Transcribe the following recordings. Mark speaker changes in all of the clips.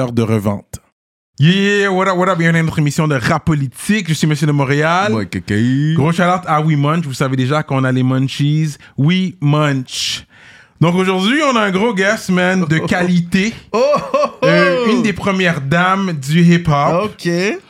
Speaker 1: de revente. Yeah, what up, what up, bienvenue à notre émission de rap politique. Je suis Monsieur de Montréal. Gros shout-out à We Munch. Vous savez déjà qu'on a les munchies. We Munch. Donc aujourd'hui, on a un gros guest, man, de qualité.
Speaker 2: Oh,
Speaker 1: Euh, une des premières dames du hip-hop.
Speaker 2: Ok.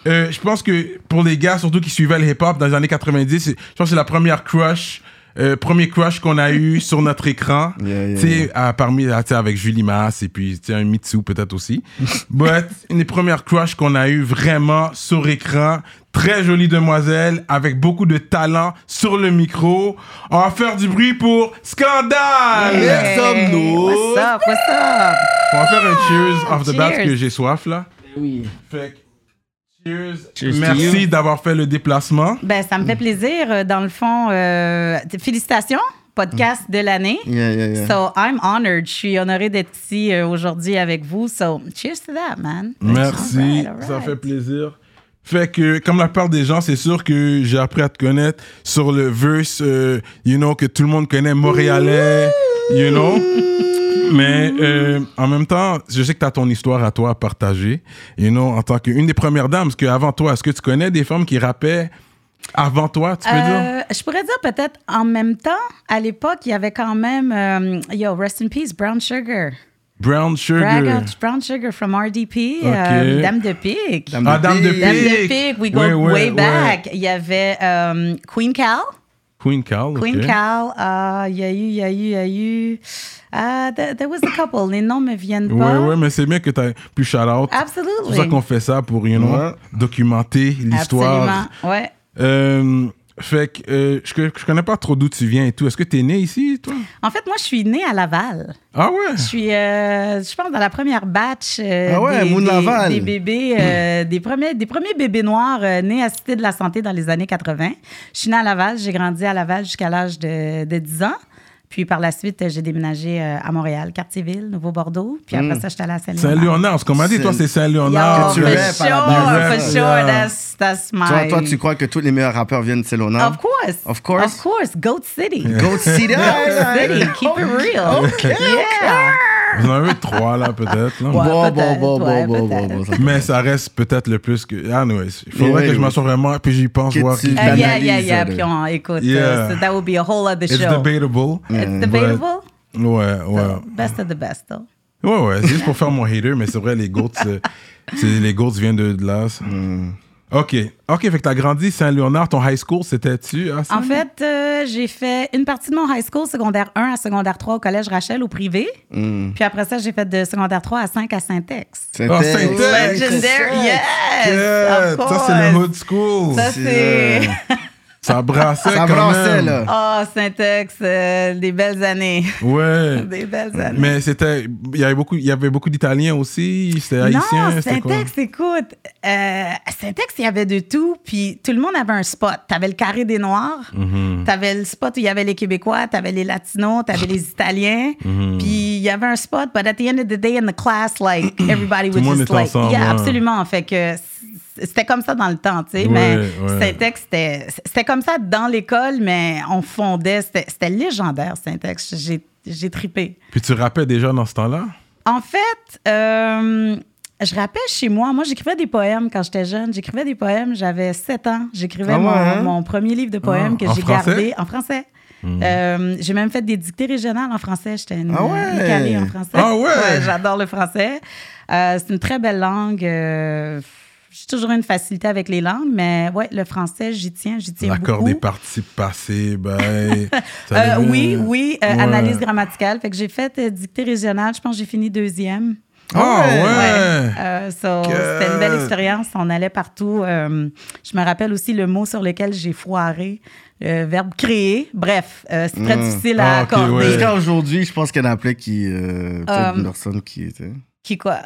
Speaker 1: Euh, je pense que pour les gars, surtout qui suivaient le hip-hop dans les années 90, c'est- je pense que c'est la première crush, euh, premier crush qu'on a eu sur notre écran.
Speaker 2: Yeah, yeah,
Speaker 1: tu sais, à- parmi, ah, tu sais, avec Julie Masse et puis, tu sais, un Mitsu peut-être aussi. But, une des premières crushs qu'on a eu vraiment sur écran. Très jolie demoiselle, avec beaucoup de talent sur le micro. On va faire du bruit pour Scandale!
Speaker 2: Yeah. sommes-nous?
Speaker 3: What's up, what's up?
Speaker 1: On va faire un cheers off the bat parce
Speaker 3: Cheers.
Speaker 1: que j'ai soif, là.
Speaker 3: Oui.
Speaker 1: Fait que, cheers.
Speaker 2: Cheers to
Speaker 1: Merci d'avoir fait le déplacement.
Speaker 3: Ben, ça me fait plaisir. Euh, Dans le fond, euh, t- félicitations, podcast de l'année.
Speaker 2: Yeah, yeah, yeah.
Speaker 3: So, I'm honored. Je suis honorée d'être ici euh, aujourd'hui avec vous. So, cheers to that, man.
Speaker 1: Merci,
Speaker 3: All right, all right.
Speaker 1: ça fait plaisir. Fait que, comme la part des gens, c'est sûr que j'ai appris à te connaître sur le verse, euh, you know, que tout le monde connaît, Montréalais, you know. Mais euh, en même temps, je sais que tu as ton histoire à toi à partager, you know, en tant qu'une des premières dames. Parce qu'avant toi, est-ce que tu connais des femmes qui rappaient avant toi, tu peux dire?
Speaker 3: Euh, je pourrais dire peut-être en même temps, à l'époque, il y avait quand même, euh, yo, rest in peace, Brown Sugar.
Speaker 1: Brown Sugar.
Speaker 3: Bragg- Brown Sugar from RDP,
Speaker 1: Ok.
Speaker 3: euh, Dame de Pique.
Speaker 2: Dame
Speaker 1: Ah, Dame de
Speaker 3: Dame de
Speaker 1: Pique.
Speaker 3: Pique, we go
Speaker 1: Ouais, ouais, ouais.
Speaker 3: way back. Il y avait euh, Queen Cal.
Speaker 1: Queen Carl.
Speaker 3: Queen
Speaker 1: ok.
Speaker 3: Cal, ah, il y a eu, il y a eu, il y a eu. Ah, there, there was a couple, les noms me viennent
Speaker 1: Ouais,
Speaker 3: pas.
Speaker 1: ouais, mais c'est bien que tu as pu shout out. C'est pour ça qu'on
Speaker 3: Absolutely.
Speaker 1: fait ça pour, you know,
Speaker 2: Ouais.
Speaker 1: documenter l'histoire.
Speaker 3: Absolument, ouais.
Speaker 1: Euh, fait que euh, je, je connais pas trop d'où tu viens et tout. Est-ce que t'es né ici, toi?
Speaker 3: En fait, moi, je suis née à Laval.
Speaker 1: Ah ouais?
Speaker 3: Je suis, euh, je pense, dans la première batch euh,
Speaker 2: Ah ouais,
Speaker 3: des,
Speaker 2: Moon
Speaker 3: des-
Speaker 2: Laval.
Speaker 3: des bébés, euh, des, premiers, des premiers bébés noirs euh, nés à Cité de la Santé dans les années 80. Je suis née à Laval, j'ai grandi à Laval jusqu'à l'âge de, de 10 ans. Puis par la suite, euh, j'ai déménagé euh, à Montréal, Quartier-Ville, Nouveau-Bordeaux. Puis après ça, j'étais allée à Saint-Léonard.
Speaker 1: Mm. Saint-Léonard. Ce qu'on m'a dit, toi, c'est
Speaker 3: Yeah,
Speaker 1: Saint-Léonard.
Speaker 2: Que tu
Speaker 3: for
Speaker 2: rêves
Speaker 1: Ouais.
Speaker 2: à la base.
Speaker 3: sure, for
Speaker 1: Tu
Speaker 3: sure.
Speaker 1: rêves.
Speaker 3: That's, that's my...
Speaker 2: Toi, toi, tu crois que tous les meilleurs rappeurs viennent de Selona?
Speaker 3: Of course.
Speaker 2: Of course.
Speaker 3: Of course. Goat City.
Speaker 2: Go see that.
Speaker 3: City. Keep it real. Yeah.
Speaker 1: Vous en avez trois, là, peut-être. là.
Speaker 3: Ouais.
Speaker 2: Bon, bon,
Speaker 3: peut-être,
Speaker 2: bon, bon,
Speaker 3: ouais,
Speaker 2: bon, bon,
Speaker 3: peut-être.
Speaker 2: bon. ça-
Speaker 1: Mais ça reste peut-être le plus que. Ah, non, il faudrait
Speaker 2: Ouais,
Speaker 1: que
Speaker 2: ouais.
Speaker 1: je m'assure vraiment, puis j'y pense,
Speaker 2: Que
Speaker 1: voir
Speaker 2: tu-
Speaker 1: qui.
Speaker 3: Uh, yeah,
Speaker 2: L'analyse,
Speaker 3: yeah, yeah.
Speaker 2: de-
Speaker 3: Puis on écoute.
Speaker 1: Yeah.
Speaker 3: euh, so that would be a whole other
Speaker 1: It's
Speaker 3: show.
Speaker 1: debatable. Mm.
Speaker 3: It's debatable.
Speaker 1: Ouais, ouais.
Speaker 3: Best of the best, though.
Speaker 1: Ouais, ouais, c'est juste pour faire mon hater, mais c'est vrai, les Goats, euh, c'est- les Goats viennent de, de là. ça.
Speaker 3: Mm.
Speaker 1: Ok, ok, fait que t'as grandi Saint-Léonard, ton high school, c'était-tu? hein, à
Speaker 3: En
Speaker 1: Saint-
Speaker 3: fait, euh, j'ai fait une partie de mon high school, secondaire 1 à secondaire 3 au collège Rachel, au privé.
Speaker 2: Mm.
Speaker 3: Puis après ça, j'ai fait de secondaire 3 à 5 à Saint-Ex.
Speaker 2: C'était-
Speaker 1: Ah, c'était- Saint-Ex.
Speaker 3: Legendary, yes!
Speaker 1: Yeah,
Speaker 3: of
Speaker 1: ça c'est le
Speaker 3: course.
Speaker 1: hood school.
Speaker 3: Ça, c'est...
Speaker 1: Ça brassait
Speaker 2: Ça
Speaker 1: quand
Speaker 2: brassait,
Speaker 1: même.
Speaker 2: là.
Speaker 3: Oh, Saint-Ex, euh, des belles années.
Speaker 1: Ouais.
Speaker 3: Des belles années.
Speaker 1: Mais c'était, il y avait beaucoup, il y avait beaucoup d'Italiens aussi, c'était euh, haïtien,
Speaker 3: non,
Speaker 1: c'était quoi?
Speaker 3: Saint-Ex, écoute, euh, à Saint-Ex, il y avait de tout, puis tout le monde avait un spot. T'avais le carré des Noirs,
Speaker 1: Mhm.
Speaker 3: t'avais le spot où il y avait les Québécois, t'avais les Latinos, t'avais les Italiens,
Speaker 1: Mhm.
Speaker 3: puis il y avait un spot, but at the end of the day, in the class, like, everybody
Speaker 1: Tout le
Speaker 3: was
Speaker 1: monde
Speaker 3: just
Speaker 1: était
Speaker 3: like...
Speaker 1: ensemble,
Speaker 3: yeah,
Speaker 1: ouais.
Speaker 3: absolument, fait que... c- C'était comme ça dans le temps, tu sais,
Speaker 1: Ouais,
Speaker 3: mais
Speaker 1: ouais.
Speaker 3: Saint-Ex, c'était- c'était comme ça dans l'école, mais on fondait, c'était c'était légendaire, Saint-Ex. J'ai- J'ai tripé.
Speaker 1: Puis tu rappais déjà dans ce temps-là?
Speaker 3: En fait, euh, je rappelle chez moi, moi j'écrivais des poèmes quand j'étais jeune. J'écrivais des poèmes, j'avais 7 ans. J'écrivais
Speaker 2: Ah ouais,
Speaker 3: mon,
Speaker 2: hein?
Speaker 3: mon premier livre de poèmes
Speaker 1: Ah,
Speaker 3: que
Speaker 1: en
Speaker 3: j'ai
Speaker 1: français? Hmm.
Speaker 3: gardé en français. Euh, j'ai même fait des dictées régionales en français. J'étais une,
Speaker 2: Ah ouais?
Speaker 3: une calée en français.
Speaker 1: Ah ouais?
Speaker 3: J'adore le français. Euh, c'est une très belle langue. euh, j'ai toujours eu une facilité avec les langues, mais ouais, le français, j'y tiens, j'y tiens
Speaker 1: L'accord
Speaker 3: beaucoup.
Speaker 1: des participes passés, ben.
Speaker 3: Euh,
Speaker 1: ça devient-
Speaker 3: oui, oui, euh,
Speaker 1: Ouais.
Speaker 3: analyse grammaticale. Fait que j'ai fait euh, dictée régionale. Je pense que j'ai fini deuxième.
Speaker 1: Ah ouais.
Speaker 3: Euh, so,
Speaker 1: Que-
Speaker 3: C'était une belle expérience. On allait partout. Euh, je me rappelle aussi le mot sur lequel j'ai foiré, le verbe créer. Bref, euh, c'est très difficile à
Speaker 1: Ah, ok,
Speaker 3: accorder.
Speaker 1: ouais.
Speaker 2: Jusqu'à aujourd'hui, je pense qu'il y en a plein qui. euh, Peut-être
Speaker 3: Um,
Speaker 2: une personne qui était.
Speaker 3: Qui quoi?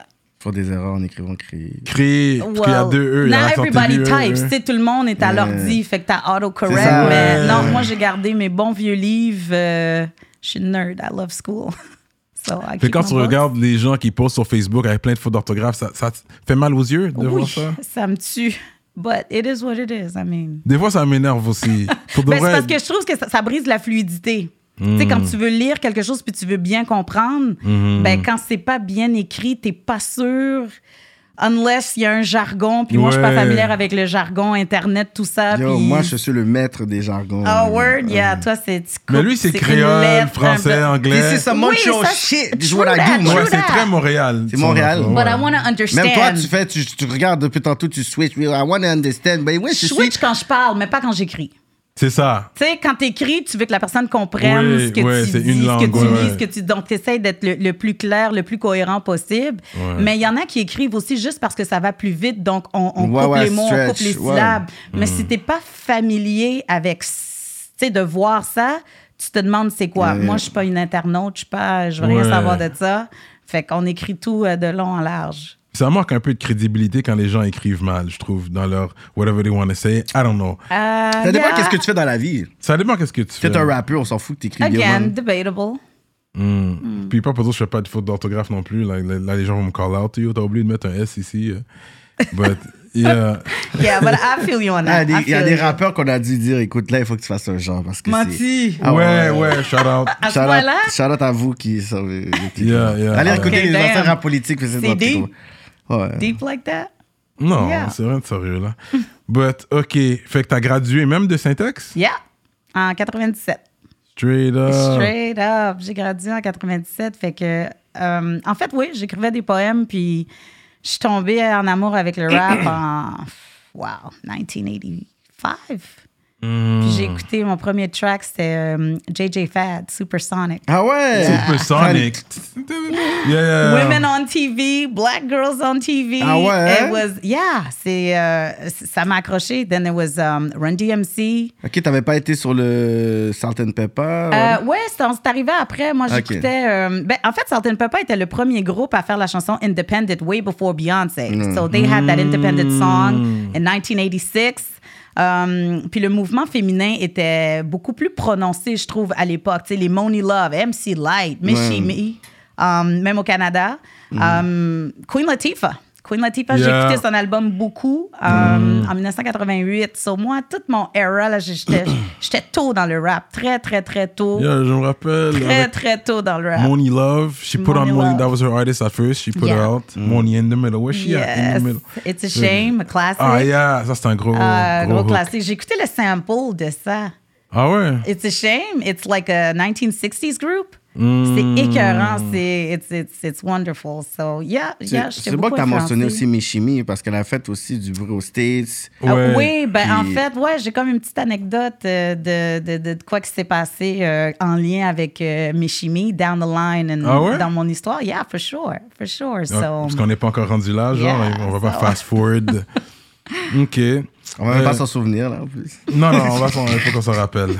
Speaker 2: Font des erreurs en écrivant crier.
Speaker 1: Créer, parce qu'il y a
Speaker 3: Well,
Speaker 1: deux E. il y en
Speaker 3: now
Speaker 1: a qui sont
Speaker 3: everybody
Speaker 1: TVE,
Speaker 3: types.
Speaker 1: hein.
Speaker 3: Tu sais, tout le monde est à
Speaker 2: Ouais.
Speaker 3: l'ordi, fait que t'as autocorrect.
Speaker 2: C'est ça,
Speaker 3: Mais
Speaker 1: ouais.
Speaker 3: non, moi, j'ai gardé mes bons vieux livres. euh, je suis une nerd. I love school. so, I
Speaker 1: Fait
Speaker 3: keep
Speaker 1: quand
Speaker 3: my
Speaker 1: tu
Speaker 3: books.
Speaker 1: regardes les gens qui postent sur Facebook avec plein de fautes d'orthographe, ça, ça te fait mal aux yeux de
Speaker 3: oui,
Speaker 1: voir ça?
Speaker 3: ça me tue. But it is what it is. I mean.
Speaker 1: Des fois, ça m'énerve aussi. Pour de
Speaker 3: Ben,
Speaker 1: vrai, Hmm.
Speaker 3: c'est parce que je trouve que ça, ça brise la fluidité. Tu sais, quand tu veux lire quelque chose puis tu veux bien comprendre, ben, quand c'est pas bien écrit, t'es pas sûr. Unless il y a un jargon, puis moi, je suis pas
Speaker 1: Ouais.
Speaker 3: familière avec le jargon, Internet, tout ça.
Speaker 2: Yo,
Speaker 3: Ah, puis-
Speaker 2: moi, je suis le maître des jargons. Euh,
Speaker 3: Ah, word, yeah, toi, c'est. tu
Speaker 1: Euh. Mais
Speaker 3: coupes,
Speaker 1: lui, c'est
Speaker 3: une
Speaker 1: créole,
Speaker 3: lettre,
Speaker 1: français,
Speaker 3: un
Speaker 2: This
Speaker 1: anglais.
Speaker 2: is some
Speaker 3: Oui,
Speaker 2: Montreal
Speaker 3: ça-
Speaker 2: shit. This is
Speaker 3: true
Speaker 2: what I
Speaker 3: that,
Speaker 2: do, moi.
Speaker 3: true
Speaker 1: Ouais,
Speaker 3: that.
Speaker 1: c'est très Montréal.
Speaker 2: C'est Montréal.
Speaker 3: bl-
Speaker 1: Ouais.
Speaker 3: But I want to understand.
Speaker 2: Même toi, tu fais, tu, tu regardes depuis tantôt, tu switches. I want to understand. But oui,
Speaker 3: Je
Speaker 2: je
Speaker 3: switch
Speaker 2: switch.
Speaker 3: quand je parle, mais pas quand j'écris.
Speaker 1: C'est ça.
Speaker 3: Tu sais, quand t'écris, tu veux que la personne comprenne
Speaker 1: Oui,
Speaker 3: ce que
Speaker 1: ouais,
Speaker 3: tu
Speaker 1: c'est
Speaker 3: dis,
Speaker 1: une langue,
Speaker 3: ce que tu
Speaker 1: ouais,
Speaker 3: lis,
Speaker 1: ouais.
Speaker 3: ce que tu... Donc, t'essayes d'être le, le plus clair, le plus cohérent possible.
Speaker 1: Ouais.
Speaker 3: Mais il y en a qui écrivent aussi juste parce que ça va plus vite, donc on, on
Speaker 2: Ouais,
Speaker 3: coupe
Speaker 2: ouais,
Speaker 3: les mots, on coupe les
Speaker 2: stretch, ouais.
Speaker 3: syllabes.
Speaker 1: Mm.
Speaker 3: Mais si t'es pas familier avec, s- tu sais, de voir ça, tu te demandes c'est quoi. Moi, je suis pas une internaute, je suis pas... Je veux
Speaker 1: Ouais.
Speaker 3: rien savoir de ça. Fait qu'on écrit tout euh, de long en large.
Speaker 1: Ça manque un peu de crédibilité quand les gens écrivent mal, je trouve, dans leur whatever they want to say. I don't know.
Speaker 3: Euh,
Speaker 2: Ça dépend
Speaker 3: yeah.
Speaker 2: qu'est-ce que tu fais dans la vie.
Speaker 1: Ça dépend qu'est-ce que tu fais.
Speaker 2: Tu es un rappeur, on s'en fout que t'écris bien.
Speaker 3: Again,
Speaker 2: man.
Speaker 3: debatable.
Speaker 1: Mm. Puis pas pour dire que je fais pas de faute d'orthographe non plus. Là, là- là, les gens vont me call out. Yo, t'as oublié de mettre un S ici. euh. But, yeah.
Speaker 3: Yeah, but I feel you on that.
Speaker 2: Ah, Il y a
Speaker 3: I
Speaker 2: des- il y a
Speaker 3: feel
Speaker 2: des
Speaker 3: you.
Speaker 2: rappeurs qu'on a dit dire, écoute, là, il faut que tu fasses un genre parce que c'est...
Speaker 3: Menti.
Speaker 2: Ah
Speaker 1: ouais, ouais, shout out.
Speaker 3: À ce
Speaker 2: Shout out-
Speaker 3: point-là?
Speaker 2: shout out à vous qui servez.
Speaker 1: Yeah, yeah.
Speaker 2: Allez
Speaker 1: Ouais.
Speaker 2: écouter
Speaker 3: Okay,
Speaker 2: les anciens
Speaker 3: damn.
Speaker 2: rap politiques. C'est
Speaker 3: C'est deep.
Speaker 2: Ouais.
Speaker 3: Deep like that?
Speaker 1: Non,
Speaker 3: Yeah.
Speaker 1: c'est rien de sérieux, là. But, OK. Fait que t'as gradué même de syntaxe?
Speaker 3: Yeah. En 97.
Speaker 1: Straight up.
Speaker 3: Straight up. J'ai gradué en 97. Fait que, euh, en fait, oui, j'écrivais des poèmes, puis je suis tombée en amour avec le rap en, wow, 1985. Puis j'ai écouté mon premier track, c'était euh, JJ Fad, Supersonic.
Speaker 2: Ah ouais!
Speaker 1: Supersonic. yeah.
Speaker 3: Women on TV, Black girls on TV.
Speaker 2: Ah ouais, hein?
Speaker 3: It was, yeah, c'est, euh, c- ça m'a accroché. Then it was um, Run DMC.
Speaker 2: Ok, t'avais pas été sur le Salt and Pepper?
Speaker 3: Euh, ouais, c'est c'est arrivé après. Moi,
Speaker 2: Ok.
Speaker 3: j'écoutais. euh, ben, en fait, Salt and Pepper était le premier groupe à faire la chanson Independent way before Beyoncé. So they had that independent song in 1986. Um, puis le mouvement féminin était beaucoup plus prononcé, je trouve, à l'époque. Tu sais, les Money Love, MC Light, Missy Me, um, même au Canada. Um, Queen Latifah. Queen Latifah, j'ai
Speaker 1: Yeah.
Speaker 3: écouté son album beaucoup um, en 1988. So moi, toute mon era, là, j'étais j'étais tôt dans le rap. Très, très, très tôt.
Speaker 1: Yeah, je me rappelle.
Speaker 3: Très,
Speaker 1: avec
Speaker 3: très tôt dans le rap.
Speaker 1: Moni Love, she put
Speaker 3: Moni
Speaker 1: on Moni,
Speaker 3: Love.
Speaker 1: that was her artist at first. She put
Speaker 3: Yeah.
Speaker 1: her out. Moni in the middle. Where she at?
Speaker 3: Yes.
Speaker 1: In the middle.
Speaker 3: It's a shame, a classic.
Speaker 1: Ah, yeah, ça c'est un gros.
Speaker 3: Euh,
Speaker 1: gros
Speaker 3: gros
Speaker 1: hook.
Speaker 3: classique. J'ai écouté le sample de ça.
Speaker 1: Ah ouais?
Speaker 3: It's a shame. It's like a 1960s group. C'est écœurant. C'est it's, it's, it's wonderful. So, yeah, yeah,
Speaker 2: C'est-
Speaker 3: j'étais
Speaker 2: c'est bon que
Speaker 3: beaucoup
Speaker 2: t'as mentionné
Speaker 3: influencée.
Speaker 2: aussi Michimi parce qu'elle a fait aussi du bruit aux States.
Speaker 3: Ah,
Speaker 1: Ouais,
Speaker 3: oui, ben en
Speaker 2: puis-
Speaker 3: fait, ouais, j'ai comme une petite anecdote euh, de, de, de, de quoi qui s'est passé euh, en lien avec euh, mes chimies down the line and
Speaker 1: Ah ouais?
Speaker 3: dans mon histoire. Yeah, for sure, for sure.
Speaker 1: Ah,
Speaker 3: So,
Speaker 1: Parce qu'on n'est pas encore rendu là, genre,
Speaker 3: Yeah,
Speaker 1: on va pas
Speaker 3: so-
Speaker 1: fast forward. ok.
Speaker 2: On va même
Speaker 1: Euh,
Speaker 2: pas s'en souvenir, là, en plus.
Speaker 1: Non, non, on va s'en- faut qu'on s'en rappelle.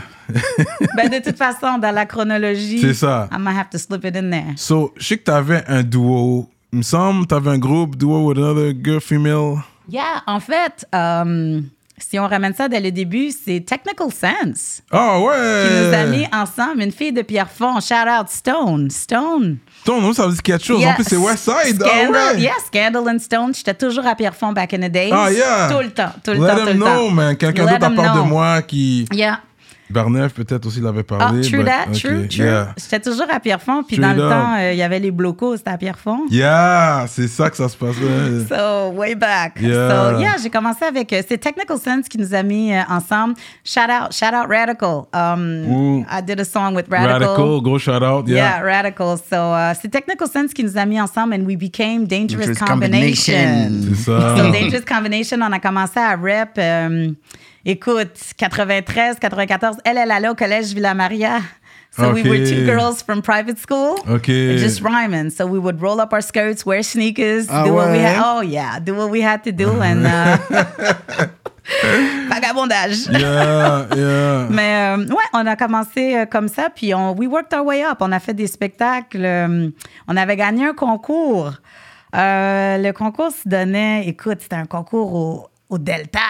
Speaker 3: ben de toute façon, dans la chronologie,
Speaker 1: C'est ça.
Speaker 3: I might have to slip it in there.
Speaker 1: So, je sais que t'avais un duo. Il me semble t'avais un groupe, duo with another girl female.
Speaker 3: Yeah, en fait, euh, si on ramène ça dès le début, c'est Technical Sense
Speaker 1: Ah
Speaker 3: qui
Speaker 1: ouais!
Speaker 3: nous a mis ensemble une fille de Pierrefonds. Shout out Stone, Stone.
Speaker 1: Ton nom, ça veut dire quelque chose. En
Speaker 3: Yeah,
Speaker 1: plus, c'est Westside. Ah
Speaker 3: Scandal,
Speaker 1: ouais!
Speaker 3: Yeah, Scandal and Stone. J'étais toujours à Pierrefonds back in the days.
Speaker 1: Ah, yeah.
Speaker 3: Tout le temps, tout le
Speaker 1: Let
Speaker 3: temps, tout
Speaker 1: them
Speaker 3: le
Speaker 1: know,
Speaker 3: temps.
Speaker 1: man. Quelqu'un
Speaker 3: Let
Speaker 1: d'autre à
Speaker 3: them
Speaker 1: part de
Speaker 3: know.
Speaker 1: moi qui.
Speaker 3: Yeah.
Speaker 1: Barneuf, peut-être aussi, l'avait
Speaker 3: Ah,
Speaker 1: parlé.
Speaker 3: true
Speaker 1: but-
Speaker 3: that,
Speaker 1: ben, ok,
Speaker 3: true, true.
Speaker 1: Yeah.
Speaker 3: J'étais toujours à Pierrefonds, puis
Speaker 1: Straight
Speaker 3: dans le
Speaker 1: up.
Speaker 3: temps, euh, il y avait les blocos, c'était à Pierrefonds.
Speaker 1: Yeah, c'est ça que ça se passait.
Speaker 3: So, way back.
Speaker 1: Yeah.
Speaker 3: So, yeah, j'ai commencé avec. euh, C'est Technical Sense qui nous a mis euh, ensemble. Shout out, shout out Radical. Um,
Speaker 1: Ooh.
Speaker 3: I did a song with
Speaker 1: Radical,
Speaker 3: Radical.
Speaker 1: gros shout out.
Speaker 3: Yeah.
Speaker 1: Yeah.
Speaker 3: Radical. So, euh, c'est Technical Sense qui nous a mis ensemble, and we became Dangerous,
Speaker 2: Dangerous
Speaker 3: combination.
Speaker 2: Combination.
Speaker 1: C'est ça.
Speaker 3: So, Dangerous Combination, on a commencé à rap. euh, écoute, 93, 94, elle, elle allait au collège Villa Maria. So we were two
Speaker 1: Okay.
Speaker 3: girls from private school.
Speaker 1: Okay.
Speaker 3: Just rhyming. So we would roll up our skirts, wear sneakers,
Speaker 2: Ah
Speaker 3: do what we
Speaker 2: ouais,
Speaker 3: had.
Speaker 2: hein?
Speaker 3: Oh yeah, do what we had to do and uh, vagabondage.
Speaker 1: Yeah, yeah.
Speaker 3: Mais euh, ouais, on a commencé euh, comme ça, puis on we worked our way up. On a fait des spectacles. euh, on avait gagné un concours. Euh, le concours se donnait, écoute, c'était un concours au, au Delta.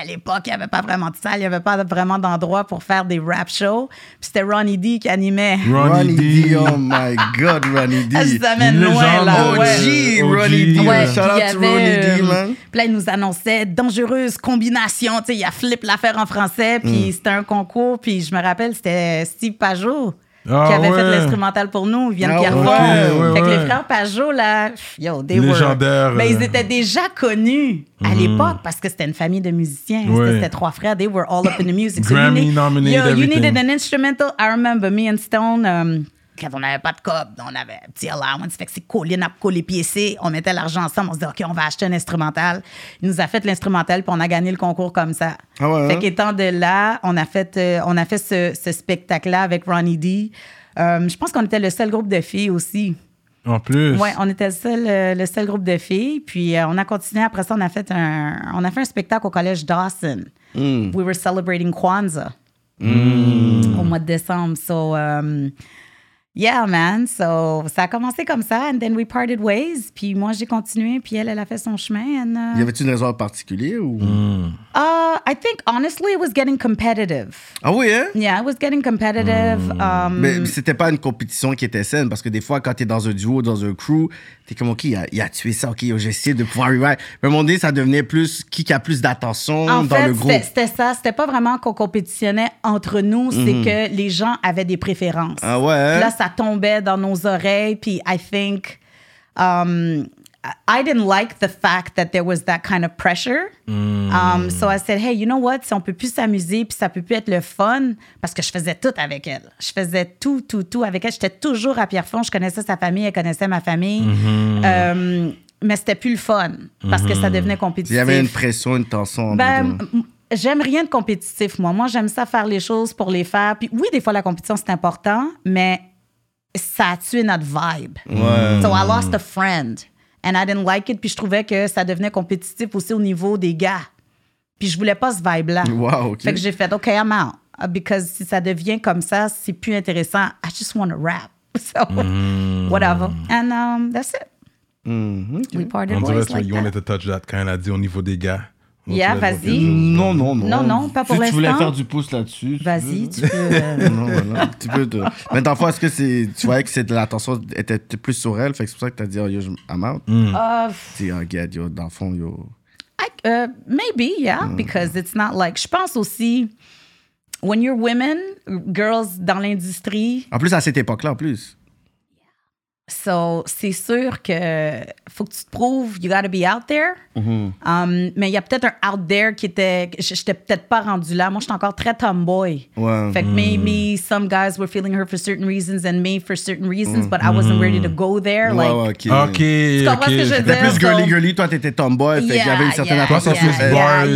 Speaker 3: À l'époque, il n'y avait pas vraiment de salle, il n'y avait pas vraiment d'endroit pour faire des rap shows. Puis c'était Ronnie D qui animait.
Speaker 1: Ronnie D.
Speaker 2: Oh my God, Ronnie D.
Speaker 3: Ah, je t'amène
Speaker 1: Une
Speaker 3: loin,
Speaker 1: légende,
Speaker 3: là.
Speaker 1: euh,
Speaker 3: ouais.
Speaker 2: OG,
Speaker 1: OG.
Speaker 2: Ronnie D.
Speaker 3: Ouais, puis
Speaker 2: Shout out
Speaker 3: il y avait,
Speaker 2: to Ronnie D,
Speaker 3: euh,
Speaker 2: man.
Speaker 3: Puis là, il nous annonçait dangereuse combination. Tu sais, il a flip l'affaire en français, puis
Speaker 2: Mm.
Speaker 3: c'était un concours. Puis je me rappelle, c'était Steve Pajot
Speaker 1: Ah
Speaker 3: qui avait
Speaker 1: ouais.
Speaker 3: fait l'instrumental pour nous. Ils viennent
Speaker 2: Ah
Speaker 3: de Pierrefonds.
Speaker 1: ouais. Ok, ouais,
Speaker 3: fait que
Speaker 1: ouais.
Speaker 3: les frères Pajot, là, pff, yo, they
Speaker 1: Légendaires,
Speaker 3: were... Ben, ils
Speaker 1: euh. Mm-hmm.
Speaker 3: étaient déjà connus à l'époque parce que c'était une famille de musiciens. C'était-
Speaker 1: Ouais.
Speaker 3: C'était trois frères. They were all up in the music. So
Speaker 1: Grammy
Speaker 3: you need-
Speaker 1: nominated,
Speaker 3: Yo, you needed
Speaker 1: everything.
Speaker 3: an instrumental. I remember me and Stone... um, quand on n'avait pas de cob, on avait un petit allowance, fait que c'est collé, nappe, collé, piécé. On mettait l'argent ensemble, on se disait, OK, on va acheter un instrumental. Il nous a fait l'instrumental, puis on a gagné le concours comme ça.
Speaker 2: Ah ouais,
Speaker 3: fait
Speaker 2: hein?
Speaker 3: qu'étant de là, on a fait, euh, on a fait ce, ce spectacle-là avec Ronnie D. Euh, je pense qu'on était le seul groupe de filles aussi.
Speaker 1: En plus.
Speaker 3: Ouais, on était le seul, euh, le seul groupe de filles. Puis euh, on a continué. Après ça, on a fait un, on a fait un spectacle au collège Dawson. We were celebrating Kwanzaa au mois de décembre. So, um, yeah, man. So, ça a commencé comme ça. And then we parted ways. Puis moi, j'ai continué. Puis elle, elle a fait son chemin. And, uh,
Speaker 2: Y avait-tu une raison particulière ou.
Speaker 1: Hmm.
Speaker 3: uh, I think, honestly, it was getting competitive.
Speaker 2: Ah oui, hein?
Speaker 3: Yeah, it was getting competitive. Um,
Speaker 2: Mais mais c'était pas une compétition qui était saine parce que des fois, quand t'es dans un duo, dans un crew, t'es comme, OK, il a, il a tué ça, OK, j'essaie de pouvoir arriver. Mais à un moment donné, ça devenait plus qui qui a plus d'attention
Speaker 3: En
Speaker 2: dans
Speaker 3: fait,
Speaker 2: le groupe.
Speaker 3: c'était- c'était ça. C'était pas vraiment qu'on compétitionnait entre nous, c'est que les gens avaient des préférences.
Speaker 2: Mhm. Ah ouais, hein?
Speaker 3: Puis là, ça tombait dans nos oreilles. Puis I think um, I didn't like the fact that there was that kind of pressure.
Speaker 2: Hmm.
Speaker 3: Um, so I said, hey, you know what? Si on peut plus s'amuser, puis ça peut plus être le fun, parce que je faisais tout avec elle. Je faisais tout, tout, tout avec elle. J'étais toujours à Pierrefonds. Je connaissais sa famille, elle connaissait ma famille. Euh, mais c'était plus le fun parce que ça devenait compétitif.
Speaker 2: Mhm. Hmm. Il y avait une pression, une tension. en
Speaker 3: Ben,
Speaker 2: dedans.
Speaker 3: m- j'aime rien de compétitif, moi. Moi, j'aime ça faire les choses pour les faire. Puis oui, des fois, la compétition, c'est important, mais ça a tué notre vibe. So I lost a friend. And I didn't like it. Puis je trouvais que ça devenait compétitif aussi au niveau des gars. Puis je voulais pas ce vibe-là.
Speaker 2: Wow, OK.
Speaker 3: Fait que j'ai fait, OK, I'm out. Uh, Because si ça devient comme ça, c'est plus intéressant. I just want to rap. So,
Speaker 2: Mm.
Speaker 3: whatever. And um, that's it. We parted
Speaker 1: On dirait
Speaker 3: ways
Speaker 1: que
Speaker 3: like
Speaker 1: you wanted
Speaker 3: that.
Speaker 1: to touch that kind a dit au niveau des gars. On
Speaker 3: Yeah,
Speaker 1: dirait-
Speaker 3: vas-y.
Speaker 2: Non, non, non.
Speaker 3: Non, non, pas pour
Speaker 2: Si tu voulais
Speaker 3: l'instant.
Speaker 2: faire du pouce là-dessus. tu
Speaker 3: Vas-y,
Speaker 2: peux.
Speaker 3: tu peux. euh,
Speaker 2: Non, voilà, un petit peu de- Mais dans le fond, est-ce que c'est. Tu voyais que c'est de l'attention était plus sur elle, fait que c'est pour ça que t'as dit, oh, yo, je- I'm out.
Speaker 3: euh,
Speaker 2: Tu dis, oh, regarde, yo, dans le fond, yo.
Speaker 3: I, uh, maybe, yeah,
Speaker 2: Mm-hmm.
Speaker 3: because it's not like. Je pense aussi, when you're women, girls dans l'industrie,
Speaker 2: En plus, à cette époque-là, en plus.
Speaker 3: so c'est sûr que faut que tu te prouves, you gotta be out there.
Speaker 2: Mm-hmm.
Speaker 3: Um, mais il y a peut-être un out there qui était. Je n'étais peut-être pas rendu là. Moi, je suis encore très tomboy.
Speaker 2: Ouais.
Speaker 3: Fait que maybe some guys were feeling her for certain reasons and me for certain reasons, but I wasn't ready to go there.
Speaker 2: Mm-hmm. Ouais,
Speaker 3: like,
Speaker 2: ouais, Ah,
Speaker 1: Ah,
Speaker 2: ok.
Speaker 1: Ok. Tu
Speaker 3: comprends ce que je veux
Speaker 2: T'étais
Speaker 3: dire?
Speaker 2: plus girly girly, toi t'étais tomboy, fait qu'il y avait une certaine
Speaker 3: yeah,
Speaker 2: attention
Speaker 1: yeah,
Speaker 2: sur elle.
Speaker 1: yeah. bars,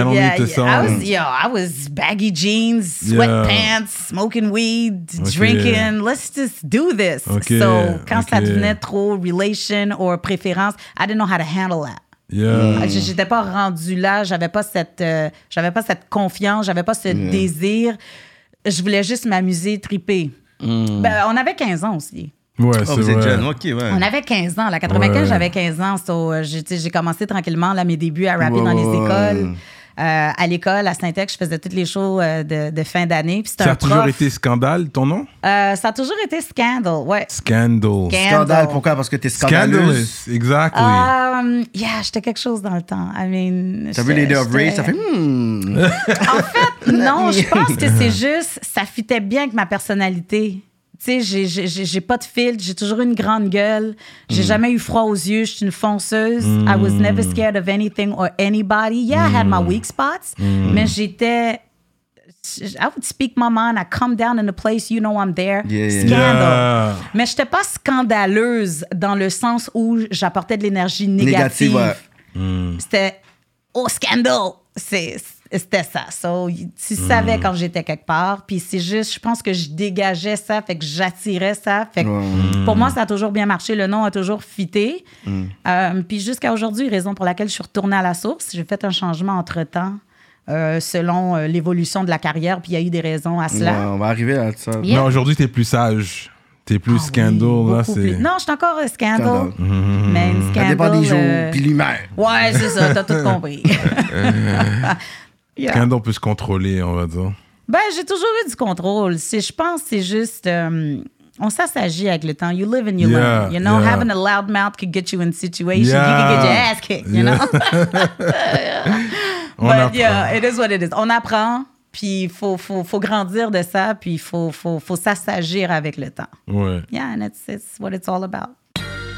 Speaker 1: I don't need to sound-
Speaker 3: I was, yo, I was baggy jeans,
Speaker 1: Yeah.
Speaker 3: sweatpants, smoking weed, drinking. Let's just do this.
Speaker 1: Okay,
Speaker 3: So, quand ça
Speaker 1: okay.
Speaker 3: devenait trop relation or préférence, I didn't know how to handle that.
Speaker 1: Yeah.
Speaker 3: Je- J'étais pas rendue là, j'avais pas cette, euh, j'avais pas cette confiance, j'avais pas ce désir. Je voulais juste m'amuser, triper.
Speaker 1: Hmm.
Speaker 3: Ben, on avait 15 ans aussi.
Speaker 1: Ouais,
Speaker 2: Oh,
Speaker 1: c'est
Speaker 2: vous êtes jeune,
Speaker 1: vrai.
Speaker 2: ok, ouais.
Speaker 3: On avait 15 ans. La 95,
Speaker 1: Ouais.
Speaker 3: j'avais 15 ans. So, euh, j'ai tu sais, j'ai commencé tranquillement là, mes débuts à rapper
Speaker 2: Ouais,
Speaker 3: dans les
Speaker 2: ouais,
Speaker 3: écoles.
Speaker 2: ouais.
Speaker 3: Euh, à l'école, à Saint-Ex, je faisais toutes les shows euh, de, de fin d'année. Puis c'était
Speaker 1: Ça
Speaker 3: un
Speaker 1: a toujours
Speaker 3: prof.
Speaker 1: été scandale, ton nom?
Speaker 3: Euh, ça a toujours été scandal, ouais.
Speaker 1: Scandal.
Speaker 2: Scandale, pourquoi? Parce que t'es scandaleuse.
Speaker 3: Ah,
Speaker 1: Scandalous, exactly.
Speaker 3: Um, yeah, j'étais quelque chose dans le temps. I mean,
Speaker 2: T'as vu
Speaker 3: j'étais-
Speaker 2: les deux of
Speaker 3: j'étais-
Speaker 2: Race, ça fait hmm.
Speaker 3: En fait, non, je pense que c'est juste, ça fitait bien avec ma personnalité. Tu sais, j'ai- j'ai- j'ai j'ai pas de filtre, j'ai toujours une grande gueule,
Speaker 2: Mm.
Speaker 3: j'ai jamais eu froid aux yeux, je suis une fonceuse. I was never scared of anything or anybody. Yeah, I had
Speaker 2: Mm.
Speaker 3: my weak spots, mais j'étais. I would speak my mind, I come down in a place, you know I'm there.
Speaker 2: Yeah, yeah.
Speaker 3: Scandal.
Speaker 1: Yeah.
Speaker 3: Mais j'étais pas scandaleuse dans le sens où j'apportais de l'énergie négative.
Speaker 2: Négative, ouais.
Speaker 3: C'était oh scandale. C'est c'était ça. So, y- tu savais quand j'étais quelque part. Puis c'est juste, je pense que je dégageais ça, fait que j'attirais ça. Fait que pour moi, ça a toujours bien marché. Le nom a toujours fité. Euh, puis jusqu'à aujourd'hui, raison pour laquelle je suis retournée à la source, j'ai fait un changement entre-temps euh, selon euh, l'évolution de la carrière. Puis il y a eu des raisons à
Speaker 2: Ouais,
Speaker 3: cela.
Speaker 2: on va arriver à ça.
Speaker 3: Yeah.
Speaker 1: Mais aujourd'hui, t'es plus sage. T'es plus
Speaker 3: Ah oui,
Speaker 1: Oh, scandal, là,
Speaker 3: beaucoup
Speaker 1: c'est... Mhm.
Speaker 3: plus. Non, je suis encore euh, scandal.
Speaker 2: Scandal.
Speaker 3: Mais une
Speaker 2: Ça dépend
Speaker 3: scandal,
Speaker 2: des jours,
Speaker 3: euh,
Speaker 2: puis l'humeur.
Speaker 3: Ouais, c'est ça, t'as tout compris. Yeah.
Speaker 1: Scandal peut se contrôler, on va dire.
Speaker 3: Ben, j'ai toujours eu du contrôle. C'est, je pense, c'est juste. euh, on s'assagit avec le temps. You live and you
Speaker 1: Yeah,
Speaker 3: learn. You know,
Speaker 1: yeah.
Speaker 3: having a loud mouth could get you in situations. You
Speaker 1: Yeah.
Speaker 3: could get your ass kicked, you
Speaker 1: Yeah.
Speaker 3: know?
Speaker 1: On
Speaker 3: But
Speaker 1: apprend.
Speaker 3: yeah, it is what it is. On apprend, puis il faut, faut, faut grandir de ça, puis il faut, faut, faut s'assagir avec le temps.
Speaker 1: Ouais.
Speaker 3: Yeah, and it's, it's what it's all about.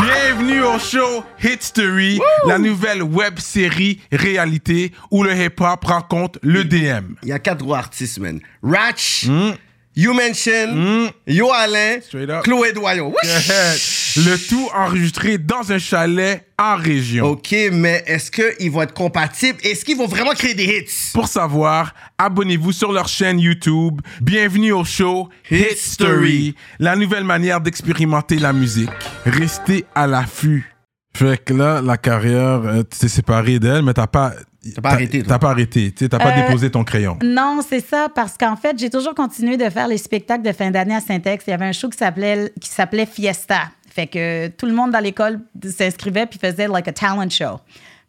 Speaker 1: Bienvenue au show Hitstory, la nouvelle web série réalité où le hip-hop rencontre le DM.
Speaker 2: Il y a quatre gros artistes, man. Ratch, You Mention, Yo Alain,
Speaker 1: Hmm. Straight up.
Speaker 2: Chloé Doyon. Wesh!
Speaker 1: Le tout enregistré dans un chalet en région.
Speaker 2: OK, mais est-ce qu'ils vont être compatibles? Est-ce qu'ils vont vraiment créer des hits?
Speaker 1: Pour savoir, abonnez-vous sur leur chaîne YouTube. Bienvenue au show History,
Speaker 2: History.
Speaker 1: la nouvelle manière d'expérimenter la musique. Restez à l'affût. Fait que là, la carrière, euh, tu t'es séparé d'elle, mais t'as pas.
Speaker 2: T'as pas arrêté, toi.
Speaker 1: T'as pas arrêté. tu sais, T'as pas
Speaker 3: Euh,
Speaker 1: déposé ton crayon.
Speaker 3: Non, c'est ça, parce qu'en fait, j'ai toujours continué de faire les spectacles de fin d'année à Saint-Ex. Il y avait un show qui s'appelait, qui s'appelait Fiesta. Fait que tout le monde dans l'école s'inscrivait puis faisait like a talent show.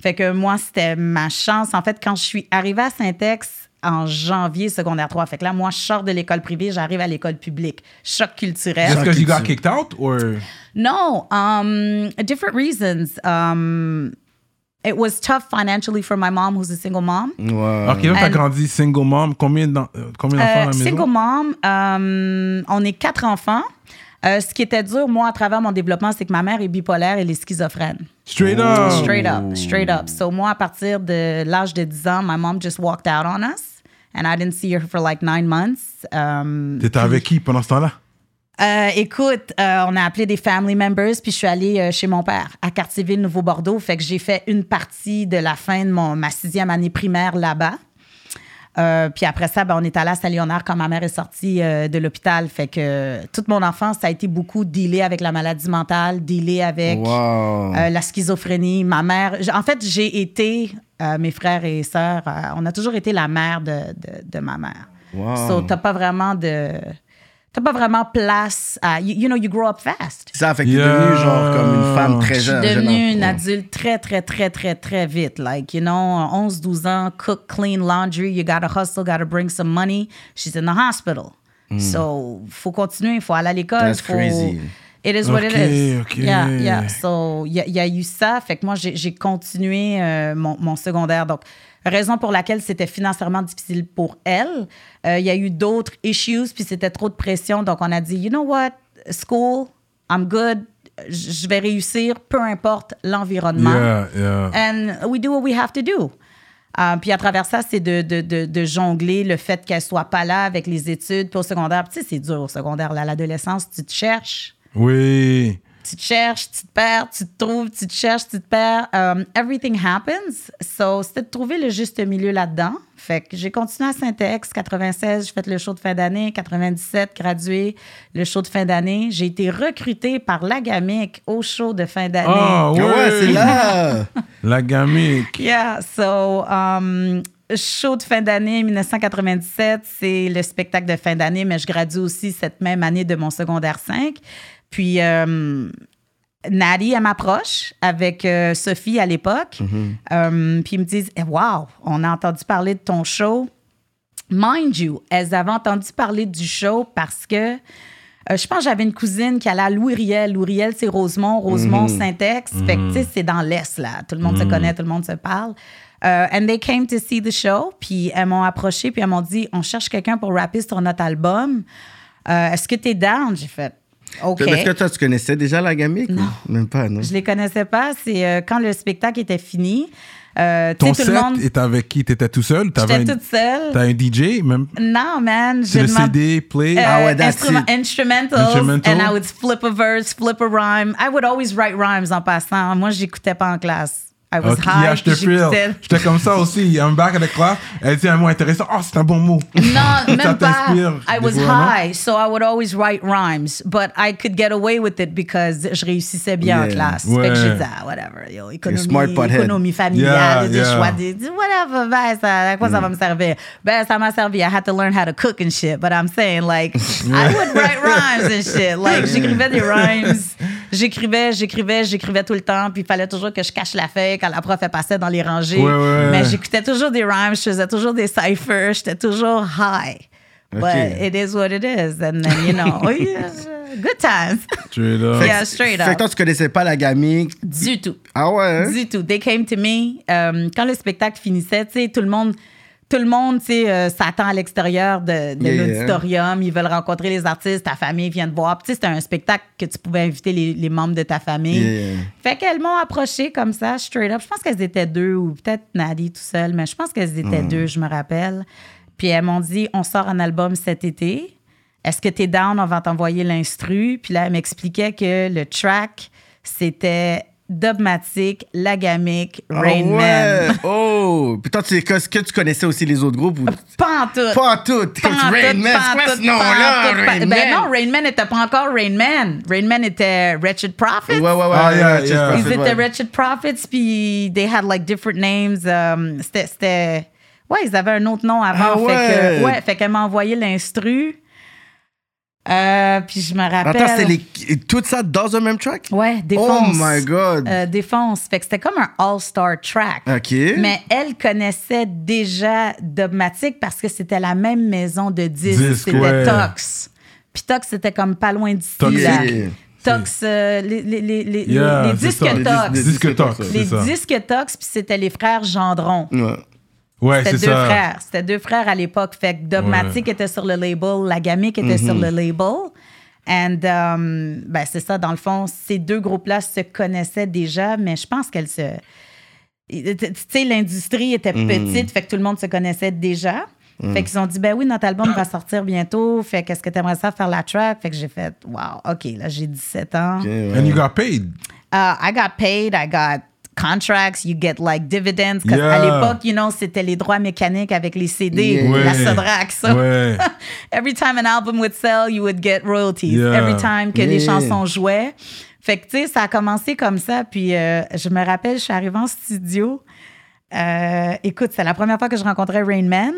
Speaker 3: Fait que moi, c'était ma chance. En fait, quand je suis arrivée à Saint-Ex en janvier secondaire 3, fait que là, moi, je sors de l'école privée, j'arrive à l'école publique. Choc culturel.
Speaker 1: Est-ce que you got kicked out or
Speaker 3: No, um, different reasons. Um, it was tough financially for my mom, who's a single mom.
Speaker 1: Ok, là, t'as
Speaker 3: And-
Speaker 1: grandi single mom. Combien d'en- euh, combien d'enfants à la
Speaker 3: Euh,
Speaker 1: maison?
Speaker 3: Single mom, euh, on est quatre enfants. Euh, ce qui était dur, moi, à travers mon développement, c'est que ma mère est bipolaire et elle est schizophrène.
Speaker 1: Straight up.
Speaker 3: Straight up, straight up. So, moi, à partir de l'âge de 10 ans, my mom just walked out on us. And I didn't see her for like nine months. Um,
Speaker 1: T'étais avec qui pendant ce temps-là?
Speaker 3: euh, écoute, euh, on a appelé des family members, puis je suis allée euh, chez mon père à Cartierville, Nouveau-Bordeaux. Fait que j'ai fait une partie de la fin de mon, ma sixième année primaire là-bas. Euh, puis après ça, ben, on est allé à Saint-Léonard quand ma mère est sortie euh, de l'hôpital. Fait que euh, toute mon enfance, ça a été beaucoup dealer avec la maladie mentale, dealer avec
Speaker 2: Wow.
Speaker 3: euh, la schizophrénie. Ma mère, j- en fait, j'ai été, euh, mes frères et sœurs, euh, on a toujours été la mère de, de, de ma mère.
Speaker 2: Wow.
Speaker 3: So, t'as pas vraiment de. T'as pas vraiment place à. You, you know, you grow up fast.
Speaker 2: Ça fait que
Speaker 1: Yeah.
Speaker 2: t'es devenue genre comme une femme très
Speaker 3: Je suis
Speaker 2: jeune.
Speaker 3: devenue
Speaker 2: jeune
Speaker 3: une
Speaker 2: enfant.
Speaker 3: adulte très, très, très, très, très vite. Like, you know, 11, 12 ans, cook, clean, laundry, you gotta hustle, gotta bring some money. She's in the hospital. So, faut continuer, faut aller à l'école.
Speaker 2: Hmm. That's
Speaker 3: faut-
Speaker 2: crazy.
Speaker 3: It is what it
Speaker 1: Ok,
Speaker 3: is.
Speaker 1: ok.
Speaker 3: Yeah, yeah. So, il y, a- il y a eu ça. Fait que moi, j'ai j'ai continué euh, mon, mon secondaire. Donc, raison pour laquelle c'était financièrement difficile pour elle. Euh, Il y a eu d'autres issues, puis c'était trop de pression. Donc, on a dit, you know what, school, I'm good, J- je vais réussir, peu importe l'environnement.
Speaker 1: Yeah, yeah.
Speaker 3: And we do what we have to do. Euh, puis à travers ça, c'est de, de, de, de jongler le fait qu'elle soit pas là avec les études. Puis au secondaire, tu sais, c'est dur au secondaire. là, À l'adolescence, tu te cherches
Speaker 1: Oui.
Speaker 3: tu te cherches, tu te perds, tu te trouves, tu te cherches, tu te perds. Um, everything happens. So, c'était de trouver le juste milieu là-dedans. Fait que j'ai continué à Saint-Ex, 96, j'ai fait le show de fin d'année, 97, gradué, le show de fin d'année. J'ai été recrutée par Lagamic au show de fin d'année.
Speaker 1: Ah,
Speaker 2: Ah ouais, c'est là.
Speaker 1: La gamique.
Speaker 3: Yeah, so, um, show de fin d'année 1997, c'est le spectacle de fin d'année, mais je gradue aussi cette même année de mon secondaire 5. Puis, euh, Nari, elle m'approche avec euh, Sophie à l'époque. Euh, puis ils me disent Eh, Wow, on a entendu parler de ton show. Mind you, elles avaient entendu parler du show parce que euh, je pense que j'avais une cousine qui allait à Louis-Riel. Louis-Riel,
Speaker 1: Mhm.
Speaker 3: c'est Rosemont, Rosemont, Saint-Ex. Fait que, tu sais, c'est dans l'Est, là. Tout le monde se connaît, tout le monde se parle. Euh, and they came to see the show. Puis elles m'ont approché, puis elles m'ont dit on cherche quelqu'un pour rapper sur notre album. Euh, Est-ce que t'es down J'ai fait OK.
Speaker 2: Est-ce que toi, tu connaissais déjà la gamique? Non. Même pas, non?
Speaker 3: Je les connaissais pas. C'est euh, quand le spectacle était fini. Euh, tu
Speaker 1: Ton
Speaker 3: sais, tout
Speaker 1: set
Speaker 3: le monde.
Speaker 1: est avec qui T'étais tout seul T'avais
Speaker 3: J'étais
Speaker 1: un-
Speaker 3: toute seule.
Speaker 1: T'as un DJ même
Speaker 3: Non, man.
Speaker 1: C'est
Speaker 3: j'ai
Speaker 1: le
Speaker 3: demandé-
Speaker 1: CD, play.
Speaker 3: Uh,
Speaker 2: Ah ouais, that's
Speaker 3: instrument-
Speaker 2: it.
Speaker 3: instrumentals,
Speaker 1: Instrumental.
Speaker 3: and I would flip a verse, flip a rhyme. I would always write rhymes en passant. Moi, j'écoutais pas en classe. I was
Speaker 1: Ah, Ok,
Speaker 3: high.
Speaker 1: yeah, je te
Speaker 3: puis j'écoutais-
Speaker 1: feel. J'étais comme ça aussi. I'm back at the class. Elle dit un mot intéressant. Oh, c'est un bon mot.
Speaker 3: Non,
Speaker 1: Ça
Speaker 3: même pas.
Speaker 1: t'inspire,
Speaker 3: I
Speaker 1: des
Speaker 3: was
Speaker 1: fois, non?
Speaker 3: high, so I would always write rhymes, but I could get away with it because je réussissais bien en
Speaker 2: Yeah,
Speaker 3: classe.
Speaker 1: ouais.
Speaker 3: Fait que j'ai dit, ah, whatever, yo, économie,
Speaker 2: smart pothead.
Speaker 3: économie
Speaker 1: Yeah,
Speaker 3: familiale, des
Speaker 1: yeah. Mm.
Speaker 3: choix, des, des- whatever, ben, ça, à quoi ça va me servir? Ben, ça m'a servi. I had to learn how to cook and shit, but I'm saying, like, I would write rhymes and shit. Like, j'écrivais des rhymes. J'écrivais, j'écrivais, j'écrivais tout le temps, puis il fallait toujours que je cache la feuille quand la prof elle passait dans les rangées.
Speaker 1: Ouais, ouais, ouais.
Speaker 3: Mais j'écoutais toujours des rhymes, je faisais toujours des cyphers, j'étais toujours high. But it is what it is. And then, you know, oh, yeah, good times.
Speaker 1: Tu es là.
Speaker 3: Yeah, straight
Speaker 2: Fait que
Speaker 3: up.
Speaker 2: toi, tu connaissais pas la gamique.
Speaker 3: Du tout.
Speaker 2: Ah ouais? hein?
Speaker 3: Du tout. They came to me. Euh, quand le spectacle finissait, tu sais, tout le monde. Tout le monde, tu sais, euh, s'attend à l'extérieur de, de
Speaker 2: Yeah, yeah.
Speaker 3: l'auditorium. Ils veulent rencontrer les artistes. Ta famille vient te voir. Puis, tu sais, c'était un spectacle que tu pouvais inviter les, les membres de ta famille.
Speaker 2: Yeah.
Speaker 3: Fait qu'elles m'ont approché comme ça, straight up. Je pense qu'elles étaient deux ou peut-être Nadie tout seul, mais je pense qu'elles
Speaker 2: Mm.
Speaker 3: étaient deux, je me rappelle. Puis elles m'ont dit, on sort un album cet été. Est-ce que t'es down? On va t'envoyer l'instru. Puis là, elle m'expliquait que le track, c'était Dogmatic, Lagamic,
Speaker 2: Ah
Speaker 3: Rain
Speaker 2: ouais.
Speaker 3: Man.
Speaker 2: Oh! Puis toi, tu- est-ce que tu connaissais aussi les autres groupes? Ou...
Speaker 3: Pas en tout.
Speaker 2: Pas tout! T'es
Speaker 3: Euh, Pas en tout,
Speaker 2: Rain Man,
Speaker 3: pas
Speaker 2: c'est
Speaker 3: en
Speaker 2: quoi
Speaker 3: tout,
Speaker 2: ce
Speaker 3: pas en
Speaker 2: nom-là?
Speaker 3: tout, pas-
Speaker 2: Rain
Speaker 3: Ben
Speaker 2: Man?
Speaker 3: non, Rain Man n'était pas encore Rain Man. Rain Man était Wretched Prophet.
Speaker 2: Ouais, ouais, ouais.
Speaker 1: Ah, yeah,
Speaker 2: ouais,
Speaker 1: yeah.
Speaker 2: je
Speaker 3: Is
Speaker 2: sais
Speaker 3: it
Speaker 2: pas,
Speaker 3: the
Speaker 2: ouais.
Speaker 3: Wretched Prophets? Puis they had like different names. Um, c'était, c'était- Ouais, ils avaient un autre nom avant.
Speaker 2: Ah
Speaker 3: Fait
Speaker 2: ouais.
Speaker 3: que, ouais, fait qu'elle m'a envoyé l'instru. Euh, puis je me rappelle.
Speaker 2: Attends, c'est les... tout ça dans un même track?
Speaker 3: Ouais,
Speaker 2: Oh
Speaker 3: Défonce.
Speaker 2: my God!
Speaker 3: Euh, Défonce. Fait que c'était comme un all-star track.
Speaker 2: OK.
Speaker 1: Hein?
Speaker 3: Mais elle connaissait déjà Dogmatic parce que c'était la même maison de disques.
Speaker 1: Disque,
Speaker 3: c'était
Speaker 1: ouais.
Speaker 3: Tox. Puis Tox, c'était comme pas loin d'ici.
Speaker 1: Tox,
Speaker 3: là.
Speaker 2: c'est-
Speaker 3: Tox, euh, les, les, les, les,
Speaker 1: Yeah,
Speaker 3: les
Speaker 1: c'est
Speaker 3: disques
Speaker 1: ça.
Speaker 3: Tox.
Speaker 1: Les disques tox.
Speaker 3: Les
Speaker 1: c'est ça.
Speaker 3: disques Tox, puis c'était les frères Gendron.
Speaker 2: Ouais.
Speaker 1: Ouais,
Speaker 3: C'était
Speaker 1: c'est
Speaker 3: deux
Speaker 1: ça.
Speaker 3: frères. C'était deux frères à l'époque. Fait que Dogmatic était sur le label, Lagamic était sur le
Speaker 1: Mm-hmm.
Speaker 3: label. And, um, ben, c'est ça, dans le fond, ces deux groupes-là se connaissaient déjà, mais je pense qu'elles se. Tu sais, l'industrie était
Speaker 1: Mm-hmm.
Speaker 3: petite, fait que tout le monde se connaissait déjà.
Speaker 1: Mm.
Speaker 3: Fait qu'ils ont dit, ben oui, notre album va sortir bientôt. Fait qu'est-ce que t'aimerais ça faire la track? Fait que j'ai fait, wow, OK, là, j'ai 17 ans.
Speaker 1: And you got paid.
Speaker 3: Uh, I got paid, I got contracts, you get like dividends. 'Cause
Speaker 1: Yeah.
Speaker 3: à l'époque, you know, c'était les droits mécaniques avec les CD,
Speaker 2: Yeah.
Speaker 3: la
Speaker 1: Ouais.
Speaker 3: Sodrac. So
Speaker 1: Ouais.
Speaker 3: every time an album would sell, you would get royalties.
Speaker 1: Yeah.
Speaker 3: Every time que les
Speaker 2: Yeah.
Speaker 3: chansons jouaient. Fait que, tu sais, ça a commencé comme ça. Puis euh, je me rappelle, je suis arrivée en studio. Euh, écoute, c'est la première fois que je rencontrais Rain Man.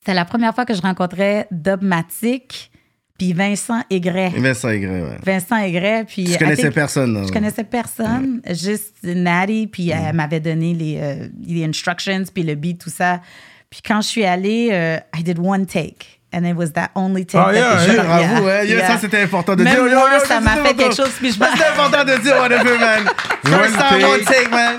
Speaker 3: C'était la première fois que je rencontrais Dogmatic, puis Vincent Aigret.
Speaker 2: Vincent Aigret, ouais.
Speaker 3: Vincent Aigret, puis...
Speaker 2: Tu
Speaker 3: I
Speaker 2: connaissais
Speaker 3: think-
Speaker 2: personne, non?
Speaker 3: Je connaissais personne, juste Natty, puis
Speaker 2: Mm.
Speaker 3: elle m'avait donné les, euh, les instructions, puis le beat, tout ça. Puis quand je suis allée, euh, I did one take, and it was that only take.
Speaker 1: Ah,
Speaker 3: that
Speaker 1: yeah,
Speaker 3: they
Speaker 1: yeah,
Speaker 3: shot.
Speaker 2: Bravo,
Speaker 3: Yeah,
Speaker 2: hein. Yeah,
Speaker 3: yeah.
Speaker 2: Ça, c'était important de
Speaker 3: Même
Speaker 2: dire.
Speaker 3: moi, ça
Speaker 2: c'était
Speaker 3: m'a fait
Speaker 2: important.
Speaker 3: quelque chose, puis je-
Speaker 2: Ça, C'était important de dire what a fait, man.
Speaker 1: One
Speaker 2: First time,
Speaker 1: take.
Speaker 2: one take, man.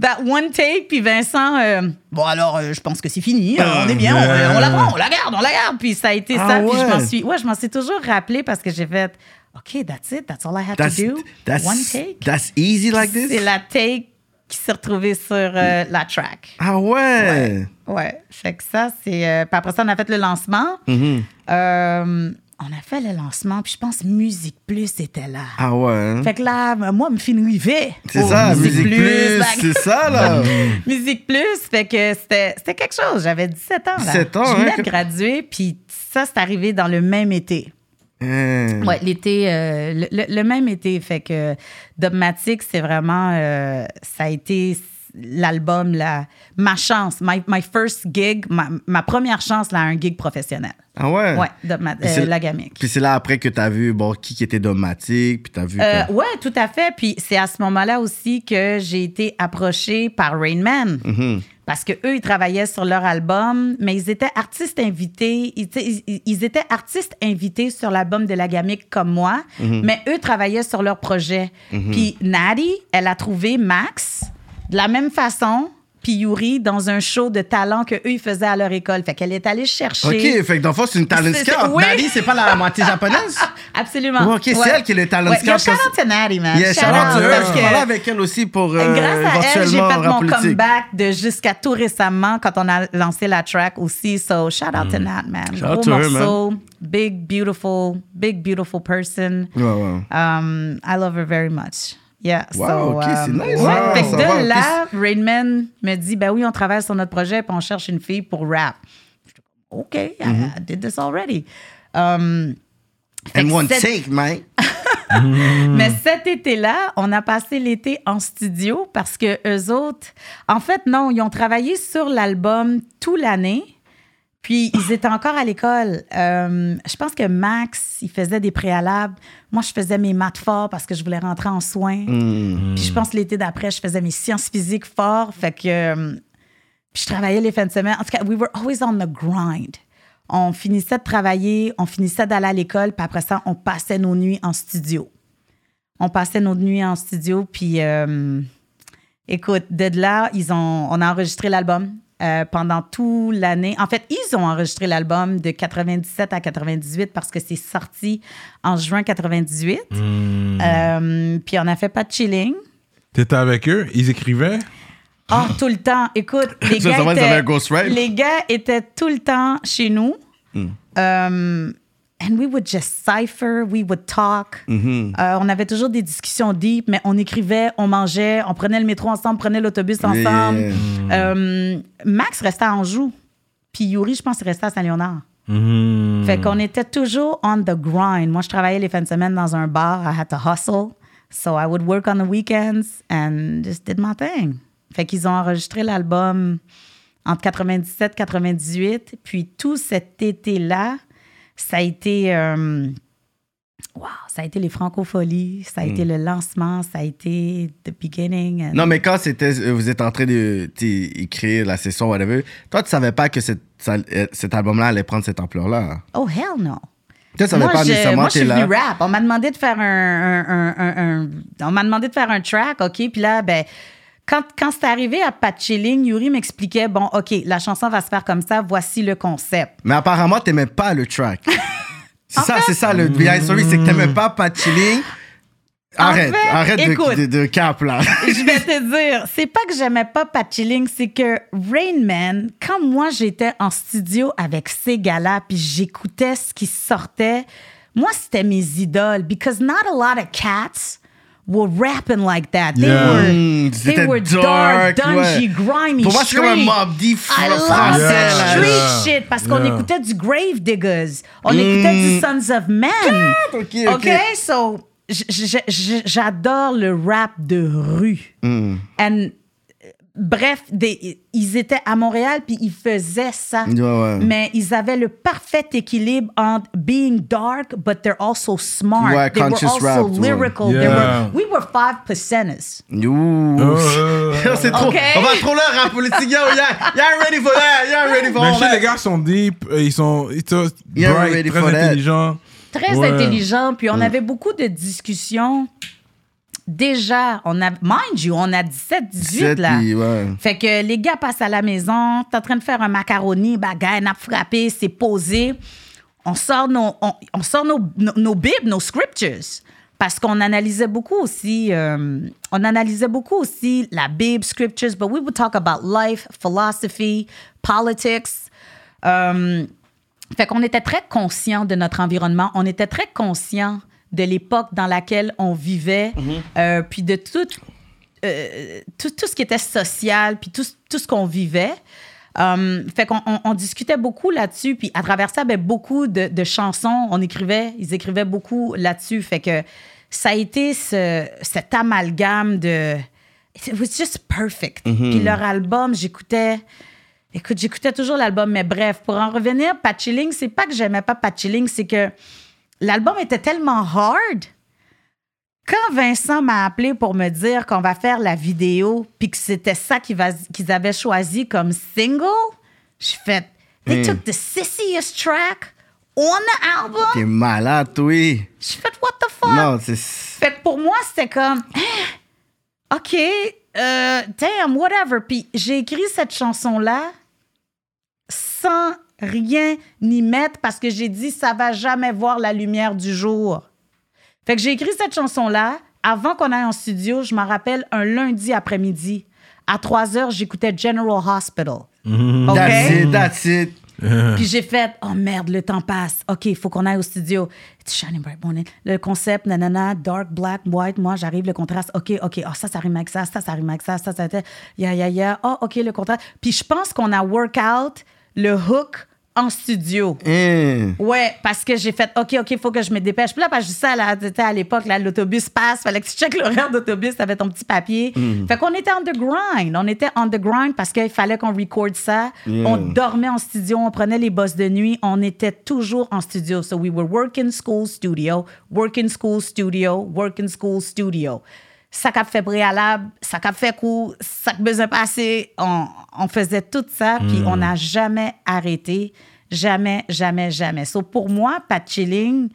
Speaker 3: That one take, puis Vincent, euh, bon alors, euh, je pense que c'est fini, euh, on est bien, on-
Speaker 1: yeah.
Speaker 3: on, la prend, on la garde, on la garde. Puis ça a été
Speaker 2: Ah,
Speaker 3: ça, puis je m'en
Speaker 2: ouais.
Speaker 3: suis... Ouais, je m'en suis toujours rappelé parce que j'ai fait, OK, that's it, that's all I had
Speaker 2: That's,
Speaker 3: to do,
Speaker 2: that's,
Speaker 3: one take.
Speaker 2: that's easy like this?
Speaker 3: C'est la take qui s'est retrouvée sur euh, la track.
Speaker 2: Ah ouais.
Speaker 3: Ouais, fait que ça, c'est. euh, puis après ça, on a fait le lancement.
Speaker 2: Mm-hmm.
Speaker 3: Euh, on a fait le lancement, puis je pense Musique Plus était là.
Speaker 2: Ah ouais. hein.
Speaker 3: Fait que là, moi, me fin rivé.
Speaker 2: C'est ça, Musique Plus.
Speaker 3: back-
Speaker 2: C'est ça, là.
Speaker 3: Musique Plus, fait que c'était c'était quelque chose. J'avais 17 ans. Là.
Speaker 2: 17 ans,
Speaker 3: Je
Speaker 2: hein,
Speaker 3: venais de
Speaker 2: que-
Speaker 3: graduer, puis ça, c'est arrivé dans le même été.
Speaker 2: Hein.
Speaker 3: Ouais, l'été, euh, le, le- le même été. Fait que Dogmatic, c'est vraiment. euh, ça a été l'album, la, ma chance, my, my first gig, ma, ma première chance là, à un gig professionnel.
Speaker 2: Ah ouais.
Speaker 3: Ouais, Dogma-
Speaker 2: Puis c'est-
Speaker 3: euh, la gamique.
Speaker 2: Puis c'est là après que t'as vu, bon, qui qui était dogmatique, puis t'as vu. que-
Speaker 3: Euh, ouais, tout à fait. Puis c'est à ce moment-là aussi que j'ai été approchée par Rain Man.
Speaker 2: Mm-hmm.
Speaker 3: Parce que eux, ils travaillaient sur leur album, mais ils étaient artistes invités. Ils, tu sais, ils- ils étaient artistes invités sur l'album de la gamique comme moi,
Speaker 2: Mm-hmm.
Speaker 3: mais eux travaillaient sur leur projet. Puis Nadi, elle a trouvé Max de la même façon. puis Yuri dans un show de talent que eux ils faisaient à leur école. Fait qu'elle est allée chercher.
Speaker 2: OK, fait que dans le fond, c'est une talent
Speaker 3: C'est- c'est-
Speaker 2: scout.
Speaker 3: oui.
Speaker 2: Nari, c'est pas la moitié japonaise?
Speaker 3: Ah, Absolument.
Speaker 2: Ouais, ok, c'est elle qui est le talent scout,
Speaker 3: yo, shout
Speaker 2: parce-
Speaker 3: out to Nari, man.
Speaker 2: Yeah,
Speaker 3: Shout
Speaker 2: shout out to
Speaker 3: out,
Speaker 2: her.
Speaker 3: parce
Speaker 2: Je
Speaker 3: que-
Speaker 2: parlais avec elle aussi pour euh,
Speaker 3: Grâce à elle, j'ai
Speaker 2: éventuellement
Speaker 3: fait
Speaker 2: rap
Speaker 3: mon
Speaker 2: politique.
Speaker 3: comeback de jusqu'à tout récemment quand on a lancé la track aussi. So shout out to Nat, man.
Speaker 2: Mm. Shout out
Speaker 3: Gros
Speaker 2: to her,
Speaker 3: morceau, big beautiful, big beautiful person.
Speaker 2: Ouais, ouais.
Speaker 3: Um, I love her very much. Yeah.
Speaker 2: Wow,
Speaker 3: so,
Speaker 2: ok, c'est
Speaker 3: um,
Speaker 2: nice.
Speaker 3: ouais,
Speaker 2: Wow,
Speaker 3: fait que
Speaker 2: ça
Speaker 3: de
Speaker 2: va, ok,
Speaker 3: là, Rainman me dit, ben oui, on travaille sur notre projet puis on cherche une fille pour rap. J'étais comme, OK, I-
Speaker 2: Mm-hmm.
Speaker 3: I did this already. Um, fait
Speaker 2: And
Speaker 3: que
Speaker 2: one
Speaker 3: cette-
Speaker 2: take, man.
Speaker 3: mais cet été-là, on a passé l'été en studio parce que eux autres, en fait, non, ils ont travaillé sur l'album toute l'année. Puis ils étaient encore à l'école. Euh, je pense que Max, il faisait des préalables. Moi, je faisais mes maths forts parce que je voulais rentrer en soins. Puis je pense que l'été d'après, je faisais mes sciences physiques forts. Fait que euh, puis je travaillais les fins de semaine. En tout cas, we were always on the grind. On finissait de travailler, on finissait d'aller à l'école, puis après ça, on passait nos nuits en studio on passait nos nuits en studio. Puis, euh, écoute, de là, ils ont, on a enregistré l'album euh, pendant toute l'année. En fait, ils ont enregistré l'album de 97 à 98 parce que c'est sorti en juin 98.
Speaker 2: Hmm.
Speaker 3: Euh, puis, on a fait pas de chilling.
Speaker 1: T'étais avec eux, ils écrivaient.
Speaker 3: Oh, tout le temps. Écoute, les
Speaker 2: Ça,
Speaker 3: gars,
Speaker 2: ça va, ils
Speaker 3: étaient,
Speaker 2: avaient un ghostwriter.
Speaker 3: les gars étaient tout le temps chez nous.
Speaker 2: Hmm.
Speaker 3: Um, and we would just cipher, we would talk.
Speaker 2: Mm-hmm.
Speaker 3: Euh, on avait toujours des discussions deep, mais on écrivait, on mangeait, on prenait le métro ensemble, prenait l'autobus
Speaker 2: Yeah,
Speaker 3: ensemble.
Speaker 2: yeah,
Speaker 3: Um, Max restait à Anjou. Puis Yuri, je pense, restait à Saint-Léonard. Fait qu'on était toujours on the grind. Moi, je travaillais les fins de semaine dans un bar. I had to hustle. So I would work on the weekends and just did my thing. Fait qu'ils ont enregistré l'album entre 97 98. Puis tout cet été-là, ça a été... euh, wow, ça a été les francopholies. Ça a été le lancement. Ça a été the beginning. and-
Speaker 2: Hmm. Non, mais quand c'était, euh, vous êtes en train de t'sais, écrire la session, whatever, toi, tu savais pas que cette- ça- euh, cet album-là allait prendre cette ampleur-là.
Speaker 3: Oh, hell no.
Speaker 2: Tu savais
Speaker 3: Moi,
Speaker 2: pas
Speaker 3: je,
Speaker 2: nécessairement
Speaker 3: moi, je
Speaker 2: t'es
Speaker 3: suis
Speaker 2: là.
Speaker 3: venue rap. On m'a demandé de faire un, un- un- un- un- on m'a demandé de faire un track, ok. Puis là, ben, quand, quand c'est arrivé à Pat Chilling, Yuri m'expliquait, bon, ok, la chanson va se faire comme ça. Voici le concept.
Speaker 2: Mais apparemment, t'aimais pas le track. c'est ça, c'est ça, le behind story, c'est que t'aimais pas Pat Chilling.
Speaker 3: Mm. En
Speaker 2: Arrête,
Speaker 3: fait,
Speaker 2: arrête de-
Speaker 3: écoute.
Speaker 2: de, de cap, là.
Speaker 3: Je vais te dire, c'est pas que j'aimais pas Pat Chilling, c'est que Rain Man, quand moi j'étais en studio avec ces gars-là, puis j'écoutais ce qui sortait, moi c'était mes idoles, because not a lot of cats were rapping like that. They
Speaker 1: Yeah.
Speaker 3: were
Speaker 2: Mm,
Speaker 3: They
Speaker 2: c'était
Speaker 3: were dark,
Speaker 2: ouais.
Speaker 3: dungy, grimy.
Speaker 2: Pour moi, c'est comme un
Speaker 3: street.
Speaker 2: mob deep
Speaker 3: I love
Speaker 2: français,
Speaker 3: that
Speaker 2: là.
Speaker 3: street
Speaker 1: Yeah.
Speaker 3: shit parce qu'on
Speaker 1: Yeah.
Speaker 3: écoutait du Grave Diggers, on écoutait du Sons of Men.
Speaker 2: Mm. Ok, ok.
Speaker 3: OK, so j- j- j- j'adore le rap de rue.
Speaker 2: Mm.
Speaker 3: And euh, bref, des- ils étaient à Montréal puis ils faisaient ça.
Speaker 2: Ouais, ouais.
Speaker 3: Mais ils avaient le parfait équilibre entre being dark but they're also smart.
Speaker 2: Ouais,
Speaker 3: they were
Speaker 2: conscious
Speaker 3: also
Speaker 2: rap, ouais.
Speaker 3: lyrical. They
Speaker 1: Yeah.
Speaker 3: were- we were five percenters.
Speaker 2: Ouh.
Speaker 1: euh, euh.
Speaker 2: c'est trop.
Speaker 3: Ok.
Speaker 2: On va trop là, rap politique. Yo, yeah, yeah, ready for that. Yeah, ready for
Speaker 1: Mais
Speaker 2: all
Speaker 1: je sais,
Speaker 2: that.
Speaker 1: les gars sont deep, euh, ils sont ils sont
Speaker 2: Yeah,
Speaker 1: bright,
Speaker 2: ben- ready
Speaker 1: très
Speaker 2: for that.
Speaker 1: intelligents.
Speaker 3: très
Speaker 1: Ouais.
Speaker 3: intelligent. Puis on
Speaker 2: Mm.
Speaker 3: avait beaucoup de discussions. Déjà, on a, mind you, on a 17, 18
Speaker 2: 17,
Speaker 3: là.
Speaker 2: puis ouais.
Speaker 3: Fait que les gars passent à la maison, t'es en train de faire un macaroni, bagaille, nappe frappée, c'est posé. On sort nos, on, on sort nos, nos, nos bibles, nos scriptures. Parce qu'on analysait beaucoup aussi, euh, on analysait beaucoup aussi la Bible, scriptures, but we would talk about life, philosophy, politics. Euh, fait qu'on était très conscient de notre environnement, on était très conscient de l'époque dans laquelle on vivait, euh, puis de tout, euh, tout, tout ce qui était social, puis tout, tout ce qu'on vivait. Euh, fait qu'on on- on discutait beaucoup là-dessus, puis à travers ça, ben, beaucoup de, de chansons, on écrivait, ils écrivaient beaucoup là-dessus. Fait que ça a été ce- cet amalgame de... It was just perfect. Puis leur album, j'écoutais... Écoute, j'écoutais toujours l'album, mais bref, pour en revenir, Pat Chilling, c'est pas que j'aimais pas Pat Chilling, c'est que l'album était tellement hard. Quand Vincent m'a appelé pour me dire qu'on va faire la vidéo, puis que c'était ça qu'ils va- qu'ils avaient choisi comme single, je fait They took the sissiest track on the album.
Speaker 2: T'es malade, oui.
Speaker 3: Je fait What the fuck?
Speaker 2: Non, c'est.
Speaker 3: Fait que pour moi, c'était comme, Ah, OK, euh, damn, whatever. Puis j'ai écrit cette chanson-là sans rien y mettre parce que j'ai dit ça va jamais voir la lumière du jour. Fait que j'ai écrit cette chanson-là avant qu'on aille en studio, je m'en rappelle un lundi après-midi. À 3 heures, j'écoutais General Hospital. OK?
Speaker 2: That's it, that's it.
Speaker 3: Puis j'ai fait, oh merde, le temps passe. OK, il faut qu'on aille au studio. It's shining bright morning. Le concept, nanana, dark, black, white. Moi, j'arrive, le contraste. OK, OK. Oh, ça, ça rime avec ça. Ça, ça rime avec ça. Ça, ça, ça. Yeah, yeah, yeah. Oh, OK, le contraste. Puis je pense qu'on a workout le hook en studio.
Speaker 2: Hmm.
Speaker 3: Ouais, parce que j'ai fait, OK, OK, faut que je me dépêche. Puis là, parce que je sais, là, tu sais, à l'époque, là, l'autobus passe, fallait que tu checkes l'horaire d'autobus, t'avais ton petit papier. Fait qu'on était on the grind. On était on the grind parce qu'il fallait qu'on record ça. On dormait en studio, on prenait les bosses de nuit, on était toujours en studio. So we were working school studio, working school studio, working school studio. Ça qu'a fait préalable, ça qu'a fait coup, ça qu'a besoin passé. On, on faisait tout ça, puis on n'a jamais arrêté. Jamais, jamais, jamais. So, pour moi, Pat Chilling,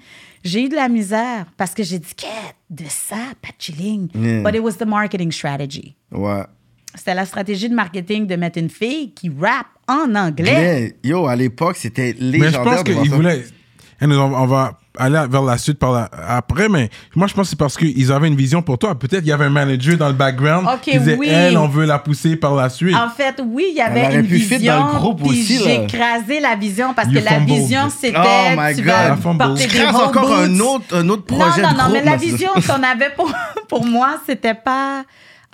Speaker 3: j'ai eu de la misère parce que j'ai dit, quête de ça, Pat Chilling. But it was the marketing strategy.
Speaker 2: Ouais.
Speaker 3: C'était la stratégie de marketing de mettre une fille qui rappe en anglais.
Speaker 2: Mais, yo, à l'époque, c'était
Speaker 1: Mais je
Speaker 2: légendaire.
Speaker 1: pense
Speaker 2: de voir
Speaker 1: qu'ils
Speaker 2: ça.
Speaker 1: voulaient. Et nous, On on va aller vers la suite par la- après, mais moi je pense que c'est parce qu'ils avaient une vision pour toi. Peut-être qu'il y avait un manager dans le background
Speaker 3: Ok,
Speaker 1: qui disait
Speaker 3: oui.
Speaker 1: Elle, on veut la pousser par la suite.
Speaker 3: En fait, oui, il y avait
Speaker 2: aurait
Speaker 3: une
Speaker 2: pu fit
Speaker 3: vision.
Speaker 2: dans le groupe
Speaker 3: puis
Speaker 2: aussi, là.
Speaker 3: J'ai écrasé la vision parce
Speaker 1: You
Speaker 3: que la
Speaker 1: fumbled.
Speaker 3: vision, c'était
Speaker 2: Oh my
Speaker 3: tu
Speaker 2: God.
Speaker 3: vas
Speaker 1: You fumbled.
Speaker 3: porter
Speaker 2: Je
Speaker 3: des
Speaker 2: crasse
Speaker 3: home
Speaker 2: encore un
Speaker 3: boots.
Speaker 2: autre, un autre projet
Speaker 3: non,
Speaker 2: de
Speaker 3: non,
Speaker 2: groupe.
Speaker 3: mais la
Speaker 2: là, c'est ça.
Speaker 3: vision qu'on avait pour, pour moi, c'était pas.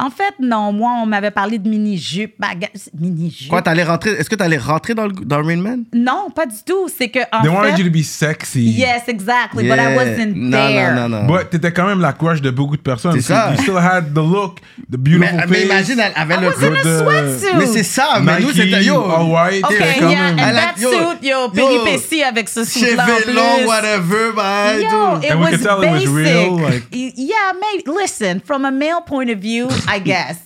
Speaker 3: En fait, non, moi, on m'avait parlé de mini-jupe, bagage. Mini-jupe.
Speaker 2: Quoi, t'allais rentrer... Est-ce que t'allais rentrer dans, le, dans Rain Man?
Speaker 3: Non, pas du tout. C'est que, en
Speaker 1: They wanted you
Speaker 3: fait.
Speaker 1: to be sexy.
Speaker 3: Yes, exactly, but I
Speaker 2: Yeah.
Speaker 3: wasn't
Speaker 2: non,
Speaker 3: there.
Speaker 2: non, non, non.
Speaker 1: But t'étais quand même la crush de beaucoup de personnes.
Speaker 2: C'est ça.
Speaker 1: You still had the look, the beautiful
Speaker 2: Mais,
Speaker 1: face.
Speaker 2: mais imagine, elle avait
Speaker 3: I
Speaker 2: le...
Speaker 3: was in a
Speaker 1: de-
Speaker 3: sweatsuit.
Speaker 2: Mais c'est ça, mais nous,
Speaker 1: Nike,
Speaker 2: c'était... Yo,
Speaker 1: all white,
Speaker 3: OK,
Speaker 1: t'étais quand
Speaker 3: yeah,
Speaker 1: même-
Speaker 3: and
Speaker 2: Elle a-
Speaker 3: that
Speaker 2: yo,
Speaker 3: suit, yo,
Speaker 2: yo,
Speaker 3: péripétie avec ce suit-là en plus.
Speaker 2: cheveux longs, whatever, bye,
Speaker 3: Yo,
Speaker 2: dude.
Speaker 3: it
Speaker 1: And we
Speaker 3: was
Speaker 1: could tell it was
Speaker 3: basic.
Speaker 1: real, like-
Speaker 3: Y- Yeah, maybe. Listen, from a male point of view, I guess.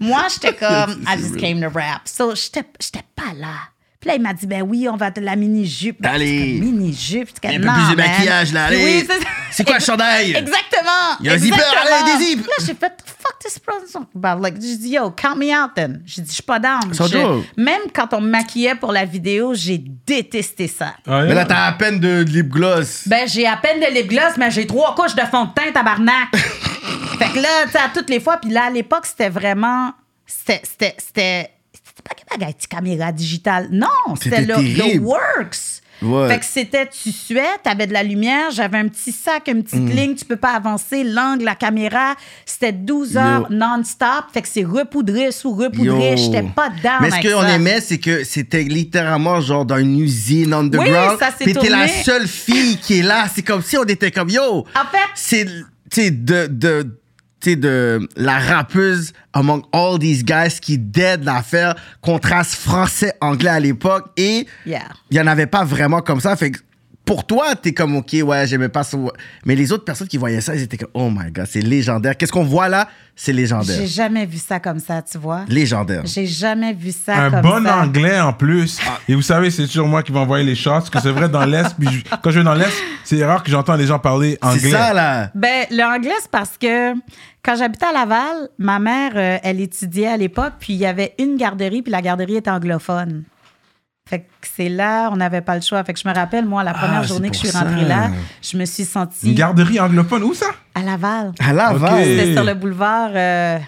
Speaker 3: Moi, j'étais comme, I just came to rap. So, j'étais j'étais pas là. Puis là, il m'a dit, ben oui, on va te la mini-jupe.
Speaker 2: Allez.
Speaker 3: J'étais comme, Mini-jupe. J'étais
Speaker 2: Un
Speaker 3: comme,
Speaker 2: peu plus
Speaker 3: non,
Speaker 2: de
Speaker 3: man.
Speaker 2: maquillage, là, allez.
Speaker 3: Oui, c'est ça.
Speaker 2: C'est quoi le chandail?
Speaker 3: Exactement.
Speaker 2: Il y a un zipper,
Speaker 3: exactement.
Speaker 2: allez, des zips.
Speaker 3: Là, j'ai fait, fuck this problem. About. Like, j'ai dit, yo, count me out then. J'ai dit, je suis pas down.
Speaker 2: Ça
Speaker 3: Je-
Speaker 2: doit.
Speaker 3: Même quand on me maquillait pour la vidéo, j'ai détesté ça.
Speaker 1: Ah, yeah.
Speaker 2: Mais là, t'as à peine de de lip gloss.
Speaker 3: Ben, j'ai à peine de lip gloss, mais j'ai trois couches de fond de teint, tabarnak. fait que là, tu sais, à toutes les fois, puis là, à l'époque, c'était vraiment. C'était. C'était. C'était c'était pas que bagaille, petite caméra digitale. Non, c'était
Speaker 2: C'était
Speaker 3: le,
Speaker 2: terrible.
Speaker 3: le works.
Speaker 2: Ouais.
Speaker 3: Fait que c'était, tu suais, t'avais de la lumière, j'avais un petit sac, une petite
Speaker 2: Mm.
Speaker 3: ligne, tu peux pas avancer, l'angle, la caméra. C'était 12 heures
Speaker 2: Yo.
Speaker 3: non-stop. Fait que c'est repoudré sous repoudré.
Speaker 2: Yo.
Speaker 3: J'étais pas dedans.
Speaker 2: Mais ce
Speaker 3: avec
Speaker 2: qu'on
Speaker 3: ça.
Speaker 2: aimait, c'est que c'était littéralement genre dans une usine underground.
Speaker 3: ça s'est
Speaker 2: Puis t'es la
Speaker 3: tourné.
Speaker 2: seule fille qui est là. C'est comme si on était comme yo.
Speaker 3: En fait-
Speaker 2: c'est tu sais de de tu sais, de la rappeuse among all these guys qui dead l'affaire contraste français anglais à l'époque et il
Speaker 3: Yeah.
Speaker 2: y en avait pas vraiment comme ça fait que pour toi, t'es comme, OK, ouais, j'aimais pas ça. Mais les autres personnes qui voyaient ça, ils étaient comme, oh my god, c'est légendaire. Qu'est-ce qu'on voit là? C'est légendaire.
Speaker 3: J'ai jamais vu ça comme ça, tu vois.
Speaker 2: Légendaire.
Speaker 3: J'ai jamais vu ça
Speaker 1: un
Speaker 3: comme
Speaker 1: bon
Speaker 3: ça.
Speaker 1: anglais en plus.
Speaker 2: Ah.
Speaker 1: Et vous savez, c'est toujours moi qui vais envoyer les shots. Parce que c'est vrai, dans l'Est, puis je- quand je vais dans l'Est, c'est rare que j'entends les gens parler anglais.
Speaker 2: C'est ça, là.
Speaker 3: Ben, l'anglais, c'est parce que quand j'habitais à Laval, ma mère, euh, elle étudiait à l'époque, puis il y avait une garderie, puis la garderie était anglophone. Fait que c'est là, on n'avait pas le choix. Fait que je me rappelle, moi,
Speaker 1: Ah,
Speaker 3: la première
Speaker 2: c'est
Speaker 3: journée que je
Speaker 2: pour
Speaker 3: suis
Speaker 2: ça.
Speaker 3: rentrée là, je me suis sentie
Speaker 1: Une garderie anglophone, où ça?
Speaker 3: à Laval.
Speaker 2: À Laval.
Speaker 1: Ok.
Speaker 3: C'était sur le boulevard. euh,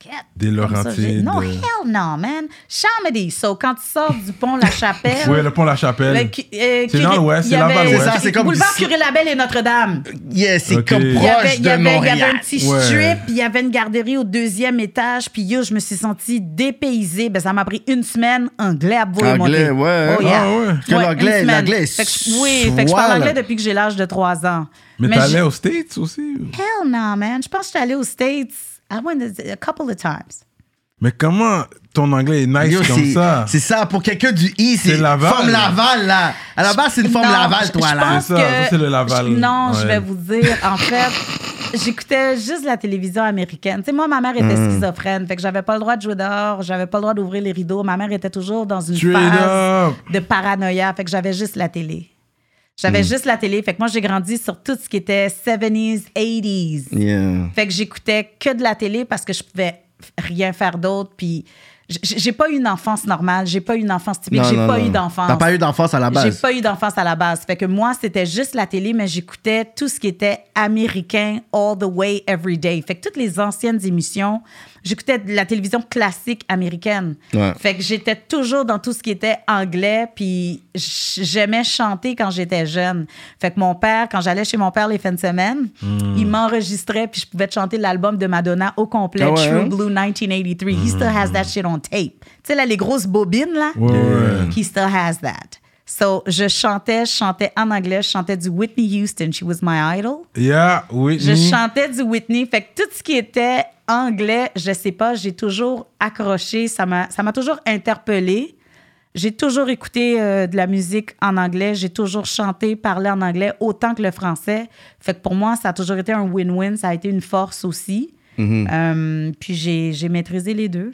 Speaker 3: Quête,
Speaker 1: Des
Speaker 3: comme ça,
Speaker 1: Laurentides.
Speaker 3: j'ai- Non, hell no, man. Chamedy. So, quand tu sors du pont La Chapelle.
Speaker 1: Oui, le pont La Chapelle.
Speaker 3: le cu-
Speaker 1: C'est
Speaker 3: euh, Curie-
Speaker 1: dans l'Ouest,
Speaker 3: il
Speaker 1: c'est
Speaker 3: y avait-
Speaker 1: Laval-Ouest.
Speaker 2: C'est ça, c'est comme
Speaker 3: Boulevard
Speaker 2: d'ici.
Speaker 3: Curie-Labelle et Notre-Dame.
Speaker 2: Yes, c'est
Speaker 1: Ok.
Speaker 2: comme
Speaker 1: Il y
Speaker 2: proche
Speaker 3: Il y avait- il y
Speaker 2: de
Speaker 3: avait, il y
Speaker 2: Montréal.
Speaker 3: avait un petit
Speaker 1: Ouais.
Speaker 3: strip, puis il y avait une garderie au deuxième étage, puis yo, je me suis sentie dépaysée. Ben, ça m'a pris une semaine anglais à vous
Speaker 2: Anglais, ouais.
Speaker 3: Oh, yeah.
Speaker 1: Ah, ouais. Parce
Speaker 2: que
Speaker 3: Ouais,
Speaker 2: l'anglais-
Speaker 3: une semaine.
Speaker 2: l'anglais est
Speaker 3: Fait que- Oui, fait que je parle
Speaker 2: swell.
Speaker 3: anglais depuis que j'ai l'âge de 3 ans.
Speaker 1: Mais, t'allais
Speaker 3: je-
Speaker 1: aux States aussi?
Speaker 3: Hell no, man. Je pense que je suis allée aux States. I went a couple of times.
Speaker 1: Mais comment ton anglais est nice
Speaker 2: Yo,
Speaker 1: comme
Speaker 2: c'est-
Speaker 1: ça?
Speaker 2: C'est ça, pour quelqu'un du I, c'est
Speaker 1: C'est Laval.
Speaker 2: forme Laval, là. À la base, c'est une forme
Speaker 3: Non,
Speaker 2: Laval,
Speaker 3: je-
Speaker 2: toi,
Speaker 3: je
Speaker 2: là.
Speaker 3: pense
Speaker 1: C'est ça,
Speaker 3: que-
Speaker 1: ça, c'est le Laval.
Speaker 3: je- non,
Speaker 1: Ouais.
Speaker 3: je vais vous dire, en fait, j'écoutais juste la télévision américaine. Tu sais, moi, ma mère était
Speaker 1: Mm.
Speaker 3: schizophrène, fait que j'avais pas le droit de jouer dehors, j'avais pas le droit d'ouvrir les rideaux. Ma mère était toujours dans une
Speaker 1: Straight
Speaker 3: phase
Speaker 1: up.
Speaker 3: de paranoïa, fait que j'avais juste la télé.
Speaker 1: Mm.
Speaker 3: J'avais juste la télé, fait que moi, j'ai grandi sur tout ce qui était 70s, 80s.
Speaker 2: Yeah.
Speaker 1: Mm.
Speaker 3: Fait que j'écoutais que de la télé parce que je pouvais rien faire d'autre. Puis j- j'ai pas eu une enfance normale, j'ai pas eu une enfance typique,
Speaker 2: Non,
Speaker 3: j'ai
Speaker 2: non,
Speaker 3: pas
Speaker 2: non.
Speaker 3: eu d'enfance.
Speaker 2: T'as pas eu d'enfance à la
Speaker 3: J'ai
Speaker 2: base.
Speaker 3: pas eu d'enfance à la base. Fait que moi, c'était juste la télé, mais j'écoutais tout ce qui était américain all the way, every day. Fait que toutes les anciennes émissions, j'écoutais de la télévision classique américaine.
Speaker 2: Ouais.
Speaker 3: Fait que j'étais toujours dans tout ce qui était anglais, puis j- j'aimais chanter quand j'étais jeune. Fait que mon père, quand j'allais chez mon père les fins de semaine,
Speaker 2: Hmm.
Speaker 3: il m'enregistrait, puis je pouvais chanter l'album de Madonna au complet,
Speaker 2: Ah ouais,
Speaker 3: True
Speaker 2: hein? Hmm.
Speaker 3: Blue 1983. He still has that shit on tape. Tu sais, là, les grosses bobines, là.
Speaker 1: ouais.
Speaker 3: He still has that. So, je chantais, je chantais en anglais, je chantais du Whitney Houston, she was my idol.
Speaker 1: Yeah, oui.
Speaker 3: Je chantais du Whitney, fait que tout ce qui était anglais, je sais pas, j'ai toujours accroché, ça m'a ça m'a toujours interpellée. J'ai toujours écouté euh, de la musique en anglais, j'ai toujours chanté, parlé en anglais autant que le français. Fait que pour moi, ça a toujours été un win-win, ça a été une force aussi.
Speaker 1: Mm-hmm.
Speaker 3: Euh, puis j'ai j'ai maîtrisé les deux.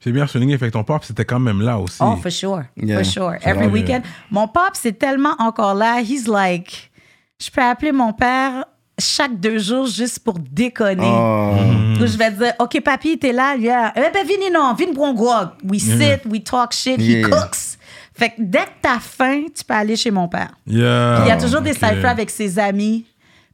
Speaker 1: C'est bien souligné, fait que ton pop, c'était quand même là aussi.
Speaker 3: Oh, for sure.
Speaker 2: Yeah. euh,
Speaker 3: For sure. Every
Speaker 1: va mieux.
Speaker 3: weekend. Mon pop, c'est tellement encore là. He's like, je peux appeler mon père chaque deux jours juste pour déconner.
Speaker 2: Oh.
Speaker 3: Où je vais dire, OK, papy, t'es là, yeah. Eh ben, viens, non, viens, pour un grog. We sit, we talk shit,
Speaker 2: Mm. Yeah.
Speaker 3: he cooks. Fait que dès que t'as faim, tu peux aller chez mon père.
Speaker 1: Yeah.
Speaker 3: Il y a toujours des
Speaker 1: Ah, Ok.
Speaker 3: cyphers avec ses amis.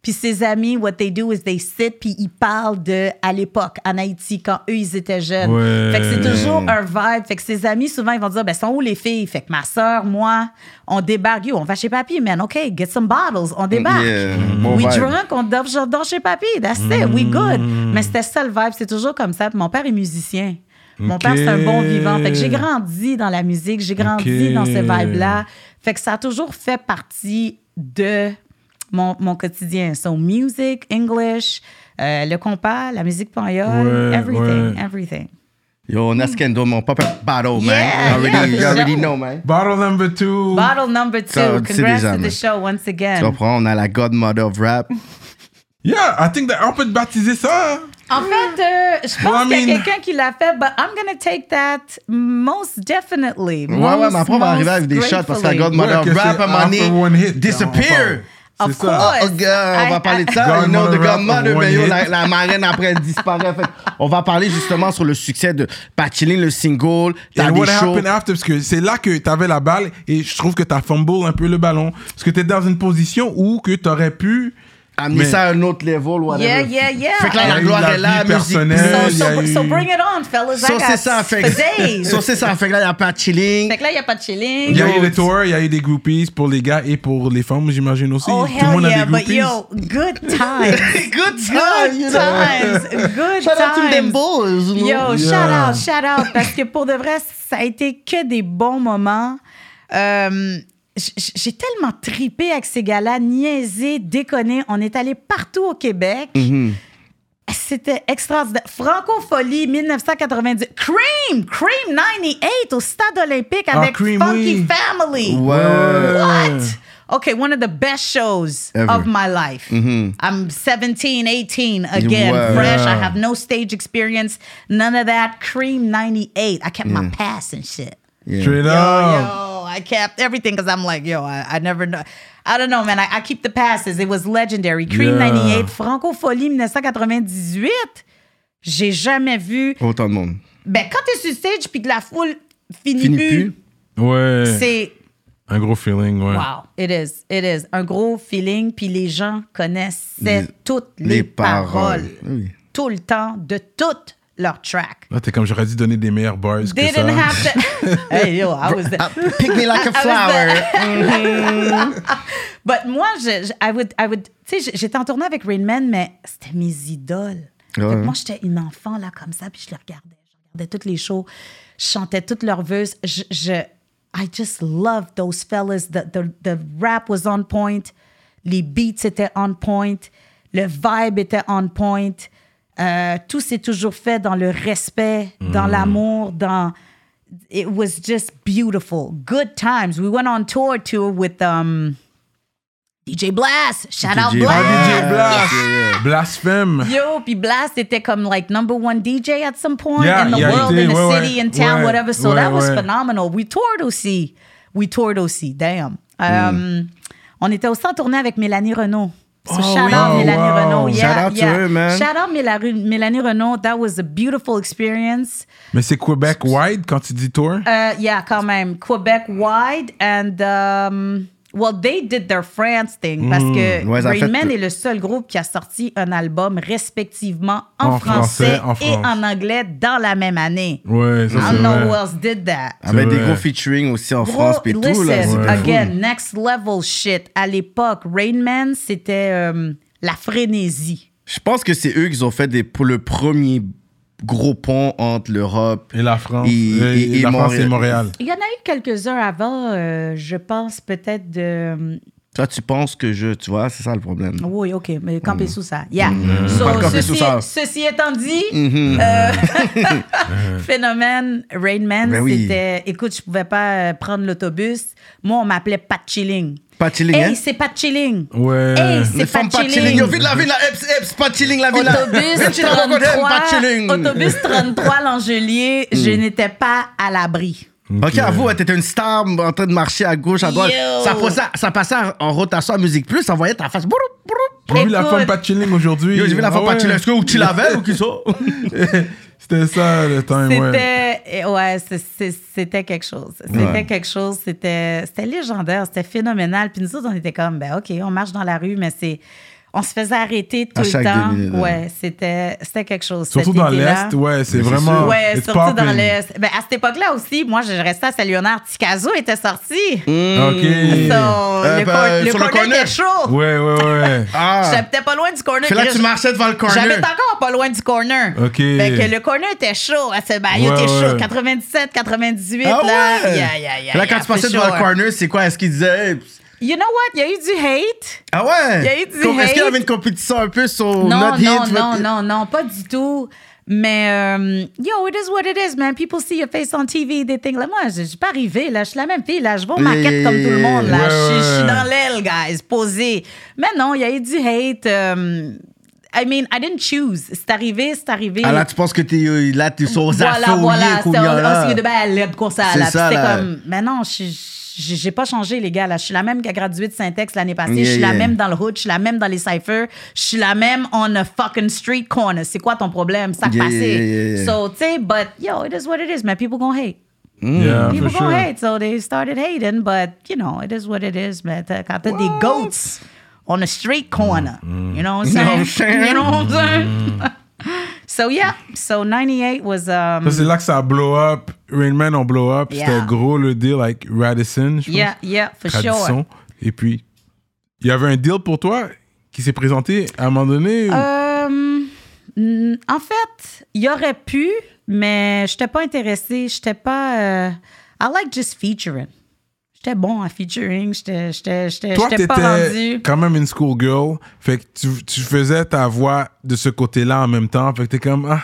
Speaker 3: Puis ses amis, what they do is they sit, puis ils parlent de à l'époque, en Haïti, quand eux, ils étaient jeunes.
Speaker 1: Ouais.
Speaker 3: Fait que c'est toujours un vibe. Fait que ses amis, souvent, ils vont dire, ben, sont où les filles? Fait que ma soeur, moi, on débarque. Yo, on va chez papy, man. OK, get some bottles. On débarque.
Speaker 2: Yeah, bon
Speaker 3: We
Speaker 2: vibe.
Speaker 3: drunk, on dort, je dors chez papy. That's it.
Speaker 1: Mm.
Speaker 3: We good. Mais c'était ça le vibe. C'est toujours comme ça. Puis mon père est musicien. Mon
Speaker 1: Ok.
Speaker 3: père, c'est un bon vivant. Fait que j'ai grandi dans la musique. J'ai grandi
Speaker 1: Ok.
Speaker 3: dans ce vibe-là. Fait que ça a toujours fait partie de mon, mon quotidien. So, music, English, euh, le compas, la musique pagnole,
Speaker 1: Ouais,
Speaker 3: everything,
Speaker 1: ouais.
Speaker 3: everything.
Speaker 2: Yo, Naskendo, mon papa battle, man.
Speaker 3: Yeah,
Speaker 2: You already,
Speaker 3: yeah,
Speaker 2: you already
Speaker 3: yeah.
Speaker 2: know, man.
Speaker 1: Bottle number two.
Speaker 3: Bottle number two.
Speaker 2: Ça, on le sait
Speaker 3: Congrats
Speaker 2: déjà,
Speaker 3: to
Speaker 2: mais-
Speaker 3: the show once
Speaker 2: Tu
Speaker 3: again.
Speaker 2: comprends, on a la godmother of rap.
Speaker 1: Yeah, I think that on peut te baptiser ça.
Speaker 3: En fait, euh, je
Speaker 1: Well,
Speaker 3: pense
Speaker 1: I
Speaker 3: qu'il y a
Speaker 1: mean-
Speaker 3: quelqu'un qui l'a fait, but I'm gonna take that most definitely.
Speaker 2: Ouais, ouais, mais après, on va arriver avec des shots parce que la godmother
Speaker 1: Ouais,
Speaker 2: of
Speaker 1: que
Speaker 2: rap,
Speaker 1: c'est
Speaker 2: à un moment
Speaker 1: after one
Speaker 2: donné,
Speaker 1: hit,
Speaker 2: disappear.
Speaker 1: on parle.
Speaker 3: Of
Speaker 1: C'est ça.
Speaker 3: course.
Speaker 2: Oh, gars, on
Speaker 3: I-
Speaker 2: va
Speaker 3: I-
Speaker 2: parler de ça.
Speaker 1: Godmother
Speaker 2: You know, the
Speaker 1: rap,
Speaker 2: godmother,
Speaker 1: one
Speaker 2: ben yo,
Speaker 1: hit.
Speaker 2: la, la marraine après elle disparaît. Fait, on va parler justement sur le succès de Patchilin, le single. T'as
Speaker 1: And
Speaker 2: des
Speaker 1: what
Speaker 2: shows.
Speaker 1: happened after? Parce que c'est là que t'avais la balle et je trouve que t'as fumble un peu le ballon. Parce que t'es dans une position où que t'aurais pu.
Speaker 2: Amener
Speaker 1: Mais-
Speaker 2: ça à un autre level, whatever.
Speaker 3: Yeah, yeah, yeah.
Speaker 2: Fait
Speaker 1: Il
Speaker 2: que
Speaker 1: y
Speaker 2: là,
Speaker 1: a
Speaker 2: la
Speaker 1: eu
Speaker 2: gloire
Speaker 1: la
Speaker 2: est là,
Speaker 1: vie
Speaker 2: la musique.
Speaker 1: personnelle,
Speaker 3: So,
Speaker 1: il y a
Speaker 3: so,
Speaker 1: eu-
Speaker 3: so bring it on, fellas. I
Speaker 2: Ça,
Speaker 3: got
Speaker 2: c'est ça. Fait
Speaker 3: for
Speaker 2: que,
Speaker 3: days.
Speaker 2: ça, c'est ça. Fait que là, il y a Patchilin.
Speaker 3: Fait que là, il n'y a pas de chilling.
Speaker 1: Il y a eu des tours, il y a eu des groupies pour les gars et pour les femmes, j'imagine aussi.
Speaker 3: Oh,
Speaker 1: Tout le
Speaker 3: hell
Speaker 1: monde
Speaker 3: yeah,
Speaker 1: a des
Speaker 3: but
Speaker 1: groupies.
Speaker 3: yo, good times.
Speaker 2: Good time, you
Speaker 3: good
Speaker 2: know.
Speaker 3: times. Good
Speaker 2: Shout out to them
Speaker 3: times.
Speaker 2: boys, you know.
Speaker 3: Yo, shout
Speaker 1: Yeah.
Speaker 3: out, shout out. Parce que pour de vrai, ça a été que des bons moments. Euh, j- j- J'ai tellement tripé avec ces gars-là, niaisé, déconné. On est allé partout au Québec. C'était extraordinaire. Francofolie 1990. Cream! Cream 98 au Stade Olympique
Speaker 1: Ah,
Speaker 3: avec
Speaker 1: Cream,
Speaker 3: Funky
Speaker 1: oui.
Speaker 3: Family.
Speaker 2: Ouais.
Speaker 3: What? Okay, one of the best shows
Speaker 2: Ever.
Speaker 3: of my life. I'm 17, 18 again,
Speaker 2: Wow.
Speaker 3: fresh.
Speaker 1: Yeah.
Speaker 3: I have no stage experience, none of that. Cream 98. I kept my pass and shit.
Speaker 1: Straight
Speaker 3: Yo,
Speaker 1: up.
Speaker 3: yo, I kept everything because I'm like, yo, I, I never know. I don't know, man. I, I keep the passes. It was legendary. Cream
Speaker 1: Yeah.
Speaker 3: 98, Francofolie 1998. J'ai jamais vu.
Speaker 2: Autant de monde.
Speaker 3: Ben, quand t'es sur stage puis que la foule finit,
Speaker 2: Fini
Speaker 3: plus,
Speaker 2: plus.
Speaker 1: Ouais.
Speaker 3: c'est.
Speaker 1: Un gros feeling, ouais.
Speaker 3: Wow, it is, it is. Un gros feeling, puis les gens connaissaient
Speaker 2: Les-
Speaker 3: toutes les,
Speaker 2: les paroles.
Speaker 3: paroles,
Speaker 2: Oui.
Speaker 3: tout le temps, de toutes leurs tracks.
Speaker 1: Là, t'es comme j'aurais dû donner des meilleurs bars que ça.
Speaker 3: Didn't have to. hey yo, I was.
Speaker 2: Ah, Pick me like a
Speaker 3: I was
Speaker 2: flower.
Speaker 1: ah.
Speaker 3: But moi, je, je- I would, I would. Tu sais, j'étais en tournée avec Rain Man, mais c'était mes idoles. Fait que
Speaker 2: Ouais.
Speaker 3: moi, j'étais une enfant là comme ça, puis je les regardais, je regardais toutes les shows, je chantais toutes leurs vœux. Je, je- I just loved those fellas. The, the, the rap was on point, les beats étaient on point, le vibe était on point. Euh, tout s'est toujours fait dans le respect,
Speaker 1: Mm.
Speaker 3: dans l'amour, dans it was just beautiful. Good times. We went on tour tour with um DJ Blast. Shout out
Speaker 2: DJ
Speaker 1: Ah,
Speaker 3: Blast.
Speaker 1: DJ Blast. Blasphème.
Speaker 3: Yo, puis Blast était comme like number one DJ at some point
Speaker 1: Yeah,
Speaker 3: in the
Speaker 1: yeah, il
Speaker 3: world,
Speaker 1: était,
Speaker 3: in the
Speaker 1: ouais,
Speaker 3: city,
Speaker 1: ouais,
Speaker 3: in town,
Speaker 1: ouais,
Speaker 3: whatever. So
Speaker 1: ouais,
Speaker 3: that was
Speaker 1: ouais.
Speaker 3: phenomenal. We toured aussi. We toured aussi. Damn. Um, on était aussi en tournée avec Mélanie Renault. So
Speaker 1: Oh,
Speaker 3: shout
Speaker 1: oui.
Speaker 3: out
Speaker 1: Wow,
Speaker 3: Mélanie
Speaker 1: wow.
Speaker 3: Renault. Yeah,
Speaker 2: Shout out to
Speaker 3: yeah.
Speaker 2: her, man.
Speaker 3: Shout out Mélanie, Mélanie Renault. That was a beautiful experience.
Speaker 1: Mais c'est Québec wide quand tu dis tour?
Speaker 3: Uh, yeah, quand même. Quebec wide and um, well, they did their France thing parce que
Speaker 2: Ouais, ça a
Speaker 3: Rain
Speaker 2: fait-
Speaker 3: Man est le seul groupe qui a sorti un album respectivement en,
Speaker 1: En
Speaker 3: français,
Speaker 1: français, en
Speaker 3: et
Speaker 1: France.
Speaker 3: en anglais dans la même année.
Speaker 1: Ouais,
Speaker 3: I
Speaker 1: ça c'est
Speaker 3: don't know who
Speaker 1: vrai.
Speaker 3: else did that.
Speaker 2: Avec des
Speaker 1: vrai.
Speaker 2: gros featuring aussi Ah, en
Speaker 3: Gros,
Speaker 2: France et tout. Là,
Speaker 3: listen,
Speaker 2: c'était fou.
Speaker 3: again, next level shit. À l'époque, Rain Man, c'était euh, la frénésie.
Speaker 2: Je pense que c'est eux qui ont fait des, pour le premier gros pont entre l'Europe
Speaker 1: Et la France.
Speaker 2: Et-
Speaker 1: Et,
Speaker 2: et- et
Speaker 1: la France et
Speaker 2: Montréal.
Speaker 1: Montréal.
Speaker 3: Il y en a eu quelques-uns avant, euh, je pense peut-être de... euh,
Speaker 2: Toi, tu penses que je. Tu vois, c'est ça le problème.
Speaker 3: Oui, OK, mais camper sous ça. Yeah. So,
Speaker 2: Mm. Pas de camper
Speaker 3: ceci,
Speaker 2: sous ça. Mm-hmm.
Speaker 3: ceci étant dit, euh, phénomène Rain Man,
Speaker 2: Ben oui.
Speaker 3: c'était... Écoute, je pouvais pas euh, prendre l'autobus. Moi, on m'appelait Pat Chilling.
Speaker 2: Pas chilling, hein?
Speaker 3: Hey, c'est Pat Chilling.
Speaker 1: Ouais.
Speaker 3: Hey,
Speaker 2: Les
Speaker 3: c'est
Speaker 2: femmes
Speaker 3: Pat
Speaker 2: pas chilling.
Speaker 3: Chilling.
Speaker 2: Yo, vite la ville, la Eps, Eps, pas chilling, la ville.
Speaker 3: Autobus 33, autobus 33 L'Angelier, je
Speaker 2: Mm.
Speaker 3: n'étais pas à l'abri.
Speaker 2: Ok, à vous, t'étais une star en train de marcher à gauche, à droite.
Speaker 3: Yo.
Speaker 2: Ça passait, ça passait en rotation à Musique Plus, ça voyait ta face. Broup, broup, broup.
Speaker 1: J'ai vu la
Speaker 3: Écoute.
Speaker 1: femme pas chilling aujourd'hui.
Speaker 2: Yo, j'ai vu la
Speaker 1: Ah
Speaker 2: femme
Speaker 1: ouais.
Speaker 2: pas chilling. Est-ce que tu l'avais ou qui ça?
Speaker 1: C'était ça le temps, ouais.
Speaker 3: C'était eh, ouais, c'est- c'est- c'était quelque chose. C'était
Speaker 2: Ouais.
Speaker 3: quelque chose, c'était c'était légendaire, c'était phénoménal. Puis nous autres on était comme ben OK, on marche dans la rue mais c'est on se faisait arrêter tout
Speaker 2: À
Speaker 3: le
Speaker 2: chaque
Speaker 3: temps.
Speaker 2: deux minutes, ouais.
Speaker 3: ouais, c'était c'était quelque chose.
Speaker 1: Surtout
Speaker 3: cet
Speaker 1: dans
Speaker 3: été-là.
Speaker 1: l'Est, ouais, c'est
Speaker 2: Mais c'est
Speaker 1: vraiment.
Speaker 2: sûr.
Speaker 3: Ouais,
Speaker 1: it's
Speaker 3: surtout dans
Speaker 1: popping.
Speaker 3: l'Est. Ben, à cette époque-là aussi, moi, je restais à Saint-Léonard. Ticazo était sorti.
Speaker 1: Mm.
Speaker 3: So,
Speaker 1: Ok.
Speaker 3: le,
Speaker 2: ben,
Speaker 3: cor- le
Speaker 2: sur le
Speaker 3: corner
Speaker 2: corner.
Speaker 3: était chaud.
Speaker 1: Ouais, ouais, ouais.
Speaker 2: Ah!
Speaker 3: J'habitais pas loin du corner.
Speaker 2: Fait là, tu
Speaker 3: J'habite-
Speaker 2: marchais devant le corner.
Speaker 3: J'habite encore pas loin du corner.
Speaker 1: OK.
Speaker 3: Fait que le corner était chaud. À ce maillot
Speaker 1: Ouais,
Speaker 3: était
Speaker 1: ouais.
Speaker 3: chaud. 97, 98,
Speaker 2: Ah
Speaker 3: là.
Speaker 2: ouais!
Speaker 3: Yeah, yeah, yeah,
Speaker 2: Là, quand
Speaker 3: yeah,
Speaker 2: tu passais
Speaker 3: for
Speaker 2: devant
Speaker 3: sure.
Speaker 2: le corner, c'est quoi? Est-ce qu'il disait. Hey, pss,
Speaker 3: You know what? Il y a eu du hate.
Speaker 2: Ah ouais?
Speaker 3: Il y a eu du
Speaker 2: Com- Est-ce qu'il y
Speaker 3: hate.
Speaker 2: avait une compétition un peu sur
Speaker 3: Non,
Speaker 2: notre
Speaker 3: non,
Speaker 2: hit?
Speaker 3: non,
Speaker 2: votre-
Speaker 3: non, non, pas du tout. Mais, euh, yo, it is what it is, man. People see your face on TV, they think, là, moi, je je suis pas arrivée, là, je suis la même fille, là, je vais au maquette
Speaker 2: yeah,
Speaker 3: comme tout le
Speaker 2: yeah,
Speaker 3: monde, là,
Speaker 1: yeah.
Speaker 3: je suis- je suis
Speaker 1: Ouais, ouais.
Speaker 3: dans l'aile, guys, posée. Mais non, il y a eu du hate. euh, I mean, I didn't choose. C'est arrivé, c'est arrivé.
Speaker 2: Ah là, tu penses que t'es là, t'es sur aux
Speaker 3: voilà,
Speaker 2: assauts,
Speaker 3: voilà,
Speaker 2: qu'on
Speaker 3: c'est
Speaker 2: y a
Speaker 3: on, on
Speaker 2: là.
Speaker 3: s'est dit, ben, elle est de quoi ça,
Speaker 2: ah. C'est
Speaker 3: là. Puis
Speaker 2: ça,
Speaker 3: C'était
Speaker 2: là.
Speaker 3: comme, mais non, je suis- j'ai j'ai pas changé, les gars, là. Je suis la même qui a gradué de Syntex l'année passée. je
Speaker 2: Yeah,
Speaker 3: suis la
Speaker 2: yeah.
Speaker 3: même dans le hood, je suis la même dans les cyphers, je suis la même on a fucking street corner. C'est quoi ton problème? Ça
Speaker 2: Yeah,
Speaker 3: passé.
Speaker 2: yeah, yeah, yeah.
Speaker 3: So, tu sais, but yo, it is what it is, man. People gonna hate.
Speaker 2: Mm.
Speaker 1: Yeah,
Speaker 3: People
Speaker 1: for
Speaker 3: gonna
Speaker 1: sure.
Speaker 3: hate, so they started hating, but you know, it is what it is, man. T'as- Quand t'as des goats on a street corner, you know what I'm
Speaker 2: Mm, You know what
Speaker 3: saying?
Speaker 2: I'm saying?
Speaker 3: You know what I'm saying? so yeah, so 98 was um,
Speaker 1: Ça, c'est là que ça a blow up. Rain Man on blow up.
Speaker 3: Yeah.
Speaker 1: C'était gros le deal avec Radisson, je pense.
Speaker 3: Yeah, yeah, for
Speaker 1: Tradition.
Speaker 3: sure.
Speaker 1: Et puis, il y avait un deal pour toi qui s'est présenté à un moment donné. ou-
Speaker 3: Euh, mm, en fait, il y aurait pu, mais je n'étais pas intéressée. Je n'étais pas. euh, I like just featuring. J'étais bon à featuring. J'étais j'étais- j'étais-
Speaker 1: Toi,
Speaker 3: j'étais pas
Speaker 1: t'étais
Speaker 3: rendue.
Speaker 1: quand même une schoolgirl. Fait que tu, tu faisais ta voix de ce côté-là en même temps. Fait que t'es comme, ah,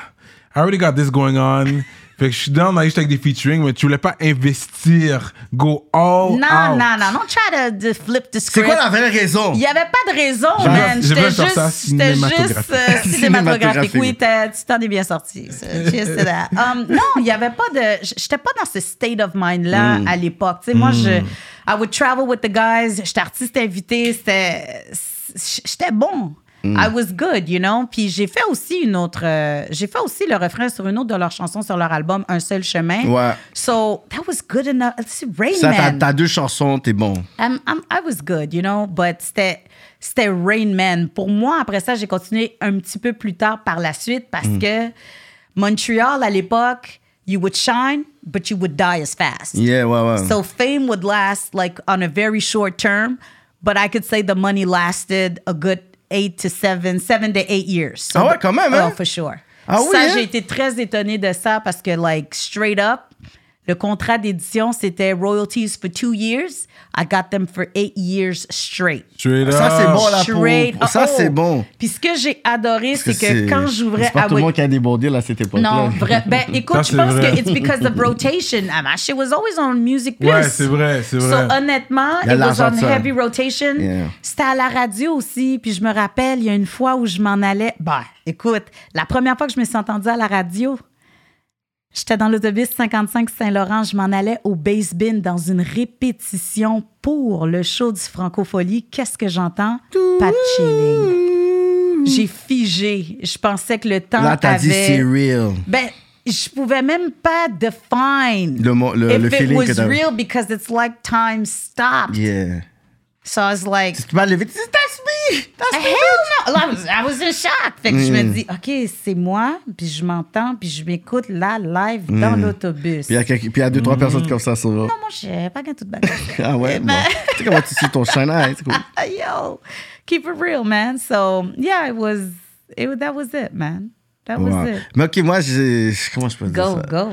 Speaker 1: I already got this going on. Fait que je suis down là, juste avec des featuring, mais tu voulais pas investir, go all
Speaker 3: Non,
Speaker 1: out.
Speaker 3: non, non. Don't try to, to flip the
Speaker 2: C'est
Speaker 3: script.
Speaker 2: quoi la vraie raison?
Speaker 3: Il n'y avait pas de raison,
Speaker 1: J'ai
Speaker 3: man.
Speaker 1: vu- j'ai vu
Speaker 3: J'étais
Speaker 1: un sur ça,
Speaker 3: juste, j'étais juste euh,
Speaker 2: cinématographique.
Speaker 3: cinématographique. Oui,
Speaker 2: Cinématographique.
Speaker 3: t'as- tu t'en es bien sorti. ça. Cheers to that. Um, non, il n'y avait pas de. j- J'étais pas dans ce state of mind-là
Speaker 2: Mm.
Speaker 3: à l'époque. Tu sais, Moi, je. I would travel with the guys. J'étais artiste invité. C'était. J'étais bon.
Speaker 2: Mm.
Speaker 3: I was good, you know. Puis j'ai fait aussi une autre. euh, j'ai fait aussi le refrain sur une autre de leurs chansons sur leur album Un seul chemin.
Speaker 2: Ouais.
Speaker 3: So that was good enough. C'est Rain
Speaker 2: Ça, t'as
Speaker 3: Man.
Speaker 2: t'as deux chansons, t'es bon.
Speaker 3: I'm- I'm- I was good, you know, but c'était, c'était Rain Man. Pour moi, après ça, j'ai continué un petit peu plus tard par la suite parce que Montréal, à l'époque, you would shine, but you would die as fast.
Speaker 2: Yeah, ouais, ouais.
Speaker 3: So fame would last like on a very short term, but I could say the money lasted a good eight to seven, seven to eight years. So
Speaker 2: Ah ouais,
Speaker 3: the-
Speaker 2: quand même, hein?
Speaker 3: Oh, for sure.
Speaker 2: Ah oui,
Speaker 3: ça,
Speaker 2: hein?
Speaker 3: j'ai été très étonnée de ça parce que, like, straight up, le contrat d'édition, c'était royalties for two years. I got them for eight years straight.
Speaker 1: Straight
Speaker 2: Ça, c'est
Speaker 1: up.
Speaker 2: bon, là, pour-
Speaker 3: Straight.
Speaker 2: pour- ça,
Speaker 3: Oh, oh.
Speaker 2: c'est bon.
Speaker 3: Puis ce que j'ai adoré, c'est que quand j'ouvrais
Speaker 2: C'est
Speaker 3: I
Speaker 2: pas tout le
Speaker 3: would-
Speaker 2: monde qui a débordé, là, c'était pas
Speaker 3: non, vrai. Ben, écoute,
Speaker 1: Ça,
Speaker 3: je
Speaker 1: c'est
Speaker 3: pense
Speaker 1: vrai.
Speaker 3: que it's because of rotation. Ah, my shit was always on Music Plus.
Speaker 1: Ouais, c'est vrai, c'est vrai.
Speaker 3: So, honnêtement,
Speaker 2: Il y a
Speaker 3: it
Speaker 2: de
Speaker 3: was
Speaker 2: l'argent
Speaker 3: on
Speaker 2: de ça.
Speaker 3: heavy rotation.
Speaker 2: Yeah.
Speaker 3: C'était à la radio aussi. Puis je me rappelle, il y a une fois où je m'en allais. Ben, écoute, la première fois que je me suis entendue à la radio, J'étais dans l'autobus 55 Saint-Laurent, je m'en allais au base bin dans une répétition pour le show du Francofolie. Qu'est-ce que j'entends? Pas de chilling. J'ai figé. Je pensais que le temps
Speaker 2: Là, t'as
Speaker 3: avait...
Speaker 2: dit c'est real.
Speaker 3: Ben, je pouvais même pas define
Speaker 2: Le mo- le-
Speaker 3: if
Speaker 2: le
Speaker 3: it
Speaker 2: feeling
Speaker 3: was
Speaker 2: que t'as-
Speaker 3: real because it's like time stopped.
Speaker 2: Yeah.
Speaker 3: So I was like,
Speaker 2: Tu m'as levé, tu dis, that's me! That's me!
Speaker 3: hell no! Là, I was, I was in shock. Fait que je
Speaker 2: Mm-hmm.
Speaker 3: me dis, OK, c'est moi, puis je m'entends, puis je m'écoute là, live, dans l'autobus.
Speaker 2: Mm-hmm. Puis il y a quelques- puis il y a deux, trois personnes comme ça, souvent.
Speaker 3: Mm. Non, moi, je pas qu'un tout de bagage.
Speaker 2: Ah ouais?
Speaker 3: ben-
Speaker 2: bon. tu sais comment tu suis ton China, hein? C'est cool.
Speaker 3: Ah, Yo, keep it real, man. So, yeah, it was, it, was- that was it, man. That
Speaker 2: Wow.
Speaker 3: was it.
Speaker 2: Mais ok, moi, j'ai- comment je pourrais
Speaker 3: Go,
Speaker 2: dire ça?
Speaker 3: go.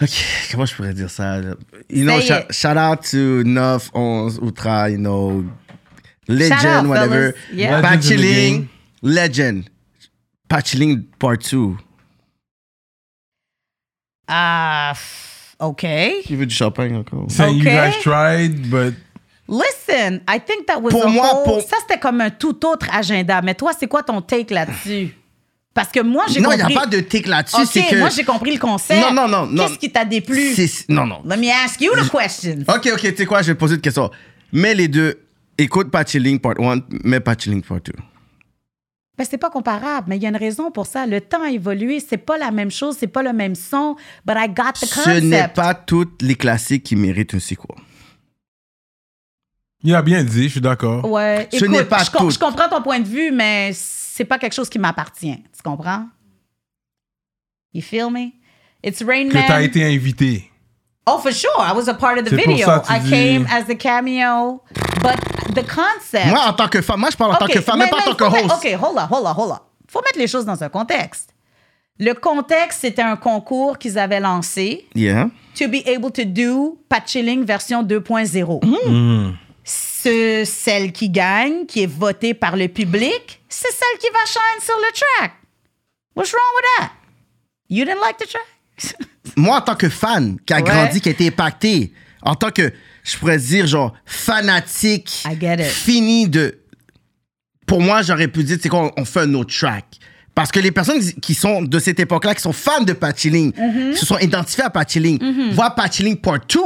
Speaker 2: Ok, comment je pourrais dire ça? You know,
Speaker 3: Say
Speaker 2: shout,
Speaker 3: it.
Speaker 2: shout out to 9, 11, Outra, you
Speaker 3: Shout
Speaker 2: know,
Speaker 3: out,
Speaker 2: legend,
Speaker 3: fellas.
Speaker 2: whatever.
Speaker 3: Yeah.
Speaker 2: Pas
Speaker 1: Legends in the
Speaker 2: chilling,
Speaker 1: game.
Speaker 2: legend. Pas chilling part 2.
Speaker 3: Ah, pff, OK.
Speaker 2: Qui veut du champagne encore?
Speaker 1: Saying you
Speaker 3: Okay.
Speaker 1: guys tried, but
Speaker 3: Listen, I think that was
Speaker 2: Pour
Speaker 3: a
Speaker 2: moi,
Speaker 3: whole-
Speaker 2: pour-
Speaker 3: ça c'était comme un tout autre agenda. Mais toi, c'est quoi ton take là-dessus Parce que moi, j'ai
Speaker 2: Non, il
Speaker 3: compris.
Speaker 2: n'y a pas de tic là-dessus.
Speaker 3: Ok,
Speaker 2: c'est que...
Speaker 3: moi j'ai compris le concept.
Speaker 2: Non, non, non, non.
Speaker 3: Qu'est-ce qui t'a déplu
Speaker 2: C'est- Ah. Non, non.
Speaker 3: Let me ask you the question.
Speaker 2: Ok, ok, tu sais quoi, je vais te poser une question. Mets les deux. Écoute Pas Chilling Part 1, mets Pas Chilling Part 2.
Speaker 3: Ben, c'est pas comparable, mais il y a une raison pour ça. Le temps a évolué, c'est pas la même chose, c'est pas le même son. But I got the
Speaker 2: Ce n'est
Speaker 3: concept.
Speaker 2: pas toutes les classiques qui méritent un sequel.
Speaker 1: il a bien dit, je suis d'accord.
Speaker 3: Ouais,
Speaker 2: Ce
Speaker 3: écoute,
Speaker 2: n'est pas
Speaker 3: je, com-
Speaker 2: tout.
Speaker 3: je comprends ton point de vue, mais c'est pas quelque chose qui m'appartient. Tu comprends You feel me It's Rain
Speaker 1: Que
Speaker 3: Man.
Speaker 1: t'as été invité.
Speaker 3: Oh, for sure. I was a part of the
Speaker 1: C'est pour
Speaker 3: video.
Speaker 1: ça que tu
Speaker 3: I
Speaker 1: dis-
Speaker 3: came as a cameo. But the concept.
Speaker 2: Moi, en tant que femme, moi, je parle en
Speaker 3: Eh. OK,
Speaker 2: tant que femme, mais pas en tant
Speaker 3: mais
Speaker 2: que
Speaker 3: faut
Speaker 2: host.
Speaker 3: mettre- OK, hold on, hold on, hold on. faut mettre les choses dans un contexte. Le contexte, c'était un concours qu'ils avaient lancé.
Speaker 2: Yeah.
Speaker 3: To be able to do Patchilling version 2.0.
Speaker 2: Mm.
Speaker 3: Ce- celle qui gagne, qui est votée par le public, c'est celle qui va shine sur le track. What's wrong with that? You didn't like the track?
Speaker 2: Moi, en tant que fan qui a
Speaker 3: Ouais.
Speaker 2: grandi, qui a été impacté, en tant que, je pourrais dire, genre, fanatique,
Speaker 3: I get it.
Speaker 2: fini de. Pour moi, j'aurais pu dire, c'est quoi, on- on fait un autre track. Parce que les personnes qui sont de cette époque-là, qui sont fans de Pat Chilling,
Speaker 3: Mm-hmm.
Speaker 2: se sont identifiées à Pat Chilling, voient Pat Chilling Part 2.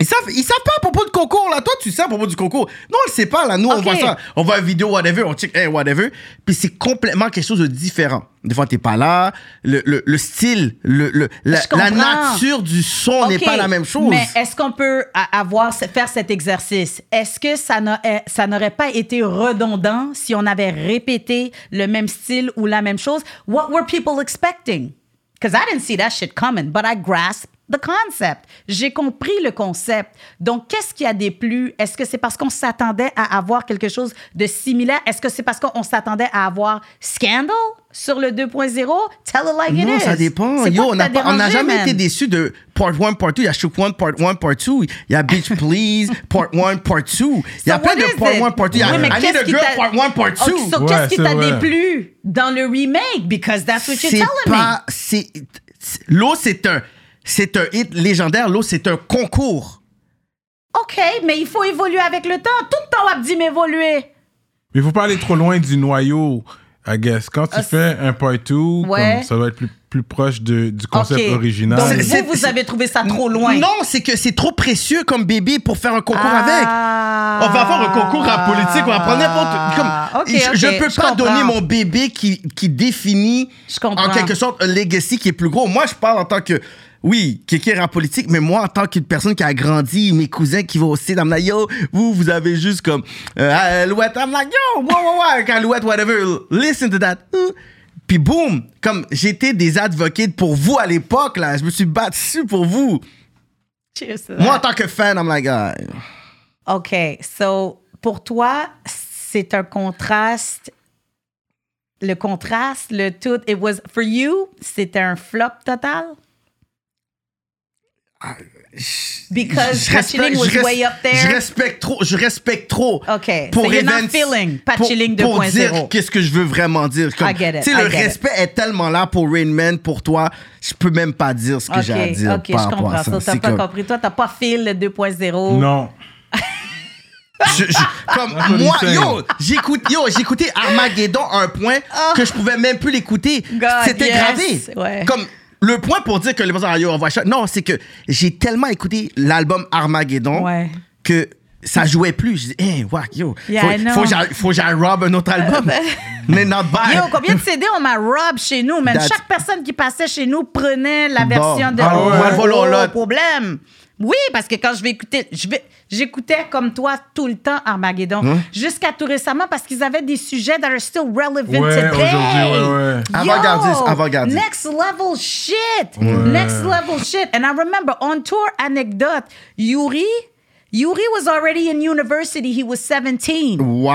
Speaker 2: Ils savent, ils savent pas à propos du concours, là. Toi, tu sais à propos du concours. Non, on le sait pas, là. Nous, on
Speaker 3: Ok.
Speaker 2: voit ça. On voit une vidéo, whatever, on check, hey, whatever. Puis c'est complètement quelque chose de différent. Des fois, t'es pas là. Le, le- le style, le, le- la,
Speaker 3: Je comprends.
Speaker 2: Ben, la nature du son n'est
Speaker 3: OK,
Speaker 2: pas la même chose.
Speaker 3: Mais est-ce qu'on peut a- avoir faire cet exercice Est-ce que ça n'a- eh, ça n'aurait pas été redondant si on avait répété le même style ou la même chose What were people expecting Because I didn't see that shit coming, but I grasped the concept. J'ai compris le concept. Donc, qu'est-ce qui a déplu? Est-ce que c'est parce qu'on s'attendait à avoir quelque chose de similaire? Est-ce que c'est parce qu'on s'attendait à avoir Scandal sur le 2.0? Tell it like it
Speaker 2: non,
Speaker 3: is.
Speaker 2: ça dépend.
Speaker 3: C'est
Speaker 2: Yo,
Speaker 3: quoi
Speaker 2: on
Speaker 3: qui
Speaker 2: n'a
Speaker 3: t'a
Speaker 2: pas- on n'a
Speaker 3: dérangé,
Speaker 2: jamais
Speaker 3: man?
Speaker 2: été déçus de part 1, part 2. Il y a Shook 1, part 1, part 2. Il y a Bitch Please, part 1, part 2. Il y a
Speaker 3: So
Speaker 2: plein
Speaker 3: what
Speaker 2: de
Speaker 3: is
Speaker 2: part
Speaker 3: it?
Speaker 2: 1, part 2. Il y a
Speaker 3: Oui, mais
Speaker 2: I Need
Speaker 3: qu'est-ce
Speaker 2: a
Speaker 3: qui
Speaker 2: Girl,
Speaker 3: t'a-
Speaker 2: part 1, part 2.
Speaker 3: Ok, so
Speaker 1: Ouais,
Speaker 3: qu'est-ce qui
Speaker 1: c'est
Speaker 3: t'a
Speaker 1: vrai.
Speaker 3: déplu dans le remake? Because that's what you're
Speaker 2: c'est
Speaker 3: telling
Speaker 2: pas, c'est, c'est- l'eau, c'est un, c'est un hit légendaire. L'eau, c'est un concours.
Speaker 3: me. OK, mais il faut évoluer avec le temps. Tout le temps, on dit m'évoluer.
Speaker 1: Mais faut pas aller trop loin du noyau, I guess. Quand tu
Speaker 3: Ah,
Speaker 1: fais un part two,
Speaker 3: Ouais.
Speaker 1: comme ça doit être plus, plus proche de- du concept
Speaker 3: OK.
Speaker 1: original.
Speaker 3: Donc,
Speaker 2: C'est-
Speaker 3: vous, vous avez trouvé ça trop loin.
Speaker 2: Non, c'est que c'est trop précieux comme bébé pour faire un concours avec.
Speaker 3: Ah.
Speaker 2: On va avoir un concours à politique, on va prendre n'importe
Speaker 3: Ah,
Speaker 2: comme
Speaker 3: OK,
Speaker 2: je,
Speaker 3: OK,
Speaker 2: je peux
Speaker 3: je
Speaker 2: pas
Speaker 3: comprends.
Speaker 2: donner mon bébé qui, qui définit
Speaker 3: Je comprends.
Speaker 2: en quelque sorte un legacy qui est plus gros. Moi, je parle en tant que oui, qui est en politique, mais moi en tant qu'une personne qui a grandi, mes cousins qui vont aussi dans yo, vous vous avez juste comme euh, Alouette, I'm like yo, wow, wow, wow, avec Alouette, whatever, listen to that. Hein? Puis boum, comme j'étais des advocates pour vous à l'époque là, je me suis battu pour vous.
Speaker 3: Cheers to that.
Speaker 2: Moi en tant que fan, I'm like ah,
Speaker 3: OK, so pour toi, c'est un contraste. Le contraste, le tout. It was, for you, c'était un flop total? Because
Speaker 2: Ah, je respecte-
Speaker 3: Patchilling was
Speaker 2: je res-
Speaker 3: way up
Speaker 2: Je
Speaker 3: there.
Speaker 2: respecte trop, je respecte trop.
Speaker 3: OK. So you're not feeling Pat
Speaker 2: pour-
Speaker 3: Chilling
Speaker 2: pour
Speaker 3: 2.0.
Speaker 2: dire qu'est-ce que je veux vraiment dire. Comme,
Speaker 3: I get it,
Speaker 2: tu sais,
Speaker 3: I
Speaker 2: le
Speaker 3: get it.
Speaker 2: respect est tellement là pour Rain Man, pour toi, je peux même pas dire ce que j'ai à dire
Speaker 3: OK,
Speaker 2: par
Speaker 3: je
Speaker 2: rapport
Speaker 3: comprends
Speaker 2: à ça.
Speaker 3: ça. T'as
Speaker 2: C'est
Speaker 3: pas
Speaker 2: comme-
Speaker 3: compris. Toi, t'as pas feel le 2.0.
Speaker 1: Non.
Speaker 2: je- je- comme moi,
Speaker 1: insane.
Speaker 2: yo, j'écoute, yo, j'écoutais Armageddon à un point que je pouvais même plus l'écouter.
Speaker 3: Ah. God,
Speaker 2: C'était
Speaker 3: yes,
Speaker 2: gravé.
Speaker 3: ouais.
Speaker 2: Comme le point pour dire que les personnes, ah, yo, on voit ça. Non, c'est que j'ai tellement écouté l'album Armageddon
Speaker 3: Ouais.
Speaker 2: que ça jouait plus. Je dis, hey, wack, yo,
Speaker 3: Yeah, I
Speaker 2: faut,
Speaker 3: know.
Speaker 2: faut que j'aille- faut que j'aille rob un autre album. Mais not bad.
Speaker 3: Yo, combien de CD on m'a rob chez nous, man?
Speaker 2: That's-
Speaker 3: Chaque personne qui passait chez nous prenait la version de
Speaker 2: Ah
Speaker 1: ouais.
Speaker 3: Oh,
Speaker 1: Mal
Speaker 2: volé au lot.
Speaker 3: problème. Oui, parce que quand je vais écouter, je vais, j'écoutais comme toi tout le temps Armageddon,
Speaker 2: Hein?
Speaker 3: jusqu'à tout récemment parce qu'ils avaient des sujets that are still relevant
Speaker 1: Ouais,
Speaker 3: today.
Speaker 1: aujourd'hui, ouais, ouais.
Speaker 3: Yo,
Speaker 2: Avant-gardiste, avant-gardiste.
Speaker 3: Next level shit. Next level shit. And I remember on tour anecdote, Yuri, Yuri was already in university. He was 17.
Speaker 2: Wow.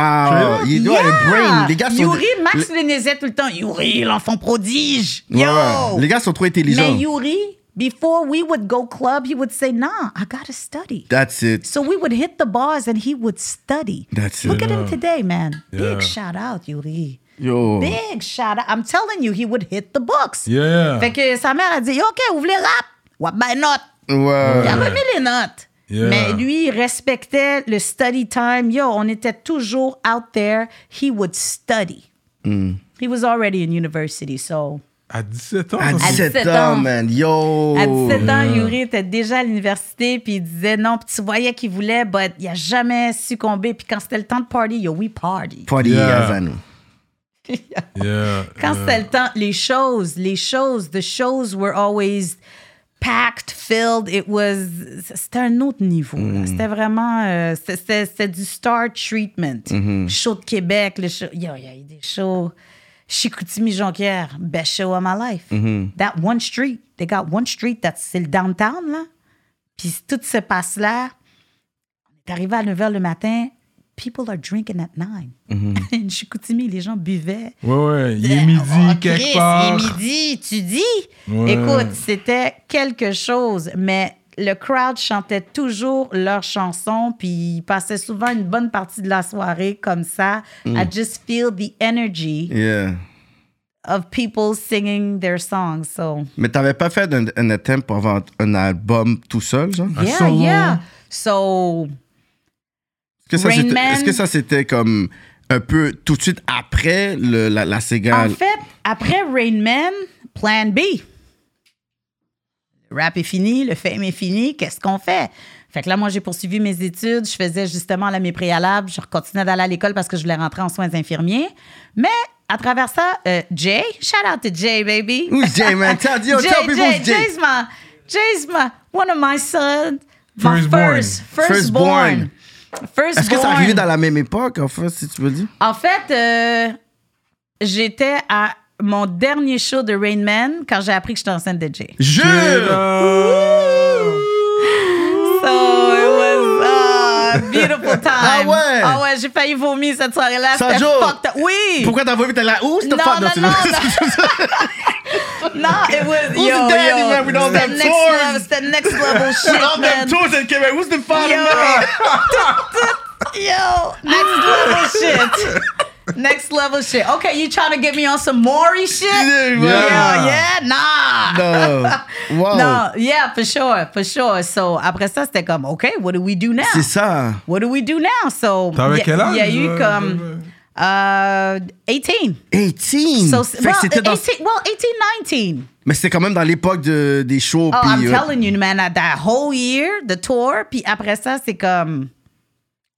Speaker 2: Oh, Il doit
Speaker 3: Yeah!
Speaker 2: le brain. Les gars sont.
Speaker 3: Yuri,
Speaker 2: les-
Speaker 3: Max le niaisait tout le temps. Yuri, l'enfant prodige.
Speaker 2: Ouais,
Speaker 3: Yo!
Speaker 2: ouais. Les gars sont trop
Speaker 3: Mais
Speaker 2: intelligents.
Speaker 3: Yuri, before we would go club, he would say, nah, I gotta study.
Speaker 2: That's it.
Speaker 3: so we would hit the bars and he would study.
Speaker 2: That's
Speaker 3: Look
Speaker 2: it. Oh.
Speaker 3: at him today, man.
Speaker 1: Yeah.
Speaker 3: Big shout out, Yuri.
Speaker 2: Yo.
Speaker 3: Big shout out. I'm telling you, he would hit the books.
Speaker 1: Yeah.
Speaker 3: Fait que sa mère a dit, OK, ouvre les rap. What by not?
Speaker 2: Ouais.
Speaker 3: Il a remis les notes.
Speaker 1: Yeah.
Speaker 3: Mais lui, il respectait le study time. Yo, on était toujours out there. He would study. He was already in university, so...
Speaker 1: À 17 ans.
Speaker 2: À
Speaker 1: ça, c'est-
Speaker 2: 17
Speaker 3: 17
Speaker 2: ans,
Speaker 3: ans.
Speaker 2: man. Yo.
Speaker 3: À 17 ans, Yuri était déjà à l'université, puis il disait non, puis tu voyais qu'il voulait, but il a jamais succombé. Puis quand c'était le temps de party, yo, we party.
Speaker 2: Party
Speaker 1: Yeah.
Speaker 2: Havana.
Speaker 1: Yeah.
Speaker 3: Quand c'était le temps, les choses, les choses, the shows were always packed, filled. It was. C'était un autre niveau. là. C'était vraiment. euh, c'était- c'était c'était du star treatment. Show de Québec, le show. Yo, il y a eu des shows. Chicoutimi Jonquière, best show of my life. That one street. They got one street, that's- c'est le downtown, là. Puis tout se passe là. On est arrivé à 9 h le matin. People are drinking at 9. Chicoutimi, les gens buvaient.
Speaker 1: Ouais, ouais. Il est midi
Speaker 3: Oh, Chris,
Speaker 1: quelque part.
Speaker 3: Il est midi, tu dis.
Speaker 1: Ouais.
Speaker 3: Écoute, c'était quelque chose, mais le crowd chantait toujours leurs chansons, puis ils passaient souvent une bonne partie de la soirée comme ça. I just feel the energy
Speaker 2: Yeah.
Speaker 3: of people singing their songs. So,
Speaker 2: Mais t'avais pas fait un, un attempt pour avoir un album tout seul, genre?
Speaker 3: yeah,
Speaker 1: solo.
Speaker 3: yeah. So,
Speaker 2: Est-ce que ça,
Speaker 3: Rain
Speaker 2: c'était-
Speaker 3: Man.
Speaker 2: est-ce que ça, c'était comme un peu tout de suite après le, la, la
Speaker 3: en
Speaker 2: cigale?
Speaker 3: fait, après Rain Man, Plan B. Le rap est fini, le fame est fini, qu'est-ce qu'on fait? Fait que là, moi, j'ai poursuivi mes études. Je faisais justement là, mes préalables. Je continuais d'aller à l'école parce que je voulais rentrer en soins infirmiers. Mais à travers ça, euh, Jay, shout out to Jay, baby.
Speaker 2: Who's Jay, man? Tell- yo, tell people who's Jay.
Speaker 3: Jay's my, Jay's my, one of my sons. My
Speaker 1: Firstborn.
Speaker 3: first, firstborn. Firstborn.
Speaker 2: Est-ce que ça arrivait dans la même époque, en fait, si tu veux dire?
Speaker 3: En fait, euh, j'étais à mon dernier show de Rain Man quand j'ai appris que j'étais enceinte de Jay. So it was ah, a beautiful time.
Speaker 2: Ah ouais?
Speaker 3: Ah ouais, j'ai failli vomir cette soirée-là.
Speaker 2: Ça
Speaker 3: C'était
Speaker 2: joue.
Speaker 3: fucked up. Oui!
Speaker 2: Pourquoi t'as voulu t'es là? Où c'est
Speaker 3: Non,
Speaker 2: fuck?
Speaker 3: non,
Speaker 2: c'est-
Speaker 3: non, Non, it was.
Speaker 2: Who's
Speaker 3: yo,
Speaker 2: daddy,
Speaker 3: yo,
Speaker 2: man? We don't
Speaker 3: c'était
Speaker 2: have
Speaker 3: next
Speaker 2: tours.
Speaker 3: level- C'était next level shit,
Speaker 2: Non,
Speaker 3: man.
Speaker 2: même toi, c'est le Québec. Who's the father,
Speaker 3: Yo.
Speaker 2: man?
Speaker 3: Yo, next level shit. Next level shit. Okay, you trying to get me on some Maury shit?
Speaker 2: Yeah, man.
Speaker 3: yeah, yeah, nah.
Speaker 2: Non. Wow.
Speaker 3: No, yeah, for sure, for sure. So après ça, c'était comme, OK, what do we do now?
Speaker 2: C'est ça.
Speaker 3: What do we do now? So,
Speaker 1: T'avais
Speaker 3: il y-
Speaker 1: quel âge,
Speaker 3: il y a eu
Speaker 1: euh,
Speaker 3: comme euh, 18.
Speaker 2: 18.
Speaker 3: So,
Speaker 2: Hmm. Fait que
Speaker 3: well,
Speaker 2: c'était dans-
Speaker 3: 18, well, 18, 19.
Speaker 2: Mais c'était quand même dans l'époque de, des shows.
Speaker 3: Oh,
Speaker 2: puis,
Speaker 3: I'm
Speaker 2: euh,
Speaker 3: telling you, man, that whole year, the tour, puis après ça, c'est comme...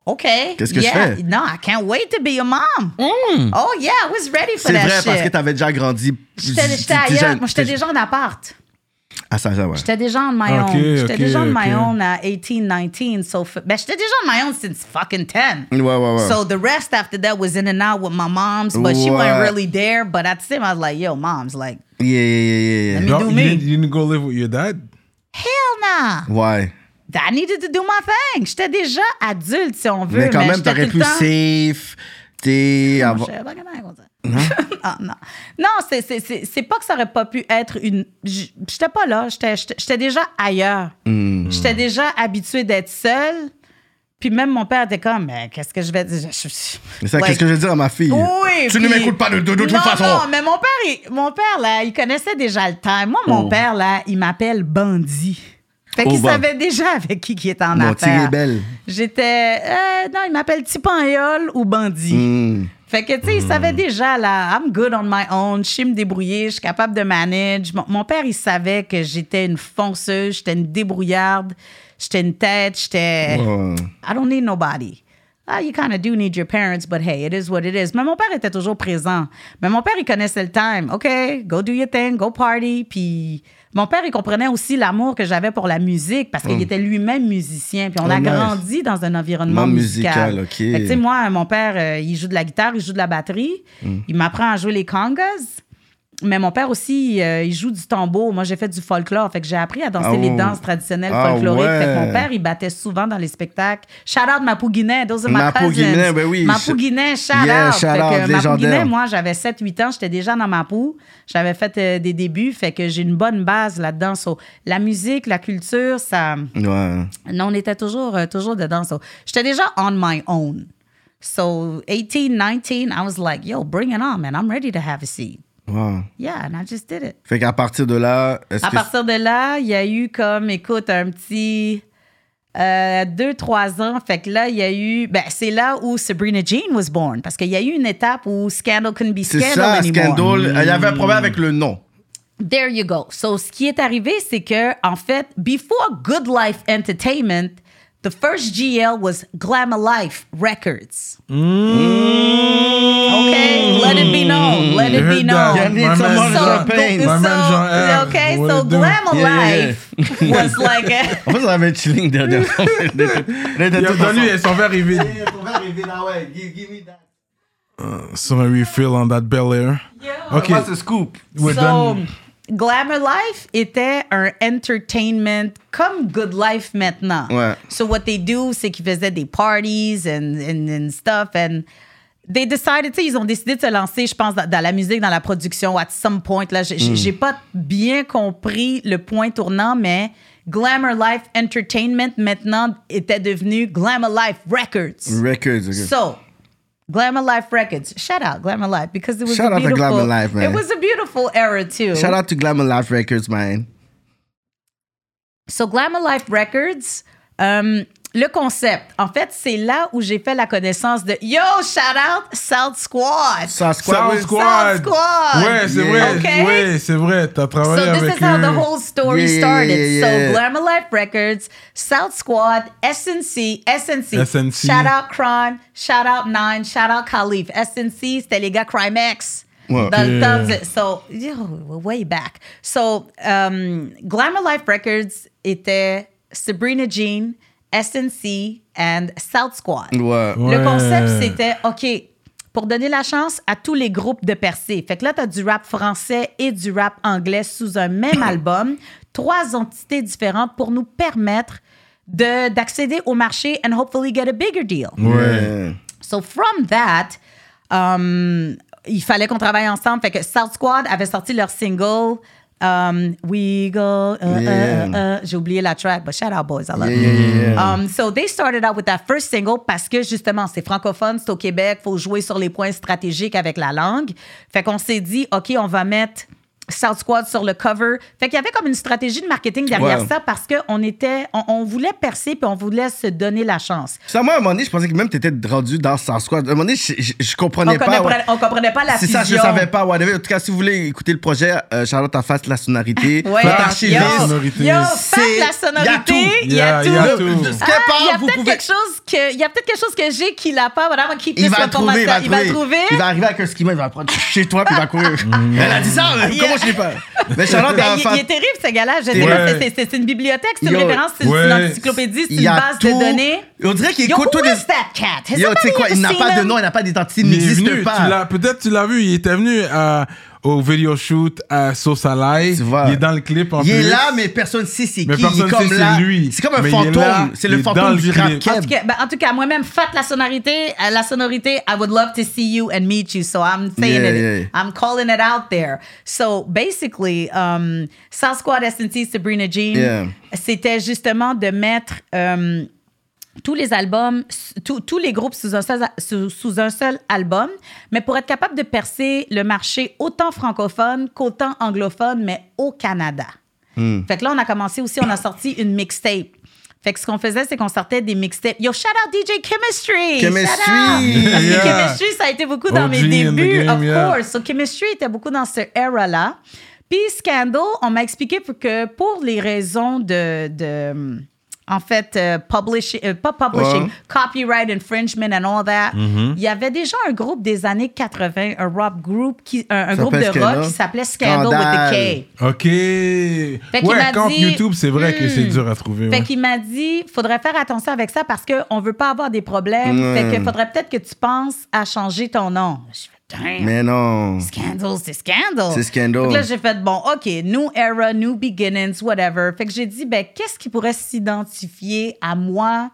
Speaker 3: OK.
Speaker 2: Qu'est-ce que je
Speaker 3: yeah,
Speaker 2: fais? Hmm.
Speaker 3: No, I can't wait to be a mom. Oh, yeah, I was ready for
Speaker 2: C'est
Speaker 3: that
Speaker 2: vrai,
Speaker 3: shit.
Speaker 2: parce que t'avais déjà grandi.
Speaker 3: J'étais j'étais
Speaker 2: t'étais
Speaker 3: ailleurs.
Speaker 2: jeune.
Speaker 3: Moi, j'étais déjà en appart.
Speaker 2: Ah, ça, ça, ouais.
Speaker 3: J'étais déjà on my
Speaker 1: Ok,
Speaker 3: own. J'étais
Speaker 1: ok,
Speaker 3: déjà on my
Speaker 1: ok.
Speaker 3: own à 18, 19. So, f- ben, j'étais déjà on my own since fucking 10.
Speaker 2: Ouais, ouais, ouais.
Speaker 3: So the rest after that was in and out with my moms, but she
Speaker 2: Ouais.
Speaker 3: wasn't really there. But at the same, I was like, yo, moms, like,
Speaker 2: Yeah, yeah, yeah, yeah, yeah.
Speaker 3: me
Speaker 1: you,
Speaker 3: do me.
Speaker 1: didn't, you didn't go live with your dad?
Speaker 3: hell nah.
Speaker 2: Ouais.
Speaker 3: I needed to do my thing. J'étais déjà adulte, si on veut.
Speaker 2: Mais quand
Speaker 3: mais
Speaker 2: même,
Speaker 3: j'étais
Speaker 2: t'aurais
Speaker 3: tout
Speaker 2: pu
Speaker 3: le temps-
Speaker 2: safe. T'es.
Speaker 3: Non,
Speaker 2: avoir-
Speaker 3: je savais pas comment raconter ça. Ah, non, non. c'est- c'est- c'est c'est pas que ça aurait pas pu être une. j- J'étais pas là. J'étais- J'étais j'étais déjà ailleurs.
Speaker 2: Hmm.
Speaker 3: J'étais déjà habituée d'être seule. Puis même mon père était comme, Mais qu'est-ce que je vais dire? Je- je-
Speaker 2: C'est ça,
Speaker 3: Like, Oh!
Speaker 2: qu'est-ce que je vais dire à ma fille?
Speaker 3: oui,
Speaker 2: tu ne
Speaker 3: puis-
Speaker 2: m'écoutes pas de, de, de toute
Speaker 3: Non,
Speaker 2: façon.
Speaker 3: Non, mais mon père,
Speaker 2: Oh.
Speaker 3: il, mon père, là, il connaissait déjà le time. Moi, mon père, là, il m'appelle Bandit. Fait
Speaker 2: Au
Speaker 3: qu'il
Speaker 2: vent.
Speaker 3: savait déjà avec qui qui était en
Speaker 2: Mon tigre est
Speaker 3: affaire.
Speaker 2: belle.
Speaker 3: J'étais, euh, non, il m'appelle Tipanhol ou Bandit.
Speaker 2: Hmm.
Speaker 3: Fait que, tu sais, il savait déjà, là, I'm good on my own, je sais me débrouiller, je suis capable de manage. Mon, mon père, il savait que j'étais une fonceuse, j'étais une débrouillarde, j'étais une tête, j'étais.
Speaker 2: Ouais.
Speaker 3: I don't need nobody. Ah, you kind of do need your parents, but hey, it is what it is. Mais mon père était toujours présent. Mais mon père, il connaissait le time. OK, go do your thing, go party. Puis mon père, il comprenait aussi l'amour que j'avais pour la musique parce qu'il était lui-même musicien. Puis on
Speaker 2: Hmm. Oh,
Speaker 3: a
Speaker 2: nice.
Speaker 3: grandi dans un environnement
Speaker 2: Monde
Speaker 3: musical.
Speaker 2: musical, OK.
Speaker 3: Fait que, tu sais, moi, mon père, euh, il joue de la guitare, il joue de la batterie.
Speaker 2: Hmm.
Speaker 3: Il m'apprend à jouer les congas. Mais mon père aussi, euh, il joue du tambour. Moi, j'ai fait du folklore. Fait que j'ai appris à danser
Speaker 2: Ah,
Speaker 3: les
Speaker 2: oh.
Speaker 3: danses traditionnelles
Speaker 2: Ah,
Speaker 3: folkloriques. Fait que mon
Speaker 2: ouais.
Speaker 3: père, il battait souvent dans les spectacles. Shout out Mapou Guinet, those are my
Speaker 2: Mapou
Speaker 3: cousins.
Speaker 2: Guinet, ben oui.
Speaker 3: Mapou Guinet, shout
Speaker 2: Yeah,
Speaker 3: out.
Speaker 2: shout
Speaker 3: Fait que
Speaker 2: out,
Speaker 3: Mapou
Speaker 2: légendaire.
Speaker 3: Guinet, moi, j'avais 7-8 ans, j'étais déjà dans Mapou. J'avais fait euh, des débuts, fait que j'ai une bonne base là-dedans. So, la musique, la culture, ça...
Speaker 2: Ouais.
Speaker 3: Non, on était toujours, euh, toujours dedans. So, j'étais déjà on my own. So, 18, 19, I was like, yo, bring it on, man. I'm ready to have a seat.
Speaker 2: Ouais.
Speaker 3: Yeah, and I just did it.
Speaker 2: Fait qu'à partir de là, est-ce
Speaker 3: À
Speaker 2: que.
Speaker 3: partir de là, il y a eu comme, écoute, un petit euh, deux, trois ans. Fait que là, il y a eu. Ben, c'est là où Sabrina Jean was born. Parce qu'il y a eu une étape où Scandal couldn't be
Speaker 2: C'est
Speaker 3: Scandal
Speaker 2: ça,
Speaker 3: anymore.
Speaker 2: Scandal. Il y avait un problème avec le nom.
Speaker 3: There you go. So, ce qui est arrivé, c'est que, en fait, before Good Life Entertainment, the first GL was Glamour Life Records.
Speaker 2: Hmm.
Speaker 3: Okay? Let it be known. Let it be
Speaker 1: Heard that.
Speaker 3: known.
Speaker 2: Yeah, I need
Speaker 1: My
Speaker 2: some
Speaker 1: man
Speaker 2: more
Speaker 3: So,
Speaker 1: Jean-
Speaker 2: champagne.
Speaker 3: so-
Speaker 1: My man Jean-F.
Speaker 3: okay,
Speaker 1: What
Speaker 3: so
Speaker 1: it do?
Speaker 3: Glamour
Speaker 2: Yeah, yeah.
Speaker 3: Life was like a,
Speaker 2: En fait, on avait chilling dernière fois. On était
Speaker 1: Il a
Speaker 2: tous
Speaker 1: entendu,
Speaker 2: ensemble.
Speaker 1: ils sont fait arriver sur un Uh, refill on that Bel Air. Ok,
Speaker 2: Moi, ce scoop.
Speaker 1: we're
Speaker 3: so,
Speaker 1: done.
Speaker 3: Glamour Life était un entertainment comme Good Life maintenant.
Speaker 2: Ouais.
Speaker 3: So what they do, c'est qu'ils faisaient des parties and, and, and stuff and they decided, tu sais, ils ont décidé de se lancer, je pense, dans, dans la musique, dans la production at some point. Là, j'ai
Speaker 2: Mm.
Speaker 3: j'ai- j'ai pas bien compris le point tournant, mais Glamour Life Entertainment maintenant était devenu Glamour Life Records.
Speaker 2: Records. ok.
Speaker 3: So, Glamour Life Records. Shout out Glamour Life because it was
Speaker 2: Shout
Speaker 3: a
Speaker 2: out to
Speaker 3: beautiful,
Speaker 2: Glamour Life, man.
Speaker 3: It was a beautiful era too.
Speaker 2: Shout out to Glamour Life Records, man.
Speaker 3: So Glamour Life Records. euh, le concept, en fait, c'est là où j'ai fait la connaissance de Yo, shout out South Squad.
Speaker 2: Sans
Speaker 1: Sound
Speaker 2: squad.
Speaker 1: Squad.
Speaker 3: Sound Squad.
Speaker 1: Ouais, c'est
Speaker 2: Yeah.
Speaker 1: vrai.
Speaker 3: Ok.
Speaker 1: Ouais, c'est vrai. T'as
Speaker 3: So
Speaker 1: travaillé
Speaker 3: this
Speaker 1: avec
Speaker 3: is how the
Speaker 1: eux.
Speaker 3: whole story
Speaker 2: Yeah, yeah,
Speaker 3: started.
Speaker 2: yeah, yeah, yeah.
Speaker 3: So Glamour Life Records, South Squad, SNC, SNC,
Speaker 1: SNC.
Speaker 3: shout out Crime, shout out Nine, shout out Khalif, SNC, c'était les gars Crime X.
Speaker 2: Ouais.
Speaker 3: Dans le
Speaker 1: Yeah.
Speaker 3: temps de- so, yo, we're way back. So, um, Glamour Life Records était Sabrina Jean, SNC, and South Squad.
Speaker 2: Ouais.
Speaker 3: Le
Speaker 1: Ouais.
Speaker 3: concept, c'était, OK, pour donner la chance à tous les groupes de percer. Fait que là, tu as du rap français et du rap anglais sous un même album, trois entités différentes pour nous permettre de- d'accéder au marché and hopefully get a bigger deal.
Speaker 1: Ouais.
Speaker 3: So from that, um, il fallait qu'on travaille ensemble. Fait que South Squad avait sorti leur single um, We Go. uh, uh,
Speaker 2: Yeah.
Speaker 3: uh, uh. J'ai oublié la track, but shout out boys, I love
Speaker 2: Yeah,
Speaker 3: you.
Speaker 2: yeah, yeah, yeah.
Speaker 3: Um, so they started out with that first single parce que justement, c'est francophone, c'est au Québec, faut jouer sur les points stratégiques avec la langue. Fait qu'on s'est dit, OK, on va mettre South Squad sur le cover. Fait qu'il y avait comme une stratégie de marketing derrière
Speaker 2: Ouais.
Speaker 3: ça parce qu'on était, on, on voulait percer puis on voulait se donner la chance.
Speaker 2: Ça, moi, à un moment donné, je pensais que même t'étais rendu dans Sans Squad. À un moment donné, je, je- je comprenais
Speaker 3: On
Speaker 2: pas.
Speaker 3: comprenait-
Speaker 2: ouais.
Speaker 3: on comprenait pas la
Speaker 2: C'est ça, je
Speaker 3: fusion.
Speaker 2: savais pas. whatever. En tout cas, si vous voulez écouter le projet, euh, Charlotte en face, la sonorité.
Speaker 3: Ouais. ah,
Speaker 2: Notre
Speaker 3: yo,
Speaker 2: archiviste.
Speaker 1: sonorité.
Speaker 3: yo,
Speaker 2: C'est-
Speaker 3: faites la
Speaker 1: y
Speaker 3: sonorité.
Speaker 1: a tout.
Speaker 3: Il
Speaker 1: Y a- y a
Speaker 2: Le-
Speaker 1: tout.
Speaker 2: de- Ce
Speaker 3: Ah,
Speaker 2: qu'elle
Speaker 3: il y a
Speaker 2: parle, vous
Speaker 3: peut-être
Speaker 2: pouvez.
Speaker 3: quelque chose que il y a peut-être quelque chose que j'ai qu'il a pas voilà on va keep
Speaker 2: Il
Speaker 3: this
Speaker 2: va le
Speaker 3: information.
Speaker 2: trouver, il va le
Speaker 3: il va le trouver
Speaker 2: Il va arriver avec un skimmer, il va le prendre chez toi, puis il va courir.
Speaker 1: Mm.
Speaker 2: Elle a dit ça, mais
Speaker 3: Yeah.
Speaker 2: comment je l'ai pas? Mais Charlotte
Speaker 3: Ben,
Speaker 2: en
Speaker 3: il, il est
Speaker 2: face.
Speaker 3: terrible ce gars-là je sais
Speaker 2: Ouais.
Speaker 3: pas, c'est- c'est- c'est c'est une bibliothèque c'est une
Speaker 2: Yo.
Speaker 3: référence c'est
Speaker 1: Ouais.
Speaker 3: une encyclopédie c'est
Speaker 2: Il
Speaker 3: une
Speaker 2: y a
Speaker 3: base
Speaker 2: tout.
Speaker 3: de données
Speaker 2: On dirait qu'il
Speaker 3: Yo,
Speaker 2: écoute
Speaker 3: who
Speaker 2: tous les-
Speaker 3: is that cat? Has
Speaker 2: Yo, tu sais
Speaker 3: somebody
Speaker 2: quoi,
Speaker 3: ever
Speaker 2: il n'a
Speaker 3: seen
Speaker 2: pas de
Speaker 3: him?
Speaker 2: nom, il n'a pas d'identité, il
Speaker 1: Il est
Speaker 2: n'existe
Speaker 1: venu, tu l'as-
Speaker 2: pas.
Speaker 1: peut-être tu l'as vu, il était venu à- au video shoot à Sosalai.
Speaker 2: Tu vois.
Speaker 1: Il est dans le clip en
Speaker 2: Il est
Speaker 1: plus.
Speaker 2: là, mais personne ne sait c'est qui.
Speaker 1: Mais
Speaker 2: il est
Speaker 1: personne
Speaker 2: comme
Speaker 1: sait c'est
Speaker 2: là.
Speaker 1: lui.
Speaker 2: C'est comme un
Speaker 1: Mais il est là,
Speaker 2: fantôme. C'est
Speaker 1: il
Speaker 2: le
Speaker 1: est dans
Speaker 2: fantôme
Speaker 1: le
Speaker 2: du rap
Speaker 1: clip.
Speaker 3: En tout
Speaker 2: keb.
Speaker 3: cas, ben, en tout cas, moi-même, fat la sonorité, euh, la sonorité, I would love to see you and meet you. So I'm saying
Speaker 2: Yeah,
Speaker 3: it,
Speaker 2: yeah, yeah.
Speaker 3: I'm calling it out there. So basically, um, South Squad SNC, Sabrina Jean,
Speaker 2: Yeah.
Speaker 3: c'était justement de mettre euh, tous les albums, s- tous- tous les groupes sous un, seul, sous, sous un seul album, mais pour être capable de percer le marché autant francophone qu'autant anglophone, mais au Canada. Fait que là, on a commencé aussi, on a sorti une mixtape. Fait que ce qu'on faisait, c'est qu'on sortait des mixtapes. Yo, shout out DJ Chemistry!
Speaker 2: Chemistry!
Speaker 3: Shout out! Parce que
Speaker 1: Yeah.
Speaker 3: Chemistry, ça a été beaucoup dans
Speaker 1: OG
Speaker 3: mes
Speaker 1: in the
Speaker 3: débuts,
Speaker 1: game,
Speaker 3: of
Speaker 1: yeah.
Speaker 3: course. So, Chemistry était beaucoup dans ce era-là. Puis Scandal, on m'a expliqué pour que pour les raisons de... de en fait, euh, publishing, euh, pas publishing,
Speaker 2: Ouais.
Speaker 3: copyright infringement and all that. Il y avait déjà un groupe des années 80, un rock group, qui, un, un groupe de
Speaker 2: s'appelle
Speaker 3: rock
Speaker 2: Scandal.
Speaker 3: qui s'appelait Scandal, with
Speaker 2: Scandal.
Speaker 3: the K.
Speaker 1: OK.
Speaker 3: qu'il
Speaker 1: ouais,
Speaker 3: m'a
Speaker 1: quand
Speaker 3: dit-
Speaker 1: YouTube, c'est vrai que c'est
Speaker 3: Hmm.
Speaker 1: dur à trouver.
Speaker 3: Fait
Speaker 1: ouais.
Speaker 3: qu'il m'a dit, faudrait faire attention avec ça parce qu'on veut pas avoir des problèmes. Fait que faudrait peut-être que tu penses à changer ton nom. Je fais, damn,
Speaker 2: Mais non.
Speaker 3: Scandal, c'est Scandal.
Speaker 2: C'est Scandal.
Speaker 3: Fait que là, j'ai fait, bon, OK, new era, new beginnings, whatever. Fait que j'ai dit, ben, qu'est-ce qui pourrait s'identifier à moi,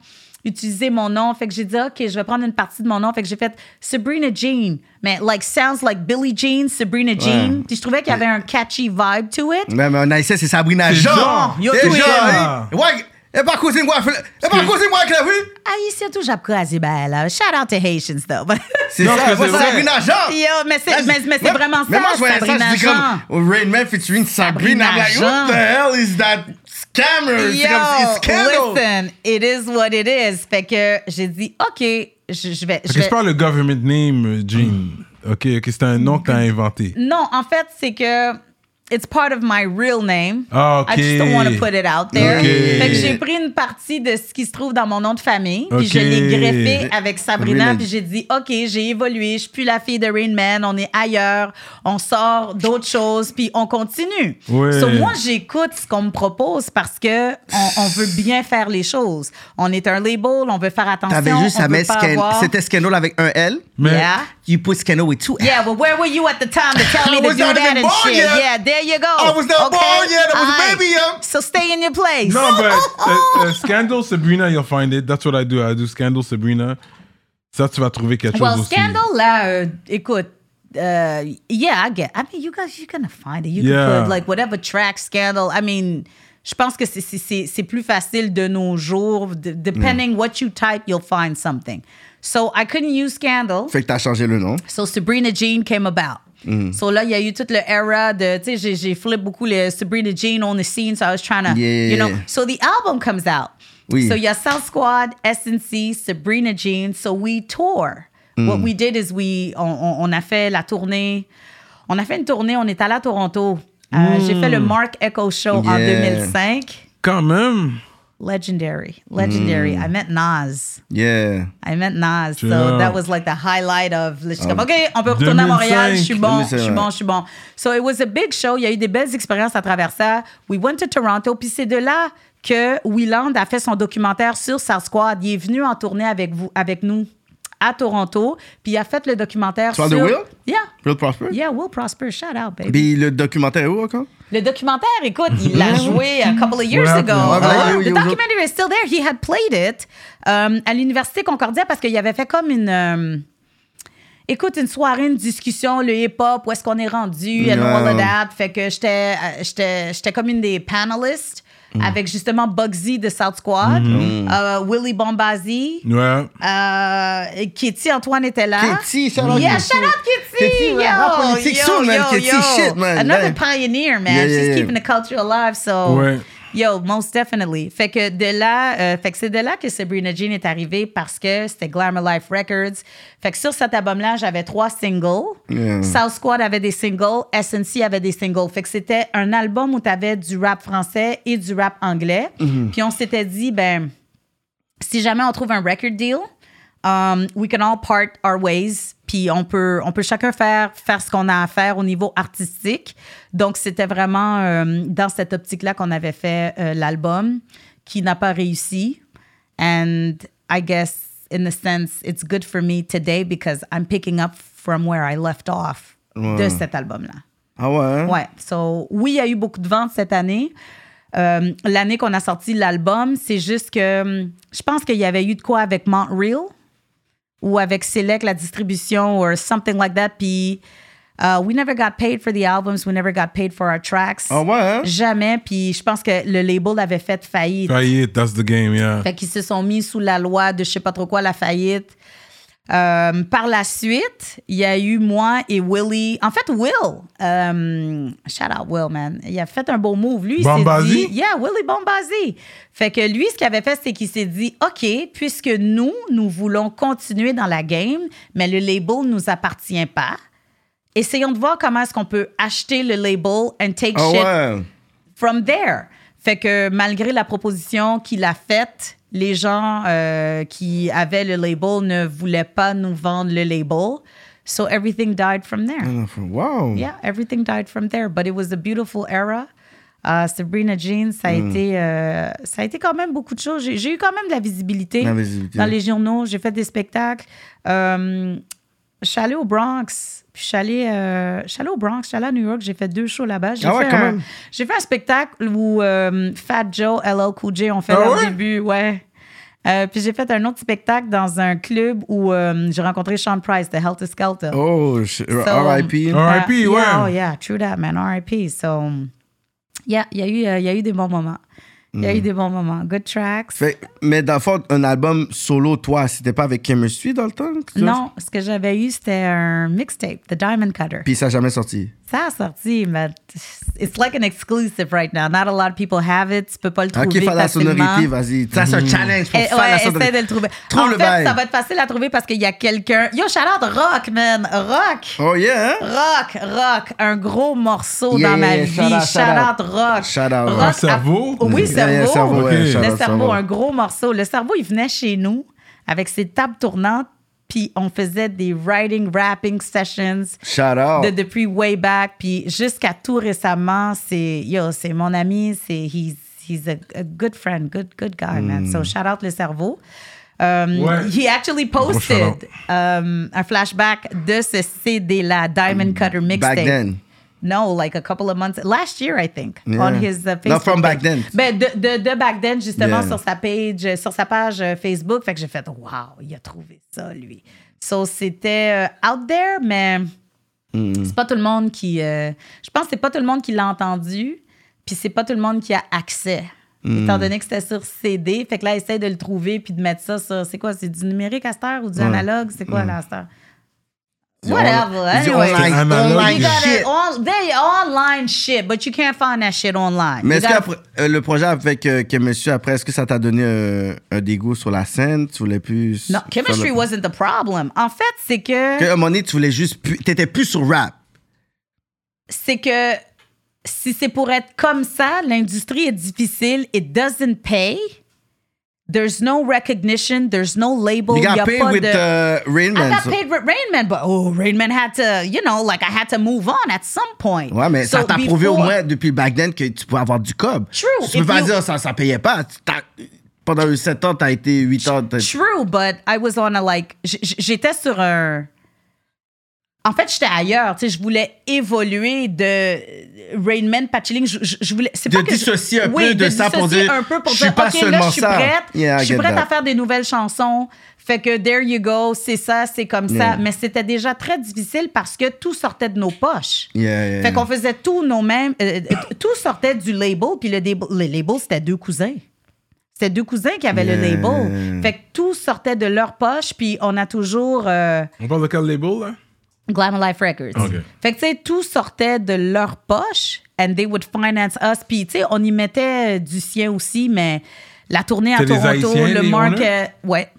Speaker 3: utiliser mon nom? Fait que j'ai dit, OK, je vais prendre une partie de mon nom. Fait que j'ai fait Sabrina Jean. Mais, like, sounds like Billie Jean, Sabrina Jean. Puis je trouvais qu'il y avait un catchy vibe to it.
Speaker 2: Mais, mais en haïtien, c'est Sabrina
Speaker 1: C'est
Speaker 2: Jean.
Speaker 1: Jean.
Speaker 2: Yo,
Speaker 1: C'est
Speaker 2: tout est
Speaker 1: Jean.
Speaker 2: Jean, hein. Ouais. Et pas cousin moi, et pas cousin moi avec la rue.
Speaker 3: Haïtien Ah, tout j'apprends ben là. Shout out to Haitians though.
Speaker 2: C'est
Speaker 1: Non, parce
Speaker 2: ça,
Speaker 1: que c'est
Speaker 2: moi, c'est
Speaker 1: vrai.
Speaker 2: Sabrina Jean.
Speaker 3: Yo, mais c'est mais, mais c'est
Speaker 2: Même-
Speaker 3: vraiment ça,
Speaker 2: même moi, je voyais
Speaker 3: Sabrina
Speaker 2: ça, je dis
Speaker 3: Jean.
Speaker 2: comme oh, Rain Man featuring Sabrina.
Speaker 3: Sabrina
Speaker 2: I'm like,
Speaker 3: Jean.
Speaker 2: what the hell is that scammer? euh, C'est comme,
Speaker 3: Yo,
Speaker 2: c'est scandal.
Speaker 3: listen, it is what it is. Fait que j'ai dit, OK, je, je vais...
Speaker 1: Fait
Speaker 3: Je
Speaker 1: que
Speaker 3: vais-
Speaker 1: je parle le government name, euh, Gene.
Speaker 2: Hmm.
Speaker 1: OK, OK, c'est un nom que t'as inventé.
Speaker 3: Non, en fait, c'est que... It's part of my real name.
Speaker 1: Ah, ok.
Speaker 3: I just don't want to put it out there.
Speaker 1: Ok.
Speaker 3: Fait que j'ai pris une partie de ce qui se trouve dans mon nom de famille, puis je
Speaker 1: Ok.
Speaker 3: l'ai greffé avec Sabrina,
Speaker 2: Sabrina.
Speaker 3: puis j'ai dit, OK, j'ai évolué, je suis plus la fille de Rain Man, on est ailleurs, on sort d'autres choses, puis on continue.
Speaker 1: Ouais.
Speaker 3: So, moi, j'écoute ce qu'on me propose parce que on, on veut bien faire les choses. On est un label, on veut faire attention.
Speaker 2: T'avais juste
Speaker 3: on
Speaker 2: à
Speaker 3: veut
Speaker 2: mettre
Speaker 3: pas
Speaker 2: scan-
Speaker 3: avoir-
Speaker 2: C'était scandal avec un L.
Speaker 1: Mais-
Speaker 3: Yeah.
Speaker 2: You put scandal with two L.
Speaker 3: Yeah, but where were you at the time to tell me
Speaker 2: I
Speaker 3: to
Speaker 2: was
Speaker 3: do
Speaker 2: not
Speaker 3: that
Speaker 2: even
Speaker 3: and
Speaker 2: born
Speaker 3: shit?
Speaker 2: yet.
Speaker 3: Yeah, there you go.
Speaker 2: I was not
Speaker 3: Okay?
Speaker 2: born yet. I was a
Speaker 3: Aight.
Speaker 2: baby, yo.
Speaker 3: So stay in your place.
Speaker 1: No, but uh, uh, Scandal Sabrina, you'll find it. That's what I do. I do Scandal Sabrina. Ça, tu vas trouver quelque chose
Speaker 3: Well,
Speaker 1: aussi.
Speaker 3: Scandal, là, euh, écoute, euh, yeah, I get. I mean, you guys, you're gonna find it. You
Speaker 1: Yeah.
Speaker 3: can put like whatever track Scandal. I mean, je pense que c'est- c'est- c'est c'est plus facile de nos jours. D-
Speaker 1: Mm.
Speaker 3: depending what you type, you'll find something. So I couldn't use Scandal.
Speaker 2: Fait que t'as changé le nom.
Speaker 3: So Sabrina Jean came about.
Speaker 2: Mm-hmm.
Speaker 3: So là, il y a eu toute le era de, tu sais, j'ai- j'ai flip beaucoup le Sabrina Jean on the scene, so I was trying to, you
Speaker 2: Yeah.
Speaker 3: know. So the album comes out.
Speaker 2: Oui.
Speaker 3: So il y a South Squad, SNC, Sabrina Jean. So we tour.
Speaker 2: Mm.
Speaker 3: What we did is we, on, on- on a fait la tournée. On a fait une tournée, on est allé à Toronto. Euh, J'ai fait le Mark Echo Show en
Speaker 2: Mm. Yeah.
Speaker 3: 2005.
Speaker 1: Quand même.
Speaker 3: Legendary, legendary.
Speaker 2: Mm.
Speaker 3: I met Nas.
Speaker 2: Yeah.
Speaker 3: I met Nas.
Speaker 1: Yeah.
Speaker 3: So that was like the highlight of. Let's go. OK, on peut retourner à
Speaker 1: 2005.
Speaker 3: Montréal. Je suis bon, je suis
Speaker 2: 2005.
Speaker 3: bon, je suis bon. So it was a big show. Il y a eu des belles expériences à travers ça. We went to Toronto. Puis c'est de là que Wheeland a fait son documentaire sur South Squad. Il est venu en tournée avec, vous, avec nous à Toronto. Puis il a fait le documentaire
Speaker 2: Sur
Speaker 3: sur.
Speaker 2: The Will?
Speaker 3: Yeah.
Speaker 2: Real Prosper.
Speaker 3: Yeah, Will Prosper. Shout out, baby.
Speaker 2: Puis le documentaire est où encore?
Speaker 3: Le documentaire, écoute, il l'a joué a couple of years
Speaker 1: Ouais,
Speaker 3: ago.
Speaker 1: ouais,
Speaker 3: Ah,
Speaker 2: ouais, ouais,
Speaker 3: the
Speaker 2: ouais.
Speaker 3: documentary is still there. He had played it euh, à l'université Concordia parce qu'il avait fait comme une. euh, Écoute, une soirée, une discussion, le hip-hop, où est-ce qu'on est rendu, and all of
Speaker 2: Ouais.
Speaker 3: that. Fait que j'étais, euh, j'étais, j'étais comme une des panelistes
Speaker 1: Mm.
Speaker 3: avec justement Bugsy de South Squad, euh, Willy Bombazi,
Speaker 1: Ouais.
Speaker 3: euh, Kitty Antoine était là.
Speaker 2: Kitty, shout out
Speaker 3: Yeah,
Speaker 2: Kitty.
Speaker 3: shout out Kitty.
Speaker 2: Kitty,
Speaker 3: yo,
Speaker 2: man, rap on the six
Speaker 3: yo,
Speaker 2: soon, man.
Speaker 3: yo,
Speaker 2: Kitty,
Speaker 3: yo.
Speaker 2: shit, man.
Speaker 3: Another
Speaker 2: Man.
Speaker 3: pioneer, man.
Speaker 2: Yeah, yeah,
Speaker 3: She's
Speaker 2: yeah.
Speaker 3: keeping the culture alive, so.
Speaker 1: Ouais.
Speaker 3: Yo, most definitely. Fait que de là, euh, fait que c'est de là que Sabrina Jean est arrivée parce que c'était Glamour Life Records. Fait que sur cet album-là, j'avais trois singles.
Speaker 2: Yeah.
Speaker 3: South Squad avait des singles, SNC avait des singles. Fait que c'était un album où t'avais du rap français et du rap anglais. Puis on s'était dit, ben, si jamais on trouve un record deal, um, we can all part our ways. Puis on peut, on peut chacun faire, faire ce qu'on a à faire au niveau artistique. Donc, c'était vraiment euh, dans cette optique-là qu'on avait fait euh, l'album qui n'a pas réussi. And I guess, in a sense, it's good for me today because I'm picking up from where I left off de cet album-là.
Speaker 2: Ah ouais? hein?
Speaker 3: Ouais. So, oui, il y a eu beaucoup de ventes cette année. Euh, L'année qu'on a sorti l'album, c'est juste que hum, je pense qu'il y avait eu de quoi avec Montreal ou avec Select, la distribution, or something like that. Puis, uh, we never got paid for the albums, we never got paid for our tracks.
Speaker 2: Ah ouais? hein?
Speaker 3: Jamais. Puis, je pense que le label avait fait faillite.
Speaker 1: Try it, that's the game, yeah.
Speaker 3: Fait qu'ils se sont mis sous la loi de je sais pas trop quoi, la faillite. Euh, par la suite, il y a eu moi et Willie. En fait, Will, euh, shout out Will, man. Il a fait un beau move. Lui, il s'est
Speaker 1: Bombazi?
Speaker 3: dit, yeah, Willie Bombazi. Fait que lui, ce qu'il avait fait, c'est qu'il s'est dit, OK, puisque nous, nous voulons continuer dans la game, mais le label ne nous appartient pas. Essayons de voir comment est-ce qu'on peut acheter le label and take
Speaker 2: Ah
Speaker 3: shit
Speaker 2: ouais.
Speaker 3: from there. Fait que malgré la proposition qu'il a faite, les gens euh, qui avaient le label ne voulaient pas nous vendre le label. So everything died from
Speaker 2: Mm.
Speaker 3: there.
Speaker 2: Wow.
Speaker 3: Yeah, everything died from there. But it was a beautiful era. Euh, Sabrina Jean, ça a,
Speaker 2: Mm.
Speaker 3: été, euh, ça a été quand même beaucoup de choses. J'ai j'ai eu quand même de la visibilité,
Speaker 2: La visibilité.
Speaker 3: dans les journaux. J'ai fait des spectacles. Euh, je suis allée au Bronx. Puis je suis allée, euh, je suis allée au Bronx. Je suis allée à New York. J'ai fait deux shows là-bas. J'ai
Speaker 2: Ah ouais,
Speaker 3: fait
Speaker 2: quand
Speaker 3: un-
Speaker 2: même.
Speaker 3: J'ai fait un spectacle où euh, Fat Joe, LL Cool J ont fait
Speaker 1: Ah
Speaker 3: leur
Speaker 1: ouais?
Speaker 3: début. Ouais. Euh, puis j'ai fait un autre spectacle dans un club où euh, j'ai rencontré Sean Price de Helter Skelter.
Speaker 2: Oh, shit.
Speaker 3: So- um,
Speaker 2: R.I.P.
Speaker 1: Ah. R.I.P.,
Speaker 3: Uh,
Speaker 1: ouais.
Speaker 3: Yeah, oh yeah, true that, man. R.I.P. So, um, yeah, il y, a eu, euh, il y a eu des bons moments. Il
Speaker 2: Mm.
Speaker 3: y a eu des bons moments. Good tracks.
Speaker 2: Fait- mais dans le fond, un album solo, toi, c'était pas avec Chemistry dans le temps? que tu as-
Speaker 3: non, ce que j'avais eu, c'était un mixtape, The Diamond Cutter.
Speaker 2: Puis ça a jamais sorti.
Speaker 3: Ça a sorti, mais it's like an exclusive right now. Not a lot of people have it. Tu peux pas le trouver
Speaker 2: Ok, faire la
Speaker 3: facilement.
Speaker 2: sonorité, vas-y. Ça, c'est un challenge pour
Speaker 3: Eh,
Speaker 2: faire
Speaker 3: ouais,
Speaker 2: la
Speaker 3: essaie
Speaker 2: sonorité.
Speaker 3: de le trouver.
Speaker 2: Trouve
Speaker 3: en
Speaker 2: le
Speaker 3: fait,
Speaker 2: bail.
Speaker 3: ça va être facile à trouver parce qu'il y a quelqu'un. Yo, shout out Rock, man. Rock.
Speaker 2: Oh, yeah, hein?
Speaker 3: Rock, rock, un gros morceau
Speaker 2: Yeah,
Speaker 3: dans ma
Speaker 2: yeah,
Speaker 3: vie.
Speaker 2: shout out,
Speaker 3: Shout out, rock.
Speaker 2: Shout
Speaker 3: Rock
Speaker 2: out, rock.
Speaker 3: a-
Speaker 1: cerveau?
Speaker 3: Oui,
Speaker 2: Yeah, yeah,
Speaker 3: cerveau.
Speaker 2: ouais,
Speaker 1: Ok.
Speaker 2: shout out,
Speaker 3: Le cerveau, un gros morceau. Le cerveau, il venait chez nous avec ses tables tournantes, puis on faisait des writing, rapping sessions
Speaker 2: Shout out.
Speaker 3: de, depuis way back, puis jusqu'à tout récemment, c'est yo, c'est mon ami, c'est he's he's a, a good friend, good good guy,
Speaker 2: Hmm.
Speaker 3: man. So shout out le cerveau. Um,
Speaker 1: Ouais.
Speaker 3: He actually
Speaker 1: shout-out.
Speaker 3: posted um, un flashback de ce CD là, Diamond Cutter mixtape.
Speaker 2: Hmm. Back then.
Speaker 3: No, like a couple of months last year, I think,
Speaker 2: Yeah.
Speaker 3: on his uh, Facebook.
Speaker 2: No, from back
Speaker 3: page.
Speaker 2: then.
Speaker 3: Ben, de, de, de back then, justement,
Speaker 2: Yeah.
Speaker 3: sur sa page, euh, sur sa page euh, Facebook. Fait que j'ai fait, wow, il a trouvé ça, lui. So, c'était euh, out there, mais
Speaker 2: Hmm.
Speaker 3: c'est pas tout le monde qui. euh, je pense que c'est pas tout le monde qui l'a entendu, puis c'est pas tout le monde qui a accès.
Speaker 2: Hmm.
Speaker 3: Étant donné que c'était sur CD, fait que là, essaye de le trouver puis de mettre ça sur. C'est quoi, c'est du numérique à cette heure ou du analogue? C'est
Speaker 2: Hmm.
Speaker 3: quoi, là, à cette heure? Whatever.
Speaker 2: Du
Speaker 3: Anyway.
Speaker 2: online,
Speaker 1: Analog.
Speaker 2: online
Speaker 3: You got
Speaker 2: shit.
Speaker 3: it on, they online shit, but you can't find that shit online.
Speaker 2: Mais
Speaker 3: You
Speaker 2: est-ce
Speaker 3: gotta-
Speaker 2: qu'après euh, le projet avec euh, que monsieur après, est-ce que ça t'a donné euh, un dégoût sur la scène? Tu voulais plus.
Speaker 3: Non,
Speaker 2: faire
Speaker 3: chemistry
Speaker 2: le-
Speaker 3: wasn't the problem. En fait, c'est que,
Speaker 2: Que, à un moment donné, tu voulais juste. Plus... T'étais plus sur rap.
Speaker 3: c'est que si c'est pour être comme ça, l'industrie est difficile. It doesn't pay. There's no recognition. There's no label.
Speaker 2: You
Speaker 3: Il Oh, y
Speaker 2: got
Speaker 3: a
Speaker 2: paid
Speaker 3: pas
Speaker 2: with
Speaker 3: de...
Speaker 2: uh,
Speaker 3: I
Speaker 2: Rain Man,
Speaker 3: got
Speaker 2: so-
Speaker 3: paid with Rain Man, but oh, Rain Man had to, you know, like I had to move on at some point.
Speaker 2: Ouais, mais ça
Speaker 3: So
Speaker 2: t'a prouvé au
Speaker 3: before-
Speaker 2: moins depuis le back then que tu pouvais avoir du cob.
Speaker 3: True,
Speaker 2: Tu peux
Speaker 3: if
Speaker 2: pas
Speaker 3: you-
Speaker 2: dire ça, ça payait pas. Tu t'as- Pendant 7 ans, t'as été 8 ans. t'as-
Speaker 3: True, but I was on a like. j- j- J'étais sur un. En fait, j'étais ailleurs. Tu sais, je voulais évoluer de Rainman, Patchling. Je, je- je voulais. C'est
Speaker 2: De
Speaker 3: pas que je-
Speaker 2: dissocier un peu
Speaker 3: Oui,
Speaker 2: de ça pour
Speaker 3: dissocier
Speaker 2: dire,
Speaker 3: un peu pour
Speaker 2: je suis
Speaker 3: dire,
Speaker 2: pas
Speaker 3: OK,
Speaker 2: seulement
Speaker 3: là, je suis
Speaker 2: ça.
Speaker 3: prête.
Speaker 2: Yeah, I
Speaker 3: je suis
Speaker 2: get
Speaker 3: prête
Speaker 2: that.
Speaker 3: à faire des nouvelles chansons. Fait que there you go, c'est ça, c'est comme
Speaker 2: Yeah.
Speaker 3: ça. Mais c'était déjà très difficile parce que tout sortait de nos poches.
Speaker 2: Yeah, yeah,
Speaker 3: Fait
Speaker 2: yeah.
Speaker 3: qu'on faisait tout nous-mêmes. euh, t- tout sortait du label, puis le, déb- le label, c'était deux cousins. C'était deux cousins qui avaient le
Speaker 2: Yeah.
Speaker 3: label. Fait que tout sortait de leur poche, puis on a toujours euh,
Speaker 1: On parle de quel label, là?
Speaker 3: Glam Life Records.
Speaker 1: OK.
Speaker 3: Fait que, tu sais, tout sortait de leur poche, and they would finance us. Puis, tu sais, on y mettait euh, du sien aussi, mais la tournée à
Speaker 1: C'est des
Speaker 3: Toronto,
Speaker 1: Haïtiens,
Speaker 3: le
Speaker 1: les
Speaker 3: market... Ouais.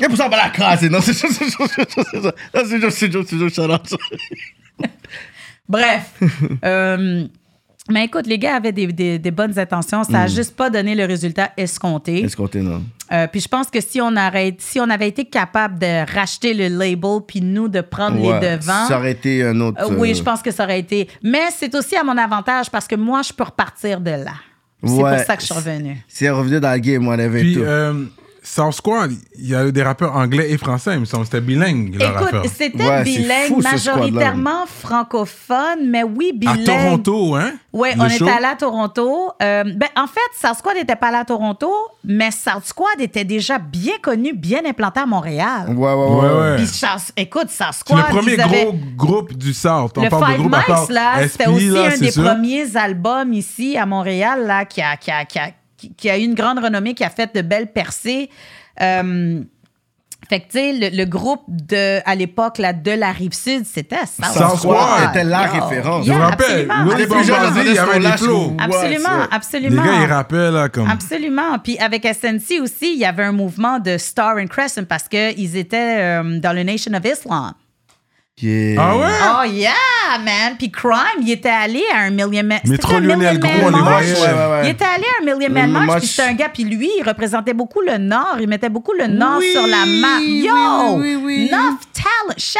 Speaker 2: Et pour ça, on va la crasser. Non, c'est juste, c'est juste, c'est juste, c'est juste, c'est juste, c'est juste, c'est juste, shout-out.
Speaker 3: Bref. Euh, mais écoute, les gars avaient des, des- des bonnes intentions. Ça
Speaker 1: Hmm.
Speaker 3: n'a juste pas donné le résultat escompté.
Speaker 2: Est-ce qu'on t'est, non?
Speaker 3: Euh, puis je pense que si on, arrête, si on avait été capable de racheter le label puis nous de prendre les
Speaker 2: Ouais,
Speaker 3: devants,
Speaker 2: Ça aurait été un autre.
Speaker 3: euh, oui, je
Speaker 2: euh,
Speaker 3: pense que ça aurait été. Mais c'est aussi à mon avantage parce que moi, je peux repartir de là. C'est
Speaker 2: Ouais.
Speaker 3: pour ça que je suis revenue.
Speaker 2: C'est revenu dans le game, whatever. et
Speaker 1: Puis,
Speaker 2: tout.
Speaker 1: euh, South Squad, il y a eu des rappeurs anglais et français, il me semble. C'était bilingue, le rappeur.
Speaker 3: Écoute, c'était
Speaker 2: Ouais, c'est
Speaker 3: bilingue,
Speaker 2: fou, ce squad-là.
Speaker 3: majoritairement francophone, mais oui,
Speaker 1: À
Speaker 3: bilingue.
Speaker 1: Toronto, hein?
Speaker 3: Oui,
Speaker 1: Le
Speaker 3: on
Speaker 1: show.
Speaker 3: était allé à Toronto. Euh, ben, en fait, South Squad n'était pas là à Toronto, mais South Squad était déjà bien connu, bien implanté à Montréal.
Speaker 2: ouais, ouais, ouais.
Speaker 1: Ouais,
Speaker 2: ouais.
Speaker 1: ouais.
Speaker 3: Puis South- écoute, South
Speaker 1: C'est
Speaker 3: Squad,
Speaker 1: le premier
Speaker 3: ils avaient-
Speaker 1: gros groupe du South. On
Speaker 3: Le
Speaker 1: parle de
Speaker 3: Five
Speaker 1: groupe à part
Speaker 3: Mics, là,
Speaker 1: SP,
Speaker 3: c'était aussi
Speaker 1: là,
Speaker 3: un
Speaker 1: c'est
Speaker 3: des
Speaker 1: ça.
Speaker 3: premiers albums ici à Montréal là, qui, a, qui, a, qui, a, qui a eu une grande renommée, qui a fait de belles percées. Euh, Fait que, tu sais, le, le groupe de, à l'époque, là, de la Rive-Sud, c'était South,
Speaker 1: South Squad.
Speaker 2: C'était la
Speaker 3: Yo.
Speaker 2: référence.
Speaker 1: Je me
Speaker 3: Yeah,
Speaker 1: rappelle,
Speaker 3: absolument.
Speaker 1: Willy
Speaker 2: Les plus jeunes,
Speaker 1: Bombardier, il y
Speaker 2: ils
Speaker 1: avait
Speaker 2: sont
Speaker 1: des
Speaker 2: là,
Speaker 1: flots.
Speaker 2: je
Speaker 3: Absolument,
Speaker 2: Ouais,
Speaker 1: Les
Speaker 3: absolument.
Speaker 1: gars, ils rappaient, là, comme.
Speaker 3: Absolument. Puis avec SNC aussi, il y avait un mouvement de Star and Crescent parce qu'ils étaient euh, dans le Nation of Islam.
Speaker 2: Yeah.
Speaker 1: Ah ouais?
Speaker 3: Oh yeah, man. Puis Crime, il était allé à un Million Man. c'était
Speaker 1: Métro
Speaker 3: un Million
Speaker 1: Lionel
Speaker 3: Man
Speaker 1: Gros, on les
Speaker 3: March.
Speaker 1: voyait.
Speaker 2: Ouais, ouais, ouais.
Speaker 3: Il était allé à un Million
Speaker 2: Le
Speaker 3: Man March,
Speaker 2: match.
Speaker 3: puis c'était un gars, puis lui, il représentait beaucoup le Nord, il mettait beaucoup le Nord
Speaker 2: Oui,
Speaker 3: sur la map.
Speaker 2: oui,
Speaker 3: Yo!
Speaker 2: oui, oui, oui.
Speaker 3: Enough talent! Shout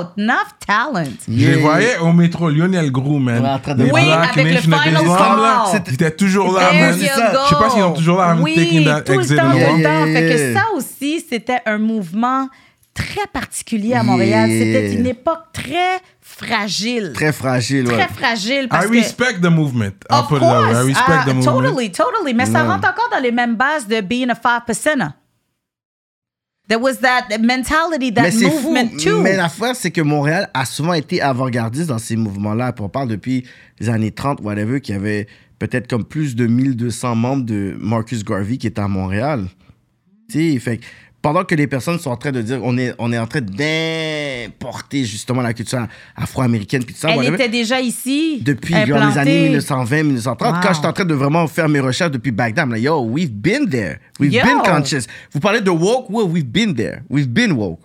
Speaker 3: out! Enough talent!
Speaker 1: Je les
Speaker 2: Yeah.
Speaker 1: voyais au métro Lionel Gros, man.
Speaker 2: Ouais, en train de-
Speaker 1: Les
Speaker 3: Oui,
Speaker 1: Black
Speaker 3: avec le
Speaker 1: Nation of
Speaker 3: Final
Speaker 1: Islam,
Speaker 3: Call.
Speaker 1: là, Ils étaient toujours là,
Speaker 3: There
Speaker 1: man.
Speaker 3: you
Speaker 2: ça.
Speaker 3: go.
Speaker 1: Je sais pas s'ils sont toujours là, I'm
Speaker 3: Oui,
Speaker 1: taking that
Speaker 3: tout le
Speaker 1: exit
Speaker 3: temps,
Speaker 1: and
Speaker 3: tout le
Speaker 1: walk.
Speaker 3: temps. Fait que
Speaker 2: Yeah.
Speaker 3: ça aussi, c'était un mouvement très particulier à Montréal.
Speaker 2: Yeah.
Speaker 3: C'était une époque très fragile.
Speaker 2: Très fragile, ouais.
Speaker 3: Très fragile parce
Speaker 1: I respect the movement.
Speaker 3: que...
Speaker 1: I'll
Speaker 3: Of
Speaker 1: put it that way. I
Speaker 3: course,
Speaker 1: respect
Speaker 3: ah,
Speaker 1: the movement.
Speaker 3: totally, totally. Mais ça rentre encore dans les mêmes bases de being a five percenter. There was that mentality, that
Speaker 2: Mais c'est fou.
Speaker 3: movement too.
Speaker 2: Mais l'affaire, c'est que Montréal a souvent été avant-gardiste dans ces mouvements-là. Puis On parle depuis les années 30, whatever, qu'il y avait peut-être comme plus de 1200 membres de Marcus Garvey qui étaient à Montréal. Tu sais, fait que pendant que les personnes sont en train de dire on est, on est en train d'importer justement la culture afro-américaine, puis tout ça,
Speaker 3: Elle
Speaker 2: whatever.
Speaker 3: était déjà ici,
Speaker 2: Depuis genre, les
Speaker 3: implantée.
Speaker 2: années 1920, 1930,
Speaker 3: Wow.
Speaker 2: quand j'étais en train de vraiment faire mes recherches depuis Bagdad, I'm like, yo, we've been there. We've
Speaker 3: Yo.
Speaker 2: been conscious. Vous parlez de woke? Well, we've been there. We've been woke.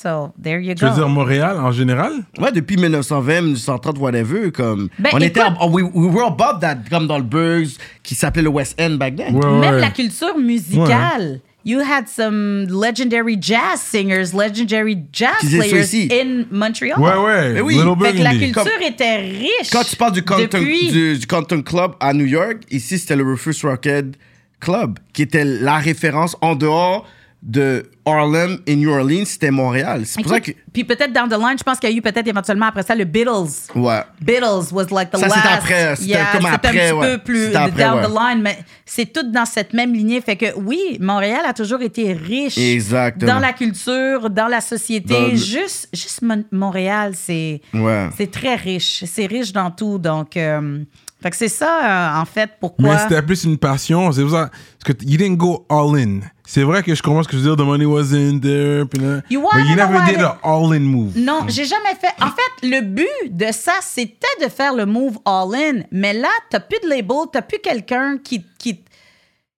Speaker 3: So, there you
Speaker 1: Tu veux
Speaker 3: go.
Speaker 1: dire Montréal en général?
Speaker 3: Ah.
Speaker 2: Ouais, depuis 1920, 1930, whatever, comme.
Speaker 3: Ben,
Speaker 2: on était.
Speaker 3: écoute-
Speaker 2: en- we, we were above that, comme dans le Bugs, qui s'appelait le West End back then.
Speaker 1: Ouais,
Speaker 3: Même
Speaker 1: ouais.
Speaker 3: la culture musicale. You had some legendary jazz singers, legendary jazz
Speaker 2: Qui étaient
Speaker 3: players
Speaker 2: ici.
Speaker 3: in Montreal.
Speaker 1: Ouais, ouais.
Speaker 2: Mais oui,
Speaker 1: Little
Speaker 3: Eh Fait que la
Speaker 1: Burgundy.
Speaker 3: culture
Speaker 2: Comme-
Speaker 3: était riche.
Speaker 2: Quand tu parles du Compton,
Speaker 3: depuis-
Speaker 2: du, du Compton Club à New York, ici, c'était le Rufus Rockhead Club, qui était la référence en dehors de Harlem et New Orleans, c'était Montréal. C'est pour ça que.
Speaker 3: Écoute, Puis peut-être down the line, je pense qu'il y a eu peut-être éventuellement après ça le Beatles.
Speaker 2: Ouais.
Speaker 3: Beatles was like the
Speaker 2: Ça,
Speaker 3: last.
Speaker 2: c'était après, c'était comme
Speaker 3: c'était
Speaker 2: après,
Speaker 3: un petit
Speaker 2: ouais.
Speaker 3: peu plus
Speaker 2: C'était après,
Speaker 3: down
Speaker 2: ouais.
Speaker 3: the line, mais c'est tout dans cette même lignée. Fait que oui, Montréal a toujours été riche
Speaker 2: Exactement.
Speaker 3: dans la culture, dans la société.
Speaker 2: Dans le-
Speaker 3: Juste, juste Mon- Montréal, c'est
Speaker 2: Ouais.
Speaker 3: c'est très riche. C'est riche dans tout. Donc, euh, fait que c'est ça, euh, en fait, pourquoi.
Speaker 1: Mais c'était plus une passion. C'est pour ça. Parce que you didn't go all in. C'est vrai que je commence que je veux dire the money was in there. Puis là,
Speaker 3: You
Speaker 1: but
Speaker 3: wanna
Speaker 1: you
Speaker 3: know
Speaker 1: never
Speaker 3: what
Speaker 1: did
Speaker 3: it-
Speaker 1: an all in move.
Speaker 3: Non, j'ai jamais fait. En fait, le but de ça, c'était de faire le move all-in. Mais là, t'as plus de label, t'as plus quelqu'un qui, qui,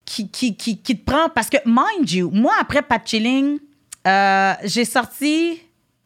Speaker 3: qui, qui, qui, qui te prend. Parce que, mind you, moi, après Pat Chilling, euh, j'ai sorti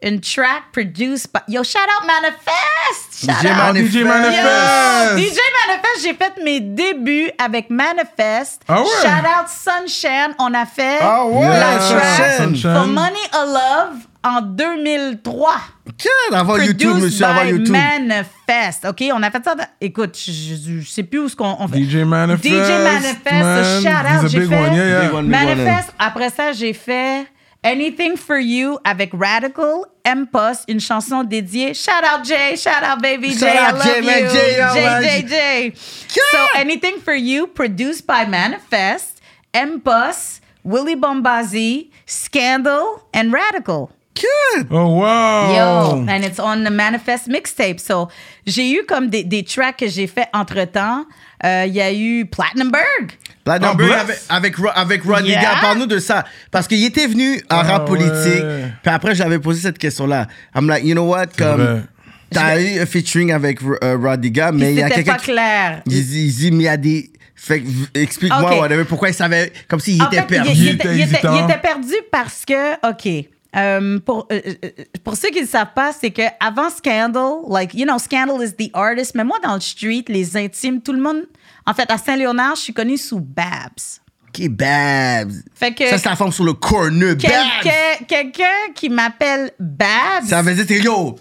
Speaker 3: une track produced by. Yo, shout out Manifest! Shout
Speaker 2: DJ
Speaker 3: out!
Speaker 2: Manifest.
Speaker 1: DJ
Speaker 3: Yo,
Speaker 1: Manifest.
Speaker 3: DJ Manifest, j'ai fait mes débuts avec Manifest.
Speaker 1: Ah ouais?
Speaker 3: Shout out Sunshine, on a fait
Speaker 2: Ah ouais,
Speaker 3: la track
Speaker 2: Sunshine.
Speaker 3: For Money or Love en 2003.
Speaker 2: Quel avant YouTube,
Speaker 3: Produced
Speaker 2: monsieur, avant
Speaker 3: by
Speaker 2: YouTube.
Speaker 3: Manifest. OK, on a fait ça. dans- Écoute, je, je- je sais plus où ce qu'on on fait.
Speaker 1: DJ Manifest.
Speaker 3: DJ Manifest,
Speaker 1: man.
Speaker 3: shout out,
Speaker 1: He's a
Speaker 3: j'ai
Speaker 1: big
Speaker 3: fait-
Speaker 1: one. Yeah, yeah.
Speaker 2: Big one.
Speaker 3: Manifest, après ça, j'ai fait Anything for You avec Radical, M-Post, une chanson dédiée. Shout out Jay, shout out baby
Speaker 2: Shout
Speaker 3: Jay, I
Speaker 2: out
Speaker 3: love
Speaker 2: Jay, man,
Speaker 3: you.
Speaker 2: Jay, yo, man.
Speaker 3: Jay, Jay, Jay. So Anything for You, produced by Manifest, M-Post, Willie Bombazi, Scandal, and Radical.
Speaker 2: Quel
Speaker 1: Oh, wow.
Speaker 3: Yo, and it's on the Manifest mixtape. So, j'ai eu comme des, des tracks que j'ai fait entre temps. Il y a eu Platinumberg.
Speaker 2: Black Number
Speaker 1: Blast.
Speaker 2: avec, avec, Ro- avec Rodney
Speaker 3: Yeah.
Speaker 2: Gap, parle-nous de ça. Parce qu'il était venu en rap politique.
Speaker 1: Ah ouais.
Speaker 2: Puis après, j'avais posé cette question-là. I'm like, you know what,
Speaker 1: vrai.
Speaker 2: comme. T'as eu un featuring avec euh, Rodney Gap, mais il y a
Speaker 3: C'était
Speaker 2: quelqu'un
Speaker 3: pas
Speaker 2: qui.
Speaker 3: clair.
Speaker 2: Il dit, il dit, mais il y a des. Fait que, v- explique-moi,
Speaker 3: Ok.
Speaker 2: whatever, pourquoi il savait. Comme s'il
Speaker 3: En
Speaker 2: était
Speaker 3: fait,
Speaker 2: perdu.
Speaker 3: Il, il
Speaker 1: Il
Speaker 3: était,
Speaker 1: était
Speaker 3: il était-
Speaker 1: hésitant.
Speaker 3: il était perdu parce que, OK. euh, pour, euh, euh, pour ceux qui ne savent pas, c'est que avant Scandal, like, you know, Scandal is the artist, mais moi, dans le street, les intimes, tout le monde. En fait, à Saint-Léonard, je suis connue sous Babs.
Speaker 2: Ok, Babs.
Speaker 3: Fait que-
Speaker 2: Ça, c'est la forme sur le corner.
Speaker 3: Quel-
Speaker 2: Babs.
Speaker 3: que- Quelqu'un qui m'appelle Babs.
Speaker 2: Ça veut dire, c'est yo.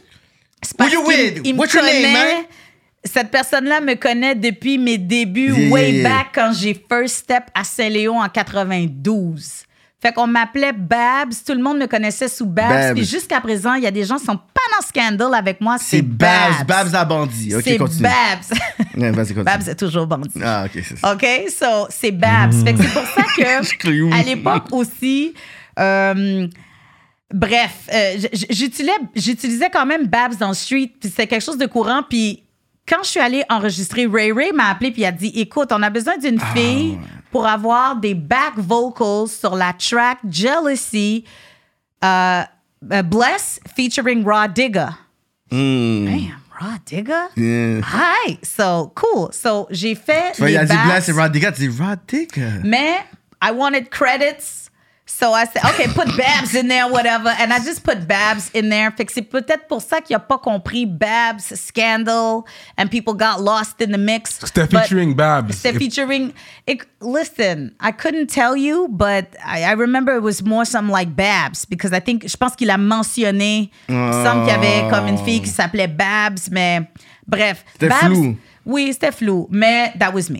Speaker 3: C'est parce
Speaker 2: Who you
Speaker 3: qu'il-
Speaker 2: with?
Speaker 3: il me
Speaker 2: What's your name, hein?
Speaker 3: connaît.
Speaker 2: man?
Speaker 3: Cette personne-là me connaît depuis mes débuts,
Speaker 2: Yeah,
Speaker 3: way
Speaker 2: yeah, yeah.
Speaker 3: back, quand j'ai first step à Saint-Léo en 92. Fait qu'on m'appelait Babs, tout le monde me connaissait sous Babs.
Speaker 2: Babs.
Speaker 3: Puis jusqu'à présent, il y a des gens qui sont pas dans Scandal avec moi, c'est
Speaker 2: C'est Babs.
Speaker 3: Babs.
Speaker 2: Babs la bandit. Ok,
Speaker 3: c'est
Speaker 2: continue.
Speaker 3: Babs.
Speaker 2: Ouais, vas-y, continue.
Speaker 3: Babs est toujours bandit.
Speaker 2: Ah, ok, c'est ça.
Speaker 3: OK? So, c'est Babs. Fait que c'est pour ça
Speaker 2: crie, oui.
Speaker 3: que, à l'époque aussi, euh, bref, euh, j- j- j'utilisais, j'utilisais quand même Babs dans le street, puis c'était quelque chose de courant,
Speaker 2: Ah,
Speaker 3: puis quand je suis allée enregistrer, Ray Ray m'a appelé puis il a dit Écoute, on a besoin d'une fille pour avoir des back vocals sur la track Jealousy euh, euh, Bless featuring Raw Digga. Damn, Raw Digga?
Speaker 2: Hmm. Yeah.
Speaker 3: Hi, so cool. So j'ai fait.
Speaker 2: Tu vois, il a
Speaker 3: les
Speaker 2: dit
Speaker 3: backs,
Speaker 2: Blast et Rodica, tu dis Rodica.
Speaker 3: mais I wanted credits. So I said, OK, put Babs in there, whatever. And I just put Babs in there. Fait que c'est peut-être pour ça qu'il a pas compris Babs, Scandal, and people got lost in the mix.
Speaker 1: C'était
Speaker 3: But
Speaker 1: featuring Babs.
Speaker 3: C'était featuring... It, listen, I couldn't tell you, but I, I remember it was more something like Babs, because I think, je pense qu'il a mentionné some qu'il y avait comme une fille qui s'appelait Babs, mais bref.
Speaker 2: Ah. C'était
Speaker 3: Babs-
Speaker 2: flou.
Speaker 3: Oui, c'était flou, mais that was me.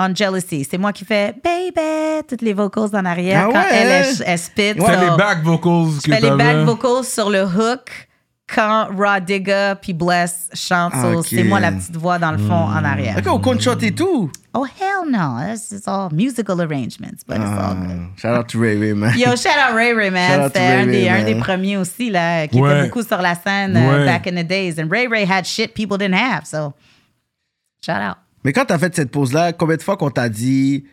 Speaker 3: On Jealousy, c'est moi qui fais Baby, toutes les vocals en arrière
Speaker 2: Ah
Speaker 3: quand
Speaker 2: ouais?
Speaker 3: elle, elle, elle spit.
Speaker 1: C'était
Speaker 3: so-
Speaker 1: les back vocals
Speaker 3: je
Speaker 1: que
Speaker 3: fais les back
Speaker 1: t'avais.
Speaker 3: vocals sur le hook quand Raw Digga puis Bless chantent. so
Speaker 2: Ah, Ok.
Speaker 3: C'est moi la petite voix dans le fond en arrière.
Speaker 2: Ok, au compte shot et tout.
Speaker 3: Oh hell no, this is all musical arrangements, but it's all good.
Speaker 2: Ah, Shout out to Ray Ray, man.
Speaker 3: Yo, shout out Ray Ray,
Speaker 2: Shout
Speaker 3: man.
Speaker 2: out to
Speaker 3: C'était un,
Speaker 2: Ray Ray,
Speaker 3: des, un
Speaker 2: man.
Speaker 3: des premiers aussi, là, qui
Speaker 1: Ouais.
Speaker 3: était beaucoup sur la scène euh,
Speaker 1: Ouais.
Speaker 3: back in the days. And Ray Ray had shit people didn't have, so shout out.
Speaker 2: Mais quand t'as fait cette pause-là, combien de fois qu'on t'a dit.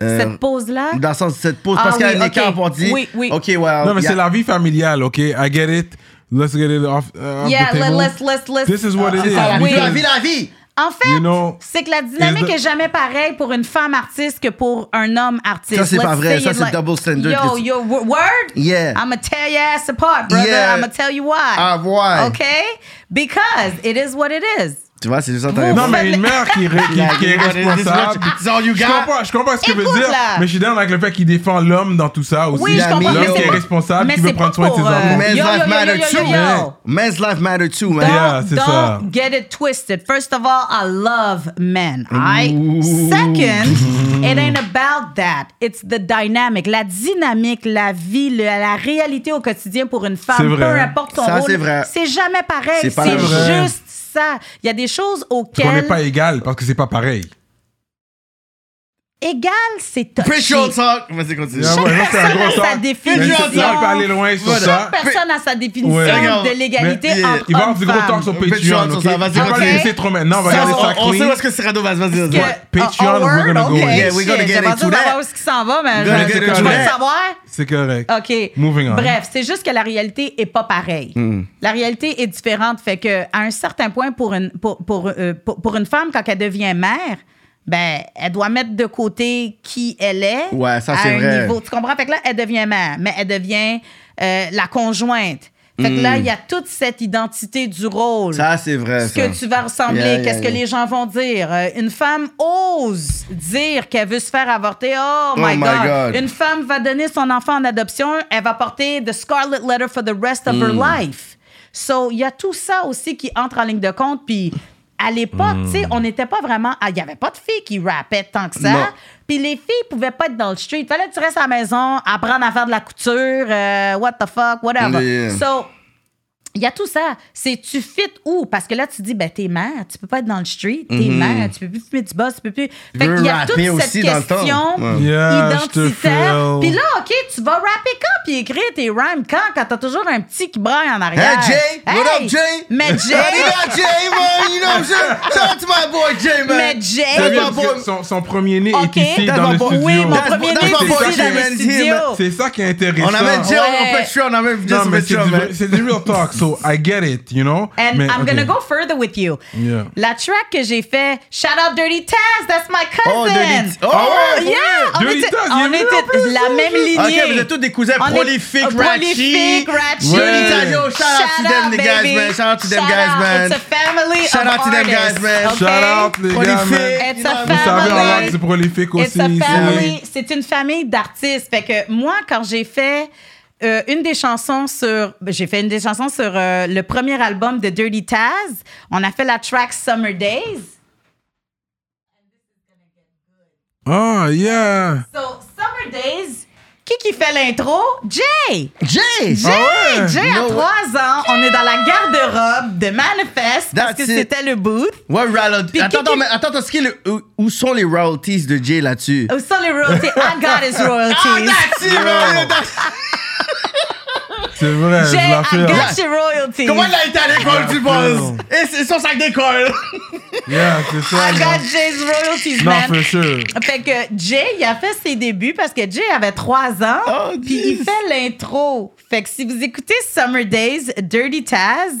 Speaker 2: euh,
Speaker 3: Cette pause-là,
Speaker 2: Dans le sens de cette pause,
Speaker 3: Ah
Speaker 2: parce qu'il y
Speaker 3: oui,
Speaker 2: a un
Speaker 3: ok.
Speaker 2: écart pour dire.
Speaker 3: Oui, oui.
Speaker 2: Ok, wow.
Speaker 1: Non, mais
Speaker 2: y a-
Speaker 1: c'est la vie familiale, OK? I get it. Let's get it off, uh, off
Speaker 3: yeah,
Speaker 1: the
Speaker 3: let,
Speaker 1: table.
Speaker 3: let's, let's, let's.
Speaker 1: This is what it
Speaker 3: Ah,
Speaker 1: is.
Speaker 3: ah,
Speaker 2: Oui,
Speaker 3: oui.
Speaker 2: la vie, la vie!
Speaker 3: En fait,
Speaker 1: You know,
Speaker 3: c'est que la dynamique
Speaker 1: it's the-
Speaker 3: est jamais pareille pour une femme artiste que pour un homme artiste.
Speaker 2: Ça, c'est pas
Speaker 3: Let's
Speaker 2: vrai.
Speaker 3: say
Speaker 2: Ça,
Speaker 3: it
Speaker 2: c'est double standard
Speaker 3: Yo,
Speaker 2: que tu-
Speaker 3: yo, wo- word?
Speaker 2: Yeah.
Speaker 3: I'm gonna tear your ass apart, brother.
Speaker 2: Yeah.
Speaker 3: I'm gonna tell you why.
Speaker 2: Ah, why?
Speaker 3: Okay? Because it is what it is.
Speaker 2: Tu vois, c'est juste ça,
Speaker 3: Vous-
Speaker 2: t'as raison.
Speaker 1: Non, mais une mère qui, ré- qui, qui est responsable.
Speaker 2: It's all you
Speaker 1: Je
Speaker 2: got.
Speaker 1: comprends, je comprends ce qu'il veut
Speaker 3: Écoute,
Speaker 1: dire,
Speaker 3: là.
Speaker 1: mais je suis d'accord avec le fait qu'il défend l'homme dans tout ça aussi.
Speaker 3: Oui, je
Speaker 2: la
Speaker 3: comprends.
Speaker 2: meilleure
Speaker 3: mais
Speaker 1: L'homme qui
Speaker 3: c'est
Speaker 1: est
Speaker 3: pas-
Speaker 1: responsable,
Speaker 3: mais
Speaker 1: qui veut
Speaker 3: c'est
Speaker 1: prendre
Speaker 3: pas
Speaker 1: soin de ses
Speaker 3: pour, euh,
Speaker 1: enfants.
Speaker 2: Men's
Speaker 3: Yo, yo,
Speaker 2: life
Speaker 3: yo,
Speaker 2: matter
Speaker 3: yo, yo,
Speaker 2: too.
Speaker 3: yo.
Speaker 2: man. Men's life matter too, man.
Speaker 3: Don't,
Speaker 1: Yeah, c'est ça.
Speaker 3: don't get it twisted. First of all, I love men. I second, it ain't about that. It's the dynamic, la dynamique, la vie, le- la réalité au quotidien pour une
Speaker 1: C'est
Speaker 3: femme,
Speaker 1: vrai.
Speaker 3: peu importe ton
Speaker 2: Ça,
Speaker 3: rôle.
Speaker 2: c'est vrai.
Speaker 3: C'est jamais pareil.
Speaker 2: C'est
Speaker 3: C'est
Speaker 2: pas
Speaker 1: vrai.
Speaker 3: juste ça. Il y a des choses
Speaker 1: Qu'on n'est
Speaker 3: auxquelles
Speaker 1: pas égal parce que c'est pas pareil.
Speaker 3: égal, c'est touché.
Speaker 2: Pre-show talk. Vas-y, continue.
Speaker 1: Ah ouais, là, c'est un
Speaker 3: personne
Speaker 1: gros
Speaker 3: a sa
Speaker 1: talk.
Speaker 3: définition.
Speaker 1: Mais c'est- Là, on peut aller loin sur
Speaker 2: Voilà.
Speaker 1: ça.
Speaker 3: Chaque personne a sa définition
Speaker 1: Ouais.
Speaker 3: de l'égalité
Speaker 2: Mais-
Speaker 3: entre
Speaker 1: Il va y avoir
Speaker 3: hommes
Speaker 1: du gros talk
Speaker 3: femmes.
Speaker 1: sur
Speaker 2: Fais du
Speaker 1: Patreon,
Speaker 2: chance sur
Speaker 1: OK?
Speaker 2: ça,
Speaker 1: On
Speaker 2: vas-y,
Speaker 1: va pas
Speaker 3: vas-y.
Speaker 1: les laisser trop maintenant. On va
Speaker 3: Ça,
Speaker 1: garder
Speaker 3: on-
Speaker 1: ça
Speaker 2: On sait où
Speaker 1: clean.
Speaker 2: est-ce que Cyrano va. Vas-y, vas-y.
Speaker 3: Que-
Speaker 2: vas-y.
Speaker 1: Patreon,
Speaker 3: a- a
Speaker 1: we're gonna
Speaker 3: word,
Speaker 1: go
Speaker 3: okay,
Speaker 1: in.
Speaker 2: Yeah, we're gonna
Speaker 3: shit,
Speaker 2: get
Speaker 3: j'aimerais
Speaker 2: into
Speaker 3: ça
Speaker 2: that.
Speaker 3: savoir où est-ce qu'il s'en va, mais
Speaker 2: Gonna
Speaker 3: je-
Speaker 2: get
Speaker 3: je vais
Speaker 2: into that.
Speaker 3: le savoir.
Speaker 1: C'est correct.
Speaker 3: OK.
Speaker 1: Moving on.
Speaker 3: Bref, c'est juste que la réalité est pas pareille.
Speaker 2: Hmm.
Speaker 3: La réalité est différente. Fait que à un certain point, pour une, pour, pour, euh, pour- pour une femme, quand elle devient mère, ben, elle doit mettre de côté qui elle est.
Speaker 2: Ouais, ça,
Speaker 3: à
Speaker 2: c'est
Speaker 3: un
Speaker 2: vrai.
Speaker 3: niveau. Tu comprends? Fait que là, elle devient mère, mais elle devient euh, la conjointe. Fait que là, il y a toute cette identité du rôle
Speaker 2: Hmm. Ça, c'est vrai.
Speaker 3: ce que
Speaker 2: ça.
Speaker 3: tu vas ressembler,
Speaker 2: Yeah, yeah,
Speaker 3: qu'est-ce que
Speaker 2: yeah.
Speaker 3: les gens vont dire. Euh, une femme ose dire qu'elle veut se faire avorter. Oh, my,
Speaker 2: my
Speaker 3: God.
Speaker 2: God.
Speaker 3: Une femme va donner son enfant en adoption. Elle va porter the scarlet letter for the rest of her
Speaker 2: Mm.
Speaker 3: life. So, il y a tout ça aussi qui entre en ligne de compte. Puis, à l'époque,
Speaker 2: Mm.
Speaker 3: tu sais, on n'était pas vraiment... ah, Il n'y avait pas de filles qui rappaient tant que ça.
Speaker 2: Non.
Speaker 3: Puis les filles pouvaient pas être dans le street. Fallait que tu restes à la maison, apprendre à faire de la couture, euh, what the fuck, whatever.
Speaker 2: Yeah.
Speaker 3: So, il y a tout ça. C'est tu fit où? Parce que là, tu dis, ben, t'es mère, tu peux pas être dans le street, t'es mère, tu peux plus fumer du boss, tu peux plus. Fait
Speaker 2: Mhm. veux
Speaker 3: qu'il y a
Speaker 2: rapper
Speaker 3: toute
Speaker 2: aussi
Speaker 3: cette
Speaker 2: dans le temps.
Speaker 3: question
Speaker 2: Ouais.
Speaker 1: Yeah, je te
Speaker 3: identitaire.
Speaker 1: feel.
Speaker 3: Puis là, OK, tu vas rapper quand? Puis écrire tes rhymes quand? Quand t'as toujours un petit qui braille en arrière.
Speaker 2: Hey, Jay! What up, Jay?
Speaker 3: Mais Jay!
Speaker 2: Shout out to Jay, man. You know what I'm saying? Shout out to my boy Jay, man.
Speaker 3: mais
Speaker 1: T'as vu,
Speaker 3: Jay!
Speaker 2: That's my boy.
Speaker 1: Son, son premier né
Speaker 3: OK.
Speaker 1: est ici
Speaker 2: That's
Speaker 1: dans
Speaker 2: my
Speaker 1: le
Speaker 2: boy.
Speaker 1: studio.
Speaker 3: Oui, mon
Speaker 2: That's-
Speaker 3: premier
Speaker 2: that's
Speaker 3: né
Speaker 2: my boy
Speaker 3: ici
Speaker 2: Jay,
Speaker 3: dans
Speaker 2: man.
Speaker 3: le studio.
Speaker 1: C'est ça qui est intéressant.
Speaker 2: On avait Jay,
Speaker 3: Ouais.
Speaker 2: on a fait Sean, on avait
Speaker 1: Non,
Speaker 2: Jay
Speaker 1: mais
Speaker 2: fait
Speaker 1: c'est
Speaker 2: Sean,
Speaker 1: du,
Speaker 2: man.
Speaker 1: vrai- c'est du real talk, so I get it, you know?
Speaker 3: And
Speaker 1: Mais,
Speaker 3: I'm
Speaker 1: ok.
Speaker 3: gonna go further with you.
Speaker 1: Yeah.
Speaker 3: La track que j'ai fait, shout out Dirty Taz, that's my cousin.
Speaker 2: Oh, Dirty T- Oh, ouais, for
Speaker 3: yeah,
Speaker 2: real?
Speaker 3: on
Speaker 1: Dirty
Speaker 3: était,
Speaker 1: Taz, il
Speaker 3: on
Speaker 1: est venu
Speaker 3: était
Speaker 1: en plus,
Speaker 3: la même lignée.
Speaker 2: Ah, Ok, vous êtes tous des cousins
Speaker 3: On est-
Speaker 2: prolifiques,
Speaker 3: euh,
Speaker 2: ratchy.
Speaker 3: prolifiques, ratchy.
Speaker 2: Dirty Taz, yo, shout out to them, the guys,
Speaker 3: baby.
Speaker 2: man. Shout out to them
Speaker 3: Shout
Speaker 2: guys,
Speaker 3: out.
Speaker 2: man.
Speaker 3: It's a family
Speaker 2: Shout
Speaker 3: of
Speaker 2: out to them guys,
Speaker 3: artists,
Speaker 2: man.
Speaker 3: okay?
Speaker 1: Shout out, les gars,
Speaker 2: Prolifique.
Speaker 1: man.
Speaker 3: It's a
Speaker 1: Vous savez, en
Speaker 3: family.
Speaker 1: langue, c'est prolifique
Speaker 3: It's
Speaker 1: aussi.
Speaker 3: a
Speaker 1: ici.
Speaker 3: family. C'est une famille d'artistes. Fait que moi, quand j'ai fait euh, une des chansons sur. ben, J'ai fait une des chansons sur euh, le premier album de Dirty Taz. On a fait la track Summer Days.
Speaker 1: Oh, yeah.
Speaker 3: So, Summer Days. Qui qui fait l'intro? Jay!
Speaker 2: Jay!
Speaker 3: Jay!
Speaker 1: Ah ouais?
Speaker 3: Jay,
Speaker 2: No
Speaker 3: à trois ans, on est dans la garde-robe de Manifest parce
Speaker 2: That's
Speaker 3: que
Speaker 2: it.
Speaker 3: c'était le booth.
Speaker 2: Ouais, royalties.
Speaker 3: Puis
Speaker 2: Attends,
Speaker 3: qui-
Speaker 2: attends, mais attends, attends, ce qui est le- où- où sont les royalties de Jay là-dessus?
Speaker 3: Où sont Oh, les royalties? I got his
Speaker 2: Ah,
Speaker 3: royalties.
Speaker 2: that's it, man. That's-
Speaker 1: C'est vrai, je hein.
Speaker 3: Jay,
Speaker 1: la
Speaker 3: I
Speaker 1: fais.
Speaker 3: got your royalties.
Speaker 2: Comment il a été à l'école, tu penses? Et c'est son sac d'école!
Speaker 1: Yeah, c'est ça.
Speaker 3: I
Speaker 1: man.
Speaker 3: got Jay's royalties,
Speaker 1: Non,
Speaker 3: man.
Speaker 1: for sure.
Speaker 3: Fait que Jay, il a fait ses débuts parce que Jay avait trois ans.
Speaker 2: Oh,
Speaker 3: puis
Speaker 2: jeez.
Speaker 3: il fait l'intro. Fait que si vous écoutez Summer Days, Dirty Taz,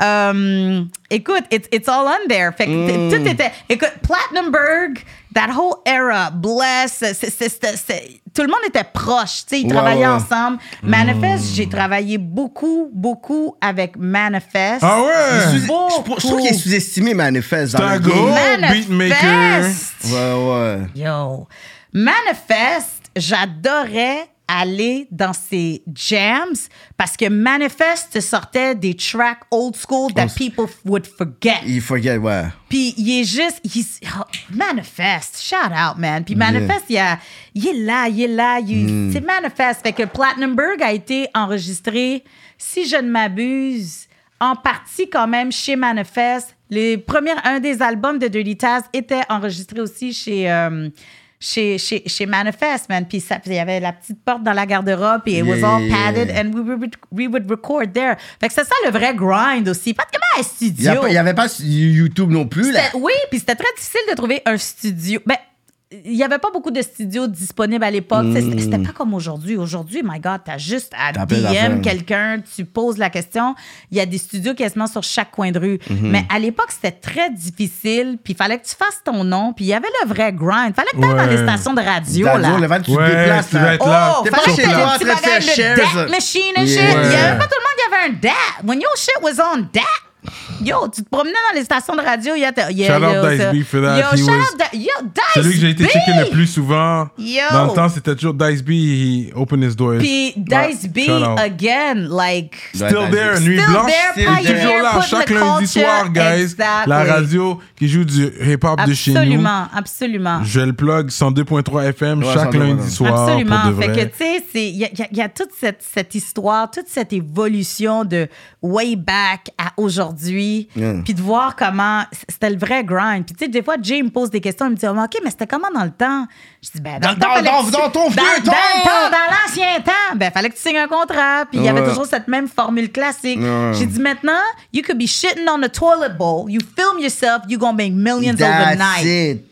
Speaker 3: euh, écoute, it's, it's all on there. Fait que
Speaker 2: Mm.
Speaker 3: t- tout était. Écoute, Platinumberg, that whole era, Bless, c'est- c'est- c'est- c'est- tout le monde était proche. tu sais, Ils
Speaker 2: Ouais,
Speaker 3: travaillaient
Speaker 2: ouais. Mm.
Speaker 3: ensemble. Manifest, j'ai travaillé beaucoup, beaucoup avec Manifest.
Speaker 1: Ah ouais?
Speaker 2: Je je- je trouve qu'il est
Speaker 3: Beaucoup.
Speaker 2: sous-estimé, Manifest. dans
Speaker 1: T'as
Speaker 2: le
Speaker 1: gros
Speaker 2: game.
Speaker 1: beatmaker.
Speaker 3: Manifest.
Speaker 2: Ouais, ouais.
Speaker 3: Yo, Manifest, j'adorais aller dans ces jams parce que Manifest sortait des tracks old school that people would forget.
Speaker 2: Il forget, ouais.
Speaker 3: Puis il est juste, he's- oh, Manifest, shout out man. Puis Manifest, il, a- il est là, il est là, il-
Speaker 2: Mm.
Speaker 3: c'est Manifest. Fait que Platinumberg a été enregistré, si je ne m'abuse, en partie quand même chez Manifest. Les premiers, un des albums de Dirty Taz était enregistré aussi chez. euh, chez, chez, chez Manifest, man. Puis ça- il y avait la petite porte dans la garde-robe, puis it was
Speaker 2: Yeah,
Speaker 3: all
Speaker 2: yeah, yeah.
Speaker 3: padded, and we would, we would record there. Fait que c'est ça le vrai grind aussi. Pas de comment un
Speaker 2: Il y a
Speaker 3: studio.
Speaker 2: pas- il y avait pas sur YouTube non plus, là.
Speaker 3: C'était- Oui, puis c'était très difficile de trouver un studio. Ben, il n'y avait pas beaucoup de studios disponibles à l'époque. Tu sais, C'était
Speaker 2: Hmm.
Speaker 3: c'était pas comme aujourd'hui. Aujourd'hui, my God, t'as juste à
Speaker 2: T'appelles
Speaker 3: DM
Speaker 2: l'affaire.
Speaker 3: quelqu'un, tu poses la question. Il y a des studios quasiment sur chaque coin de rue.
Speaker 2: Hmm.
Speaker 3: Mais à l'époque, c'était très difficile. Puis il fallait que tu fasses ton nom. Puis il y avait le vrai grind. fallait que tu dans
Speaker 1: Ouais.
Speaker 3: les stations de radio.
Speaker 2: Radio,
Speaker 3: là.
Speaker 2: le vent, tu te
Speaker 1: Ouais,
Speaker 2: déplaces,
Speaker 1: tu
Speaker 2: là.
Speaker 1: vas être
Speaker 3: Oh,
Speaker 1: là.
Speaker 3: fallait
Speaker 2: T'es
Speaker 3: que
Speaker 2: pas
Speaker 3: t'aies
Speaker 2: chez
Speaker 3: un
Speaker 2: toi en
Speaker 3: petit
Speaker 2: train de faire
Speaker 3: bagage de
Speaker 2: shares.
Speaker 3: deck machine and shit.
Speaker 2: Yeah.
Speaker 3: Il y
Speaker 1: Ouais.
Speaker 3: avait pas tout le monde qui avait un deck. When your shit was on deck. Yo, tu te promenais dans les stations de radio. il y a ta- yeah,
Speaker 1: Shout out
Speaker 3: yo,
Speaker 1: Dice
Speaker 3: ça-
Speaker 1: B for that.
Speaker 3: Yo,
Speaker 1: He
Speaker 3: shout
Speaker 1: was-
Speaker 3: out Di- yo, Dice
Speaker 1: Celui que j'ai été
Speaker 3: B.
Speaker 1: checké le plus souvent.
Speaker 3: Yo.
Speaker 1: Dans le temps, c'était toujours Dice B, he opened his doors.
Speaker 3: Puis Dice B,
Speaker 1: Shout out.
Speaker 3: again, like...
Speaker 1: Still there,
Speaker 2: nuit.
Speaker 1: Nuit
Speaker 3: Still
Speaker 1: Blanche.
Speaker 3: there,
Speaker 1: il est
Speaker 3: pioneer,
Speaker 1: toujours là
Speaker 3: putting
Speaker 1: chaque
Speaker 3: the
Speaker 1: lundi
Speaker 3: culture,
Speaker 1: soir, guys. La
Speaker 3: exactly.
Speaker 1: radio qui joue du hip-hop de chez nous.
Speaker 3: Absolument, absolument.
Speaker 1: Je le plug 102.3 FM
Speaker 2: Ouais,
Speaker 1: chaque
Speaker 2: 102.3.
Speaker 1: lundi soir.
Speaker 3: Absolument.
Speaker 1: Pour de vrai.
Speaker 3: Fait que, tu sais, c'est- il y, a- il y a- il y a toute cette, cette histoire, toute cette évolution de way back à aujourd'hui,
Speaker 2: Mm.
Speaker 3: puis de voir comment c- c'était le vrai grind. Puis, tu sais, des fois, Jay me pose des questions, il me dit Ah, mais OK, mais c'était comment dans le temps Je dis Ben, dans,
Speaker 2: Dans- dans-
Speaker 3: fallait que
Speaker 2: dans-
Speaker 3: tu-
Speaker 2: dans ton vieux
Speaker 3: dans le
Speaker 2: temps!
Speaker 3: temps, dans l'ancien temps, ben, fallait que tu signes un contrat, puis il y avait
Speaker 2: Ouais.
Speaker 3: toujours cette même formule classique.
Speaker 2: Ouais.
Speaker 3: J'ai dit Maintenant, you could be shitting on a toilet bowl, you film yourself, you gonna make millions
Speaker 2: That's
Speaker 3: overnight.
Speaker 2: it.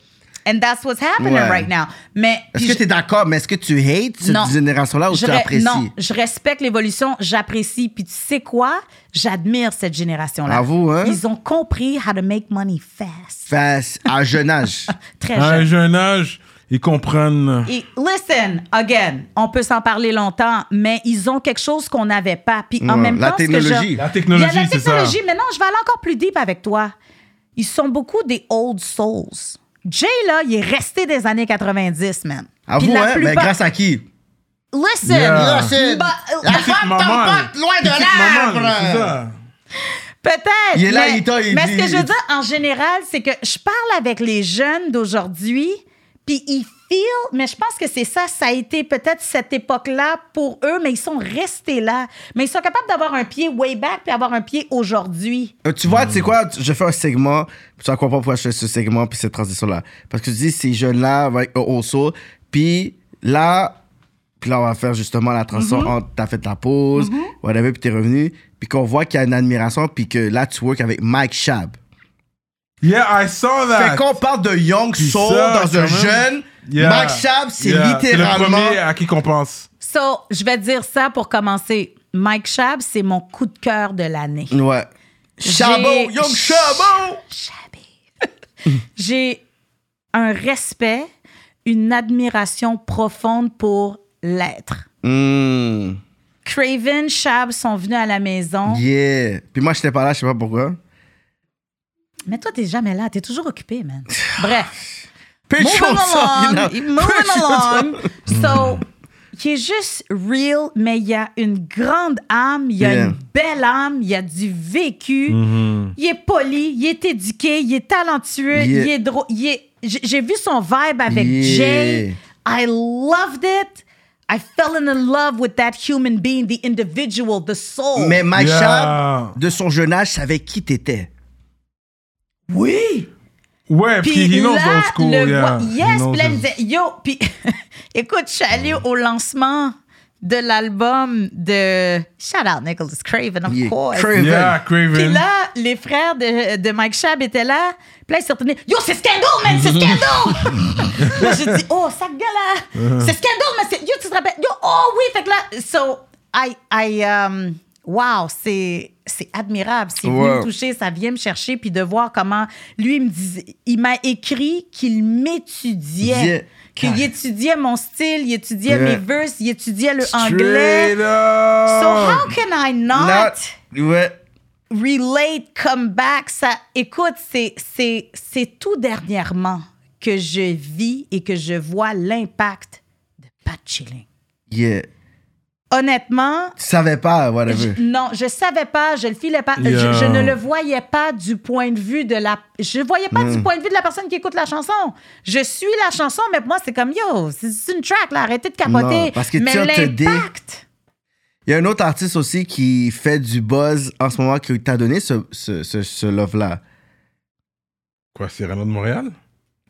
Speaker 3: And that's what's happening
Speaker 2: Ouais.
Speaker 3: right now. Mais. puis
Speaker 2: Est-ce que
Speaker 3: je-
Speaker 2: t'es d'accord, mais est-ce que tu hates
Speaker 3: Non.
Speaker 2: cette génération-là ou
Speaker 3: Je
Speaker 2: tu
Speaker 3: re-
Speaker 2: apprécies?
Speaker 3: Non, je respecte l'évolution, j'apprécie. Puis tu sais quoi? J'admire cette génération-là.
Speaker 2: Bravo, hein?
Speaker 3: Ils ont compris how to make money fast.
Speaker 2: Face à jeune âge.
Speaker 3: Très
Speaker 1: À un
Speaker 3: jeune.
Speaker 1: jeune âge, ils comprennent.
Speaker 3: Et listen, again, on peut s'en parler longtemps, mais ils ont quelque chose qu'on n'avait pas. Puis en
Speaker 2: Ouais,
Speaker 3: même
Speaker 2: la
Speaker 3: temps, ce que je-
Speaker 1: La
Speaker 2: technologie.
Speaker 3: Il y a
Speaker 1: technologie,
Speaker 3: la
Speaker 1: c'est ça.
Speaker 3: technologie, mais non, je vais aller encore plus deep avec toi. Ils sont beaucoup des old souls. Jay, là, il est resté des années 90, man.
Speaker 2: À
Speaker 3: Puis
Speaker 2: vous,
Speaker 3: la
Speaker 2: hein? Mais
Speaker 3: plupart-
Speaker 2: grâce à qui?
Speaker 3: Listen!
Speaker 1: Yeah.
Speaker 2: Listen.
Speaker 3: Bah,
Speaker 2: La
Speaker 3: bah,
Speaker 2: petite
Speaker 1: maman, là.
Speaker 2: loin de
Speaker 1: Maman, là, c'est ça.
Speaker 3: Peut-être.
Speaker 2: Il est là,
Speaker 3: mais,
Speaker 2: il t'a- il
Speaker 3: mais
Speaker 2: dit-
Speaker 3: ce que je
Speaker 2: il-
Speaker 3: veux dire en général, c'est que je parle avec les jeunes d'aujourd'hui, puis ils feel, mais je pense que c'est ça, ça a été peut-être cette époque-là pour eux, mais ils sont restés là. Mais ils sont capables d'avoir un pied way back puis avoir un pied aujourd'hui.
Speaker 2: Euh, Tu vois, tu
Speaker 1: Hmm.
Speaker 2: sais quoi, je fais un segment, tu vas comprendre pourquoi je fais ce segment puis cette transition-là. Parce que tu dis, ces jeunes-là, avec Oso, puis là, puis là, on va faire justement la transition
Speaker 3: Mm-hmm.
Speaker 2: entre t'as fait ta pause, whatever, puis t'es revenu, puis qu'on voit qu'il y a une admiration, puis que là, tu work avec Mike Shab.
Speaker 1: Yeah, I saw that.
Speaker 2: Fait qu'on parle de Young
Speaker 1: Ah, Puis
Speaker 2: Soul
Speaker 1: ça,
Speaker 2: dans un
Speaker 1: quand même.
Speaker 2: jeune,
Speaker 1: Yeah.
Speaker 2: Mike Shab, c'est
Speaker 1: Yeah.
Speaker 2: littéralement...
Speaker 1: C'est le premier à qui qu'on pense.
Speaker 3: So, je vais dire ça pour commencer. Mike Shab, c'est mon coup de cœur de l'année.
Speaker 2: Ouais. Chabot,
Speaker 3: J'ai-
Speaker 2: Young Chabot!
Speaker 3: Chabé. J'ai un respect, une admiration profonde pour l'être.
Speaker 2: Hmm.
Speaker 3: Craven, Shab sont venus à la maison.
Speaker 2: Yeah. Puis moi, j'étais pas là, je sais pas pourquoi.
Speaker 3: Mais toi, t'es jamais là. T'es toujours occupé, man.
Speaker 2: Ah,
Speaker 3: Bref.
Speaker 2: Pitch
Speaker 3: Moving along.
Speaker 2: you know.
Speaker 3: Moving
Speaker 2: Pitch yourself.
Speaker 3: along. So, qui est juste real, mais il y a une grande âme, il y a
Speaker 2: Yeah. Mm-hmm.
Speaker 3: une belle âme, il y a du vécu. Il est poli, il est éduqué, il est talentueux,
Speaker 2: Yeah.
Speaker 3: il est drôle. il est- J'ai j'ai vu son vibe avec
Speaker 2: Yeah.
Speaker 3: Jay. I loved it. I fell in love with that human being, the individual, the soul.
Speaker 2: Mais Mike
Speaker 1: Yeah.
Speaker 2: Sharp, de son jeune âge, savait qui t'étais.
Speaker 3: oui!
Speaker 1: Ouais, puis,
Speaker 3: Puis
Speaker 1: he knows
Speaker 3: là,
Speaker 1: old school,
Speaker 3: le
Speaker 1: yeah.
Speaker 3: vo-
Speaker 1: He
Speaker 3: yes,
Speaker 1: knows
Speaker 3: puis là, il me
Speaker 1: his-
Speaker 3: disait, yo, puis écoute, je suis allée au lancement de l'album de Shout out Nicholas Craven, of
Speaker 2: Yeah,
Speaker 3: course.
Speaker 2: Craven.
Speaker 1: Yeah,
Speaker 3: Puis
Speaker 1: Craven.
Speaker 3: là, les frères de, de Mike Shab étaient là. Puis là, ils se retournaient. Yo, c'est Scandal, man, c'est Scandal! là, j'ai dit, oh, ça gueule, là. C'est Scandal, mais c'est. Yo, tu te rappelles? Yo, oh oui! Fait que là, so, I. I um, wow, c'est. C'est admirable. C'est venu
Speaker 2: Ouais.
Speaker 3: me toucher, ça vient me chercher, puis de voir comment lui, il me disait, il m'a écrit qu'il m'étudiait,
Speaker 2: Yeah.
Speaker 3: qu'il
Speaker 2: God.
Speaker 3: étudiait mon style, il étudiait
Speaker 2: Yeah.
Speaker 3: mes verses, il étudiait le anglais.
Speaker 2: Straight
Speaker 3: So
Speaker 2: up.
Speaker 3: how can I not
Speaker 2: Not- Ouais.
Speaker 3: relate, come back, ça, écoute, c'est, c'est, c'est tout dernièrement que je vis et que je vois l'impact de Pat Chilling.
Speaker 2: Yeah.
Speaker 3: Honnêtement,
Speaker 2: Tu savais pas, whatever.
Speaker 3: je- non, je savais pas, je le filais pas, je-
Speaker 1: Yeah.
Speaker 3: je, ne le voyais pas du point de vue de la, je voyais pas
Speaker 2: Hmm.
Speaker 3: du point de vue de la personne qui écoute la chanson. Je suis la chanson, mais pour moi c'est comme yo, c'est, c'est une track là, arrêtez de capoter.
Speaker 2: Non, parce que
Speaker 3: mais
Speaker 2: tu as te dé-
Speaker 3: l'impact.
Speaker 2: Il y a un autre artiste aussi qui fait du buzz en ce moment qui t'a donné ce, ce, ce, ce love-là.
Speaker 1: Quoi, Cyrano de Montréal?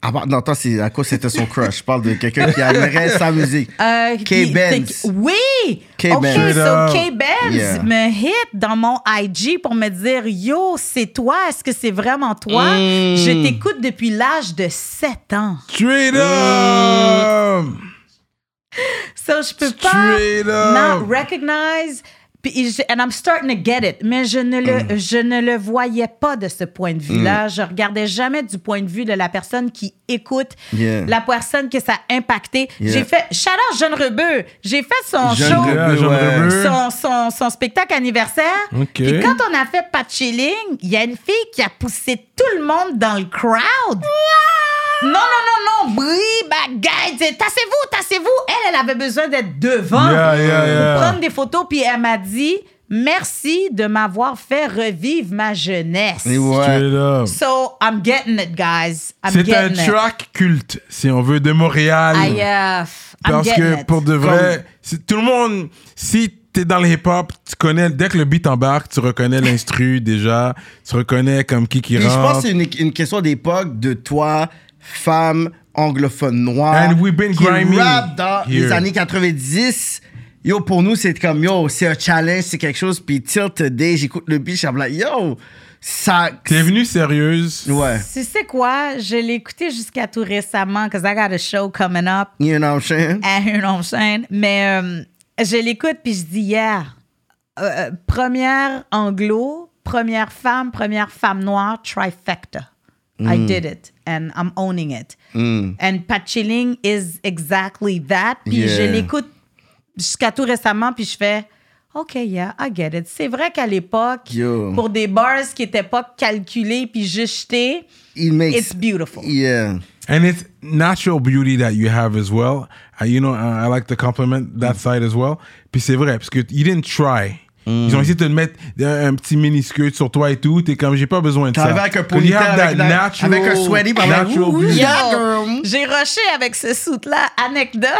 Speaker 2: Ah, bah, non, toi, c'est à cause c'était son crush. Je parle de quelqu'un qui aimerait sa musique.
Speaker 3: Euh, puis-
Speaker 2: K-Benz.
Speaker 3: t'es- Oui!
Speaker 2: K-Benz.
Speaker 3: OK,
Speaker 2: Straight
Speaker 3: so
Speaker 1: up.
Speaker 3: K-Benz
Speaker 2: Yeah.
Speaker 3: me hit dans mon IG pour me dire Yo, c'est toi, est-ce que c'est vraiment toi?
Speaker 2: Mm.
Speaker 3: Je t'écoute depuis l'âge de 7 ans.
Speaker 1: Straight up!
Speaker 3: So je peux pas
Speaker 1: Straight
Speaker 3: not
Speaker 1: up!
Speaker 3: recognize. puis je- And I'm starting to get it. Mais je ne,
Speaker 2: Mm.
Speaker 3: le, je ne le voyais pas de ce point de vue-là. Je regardais jamais du point de vue de la personne qui écoute,
Speaker 2: Yeah.
Speaker 3: la personne que ça a impacté.
Speaker 2: Yeah.
Speaker 3: J'ai fait, shout out Jeune Rebeu, j'ai fait son
Speaker 2: Jeune
Speaker 3: show.
Speaker 2: Rebeu.
Speaker 1: Yeah, Jean
Speaker 2: Ouais.
Speaker 1: Rebeu.
Speaker 3: son, son, son spectacle anniversaire.
Speaker 1: Mmh. Ok.
Speaker 3: Puis quand on a fait Pat Chilling, il y a une fille qui a poussé tout le monde dans le crowd. Non, non, non, non, Brie, bagaille, dis, tassez-vous, tassez-vous. Elle, elle avait besoin d'être devant
Speaker 1: Yeah, yeah, yeah.
Speaker 3: pour prendre des photos. Puis elle m'a dit, merci de m'avoir fait revivre ma jeunesse.
Speaker 2: Et ouais.
Speaker 1: Straight up.
Speaker 3: So, I'm getting it, guys. I'm
Speaker 1: C'est un
Speaker 3: getting it.
Speaker 1: track culte, si on veut, de Montréal.
Speaker 3: I, uh, f- I'm
Speaker 1: Parce
Speaker 3: getting
Speaker 1: que
Speaker 3: it.
Speaker 1: pour de vrai, si- tout le monde, si t'es dans le hip-hop, tu connais, dès que le beat embarque, tu reconnais l'instru déjà, tu reconnais comme qui qui
Speaker 2: Puis je pense que
Speaker 1: rentre.
Speaker 2: c'est une, une question d'époque de toi, femme anglophone noire.
Speaker 1: And we've been
Speaker 2: qui
Speaker 1: grimy
Speaker 2: rappe dans les
Speaker 1: here.
Speaker 2: années 90. Yo, pour nous, c'est comme yo, c'est un challenge, c'est quelque chose. Puis till today, j'écoute le beat, je suis comme like, yo, ça.
Speaker 1: T'es venue sérieuse.
Speaker 2: Ouais.
Speaker 3: Tu sais quoi? Je l'ai écouté jusqu'à tout récemment, because I got a show coming up.
Speaker 2: You know what I'm saying?
Speaker 3: à une longue chaîne. Mais euh, je l'écoute puis je dis hier, euh, euh, première anglo, première femme, première femme noire, trifecta. I
Speaker 2: Mm.
Speaker 3: did it and I'm owning it. And Pat Chilling is exactly that. Puis
Speaker 2: Yeah.
Speaker 3: je l'écoute jusqu'à tout récemment puis je fais. OK, yeah, I get it. C'est vrai qu'à l'époque,
Speaker 2: Yo.
Speaker 3: pour des bars qui n'étaient pas calculés puis juste jetés,
Speaker 2: It makes.
Speaker 3: it's beautiful.
Speaker 2: Yeah.
Speaker 1: And it's natural beauty that you have as well. Uh, you know, I, I like to compliment that
Speaker 2: Mm.
Speaker 1: side as well. Puis c'est vrai, parce que you didn't try.
Speaker 2: Mm.
Speaker 1: Ils ont essayé de te mettre euh, un petit miniskirt sur toi et tout. T'es comme, j'ai pas besoin de ça.
Speaker 2: T'arrives avec un
Speaker 1: 'Cause you
Speaker 2: ponytail,
Speaker 1: have that
Speaker 2: avec, la-
Speaker 1: natural-
Speaker 2: avec un sweaty, puis avec-
Speaker 1: natural beauty.
Speaker 3: Yo,
Speaker 2: Yeah, girl.
Speaker 3: j'ai rushé avec ce soute-là. Anecdote.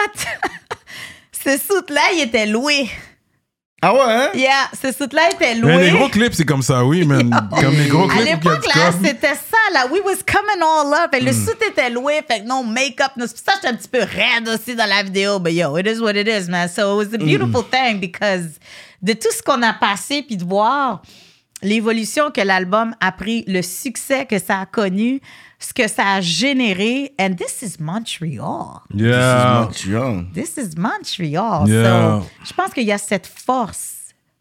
Speaker 3: ce soute-là, il était loué.
Speaker 2: Ah ouais, hein?
Speaker 3: Yeah, ce soute-là était
Speaker 1: Mais
Speaker 3: loué.
Speaker 1: les gros clips, c'est comme ça, oui, man. Comme les gros
Speaker 3: À
Speaker 1: clips. où qu'il y a
Speaker 3: l'époque,
Speaker 1: du
Speaker 3: là,
Speaker 1: comme-
Speaker 3: c'était ça, là. We was coming all up.
Speaker 1: Hmm.
Speaker 3: Fait que le soute était loué. Fait que non, make-up. non, C'est pour ça que j'étais un petit peu raide aussi dans la vidéo. But yo, it is what it is, man. So it
Speaker 1: Hmm.
Speaker 3: was a beautiful thing because de tout ce qu'on a passé puis de voir l'évolution que l'album a pris, le succès que ça a connu, ce que ça a généré. And this is Montreal.
Speaker 1: Yeah.
Speaker 2: This is Montreal.
Speaker 3: This is Montreal.
Speaker 1: Yeah.
Speaker 3: So, je pense qu'il y a cette force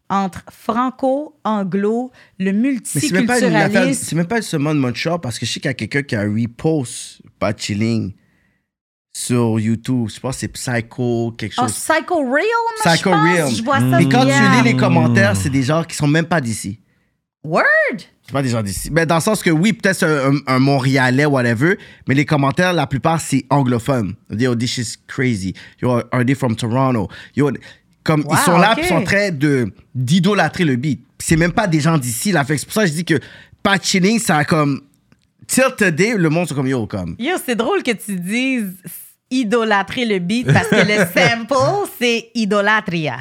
Speaker 3: entre franco, anglo, le
Speaker 2: Mais c'est même pas une affaire-
Speaker 3: multiculturalisme.
Speaker 2: c'est même pas seulement de Montreal parce que je sais qu'il y a quelqu'un qui a repost pas chilling sur YouTube. Je pense que c'est Psycho, quelque
Speaker 3: Oh,
Speaker 2: chose.
Speaker 3: Psycho Real, moi, je
Speaker 2: Psycho
Speaker 3: pense.
Speaker 2: Realm.
Speaker 3: Je vois ça.
Speaker 2: Et quand
Speaker 3: yeah.
Speaker 2: tu lis les commentaires, c'est des gens qui sont même pas d'ici.
Speaker 3: Word!
Speaker 2: C'est pas des gens d'ici. Mais dans le sens que oui, peut-être c'est un, un- un Montréalais, whatever, mais les commentaires, la plupart, c'est anglophone. Ils disent, oh, this is crazy. Yo, are they from Toronto? Yo, comme
Speaker 3: Wow,
Speaker 2: ils sont là,
Speaker 3: ok.
Speaker 2: puis ils sont en train de- d'idolâtrer le beat. Puis C'est même pas des gens d'ici, là. Fait que c'est pour ça que je dis que Pat Chilling, ça a comme. Till today, le monde, c'est comme yo, comme.
Speaker 3: Yo, c'est drôle que tu dises idolâtrer le beat parce que le sample, c'est idolatria.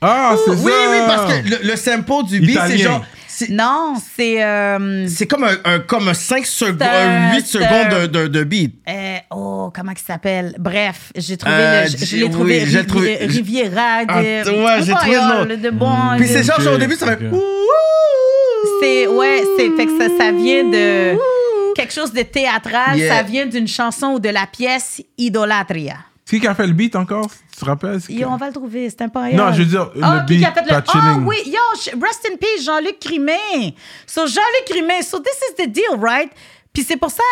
Speaker 1: Ah, c'est ça.
Speaker 2: Oui, oui, parce que le, le sample du beat,
Speaker 1: Italien.
Speaker 2: c'est genre. C'est-
Speaker 3: Non, c'est. euh,
Speaker 2: C'est comme un, un- comme un 5 secondes,
Speaker 3: un-
Speaker 2: 8
Speaker 3: c'est
Speaker 2: secondes
Speaker 3: un-
Speaker 2: de, de, de beat.
Speaker 3: euh, oh, comment il s'appelle? Bref, j'ai trouvé
Speaker 2: Euh,
Speaker 3: le. Je, je
Speaker 2: j'ai-
Speaker 3: l'ai trouvé,
Speaker 2: oui, j'ai
Speaker 3: Rivi-
Speaker 2: trouvé-
Speaker 3: Riviera de.
Speaker 2: Ah, ouais, j'ai trouvé le nom.
Speaker 3: voyons, de bon.
Speaker 2: Puis
Speaker 3: de-
Speaker 2: c'est genre,
Speaker 1: Ok,
Speaker 2: genre, au début, ça fait.
Speaker 1: ok.
Speaker 2: ouh, ouh,
Speaker 3: C'est ouais, c'est fait que ça, ça vient de quelque chose de théâtral,
Speaker 2: Yeah.
Speaker 3: ça vient d'une chanson ou de la pièce Idolatria.
Speaker 1: C'est qui qui a fait le beat encore Tu te rappelles C'est qui-
Speaker 3: Yo, on va le trouver, c'est un pas
Speaker 1: Non, je veux dire, le
Speaker 3: Ah, qui qui a
Speaker 1: beat,
Speaker 3: fait le-
Speaker 1: pas
Speaker 3: Ah
Speaker 1: chilling.
Speaker 3: oui, yo, je- rest in peace Jean-Luc Crimet. So Jean-Luc Crimet, so this is the deal, right? Puis c'est pour ça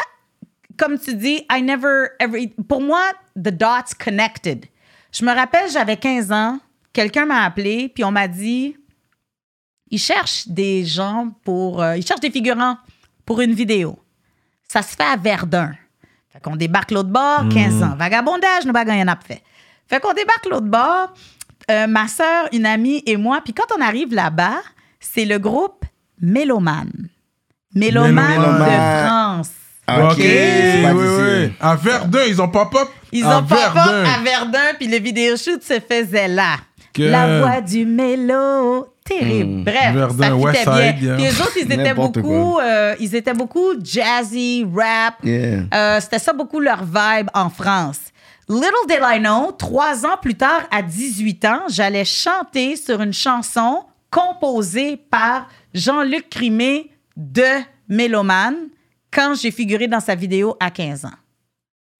Speaker 3: comme tu dis, I never every pour moi the dots connected. Je me rappelle, j'avais 15 ans, quelqu'un m'a appelé puis on m'a dit ils cherchent des gens pour. euh, ils cherchent des figurants pour une vidéo. Ça se fait à Verdun. Fait qu'on débarque l'autre bord, 15 ans. Vagabondage, nous bagagnons à fait. Fait qu'on débarque l'autre bord, euh, ma sœur, une amie et moi. Puis quand on arrive là-bas, c'est le groupe Méloman. Méloman de
Speaker 2: Méloman.
Speaker 3: France.
Speaker 2: Ah,
Speaker 1: Ok,
Speaker 2: c'est pas
Speaker 1: oui,
Speaker 2: d'ici.
Speaker 1: oui. À Verdun, ils ont pop-up.
Speaker 3: Ils
Speaker 1: à
Speaker 3: ont pas
Speaker 1: Verdun.
Speaker 3: fort à Verdun, puis le vidéoshoot se faisait là.
Speaker 1: Que- Hmm.
Speaker 3: La voix du mélo. Terrible. Bref,
Speaker 1: Verdun,
Speaker 3: ça
Speaker 1: West
Speaker 3: fitait bien.
Speaker 1: Side, hein. yeah.
Speaker 3: Puis eux autres, ils étaient,
Speaker 2: N'importe
Speaker 3: beaucoup, euh, ils étaient beaucoup jazzy, rap.
Speaker 2: Yeah.
Speaker 3: Euh, C'était ça beaucoup leur vibe en France. Little did I know, trois ans plus tard, à 18 ans, j'allais chanter sur une chanson composée par Jean-Luc Crimé de Méloman quand j'ai figuré dans sa vidéo à 15 ans.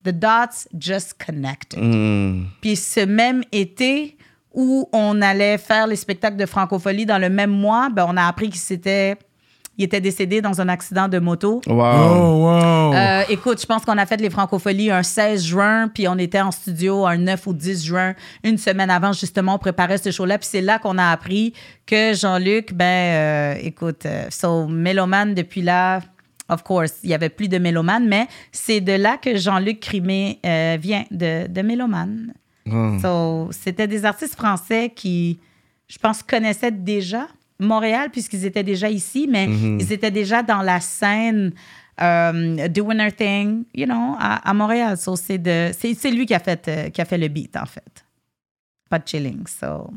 Speaker 3: The dots just connected.
Speaker 2: Hmm.
Speaker 3: Puis ce même été où on allait faire les spectacles de francophonie dans le même mois, ben, on a appris qu'il s'était, il était décédé dans un accident de moto.
Speaker 2: Wow.
Speaker 1: Oh, wow.
Speaker 3: Euh, écoute, je pense qu'on a fait les francopholies un 16 juin, puis on était en studio un 9 ou 10 juin, une semaine avant, justement, on préparait ce show-là. Puis c'est là qu'on a appris que Jean-Luc, ben, euh, écoute, euh, so, méloman depuis là, of course, il y avait plus de méloman, mais c'est de là que Jean-Luc Crimé euh, vient, de, de méloman.
Speaker 2: Oh.
Speaker 3: So, c'était des artistes français qui, je pense, connaissaient déjà Montréal, puisqu'ils étaient déjà ici, mais ils étaient déjà dans la scène euh, doing their thing, you know, à, à Montréal. So, c'est de- c'est c'est lui qui a, fait, euh, qui a fait le beat, en fait. Pas de chilling. So,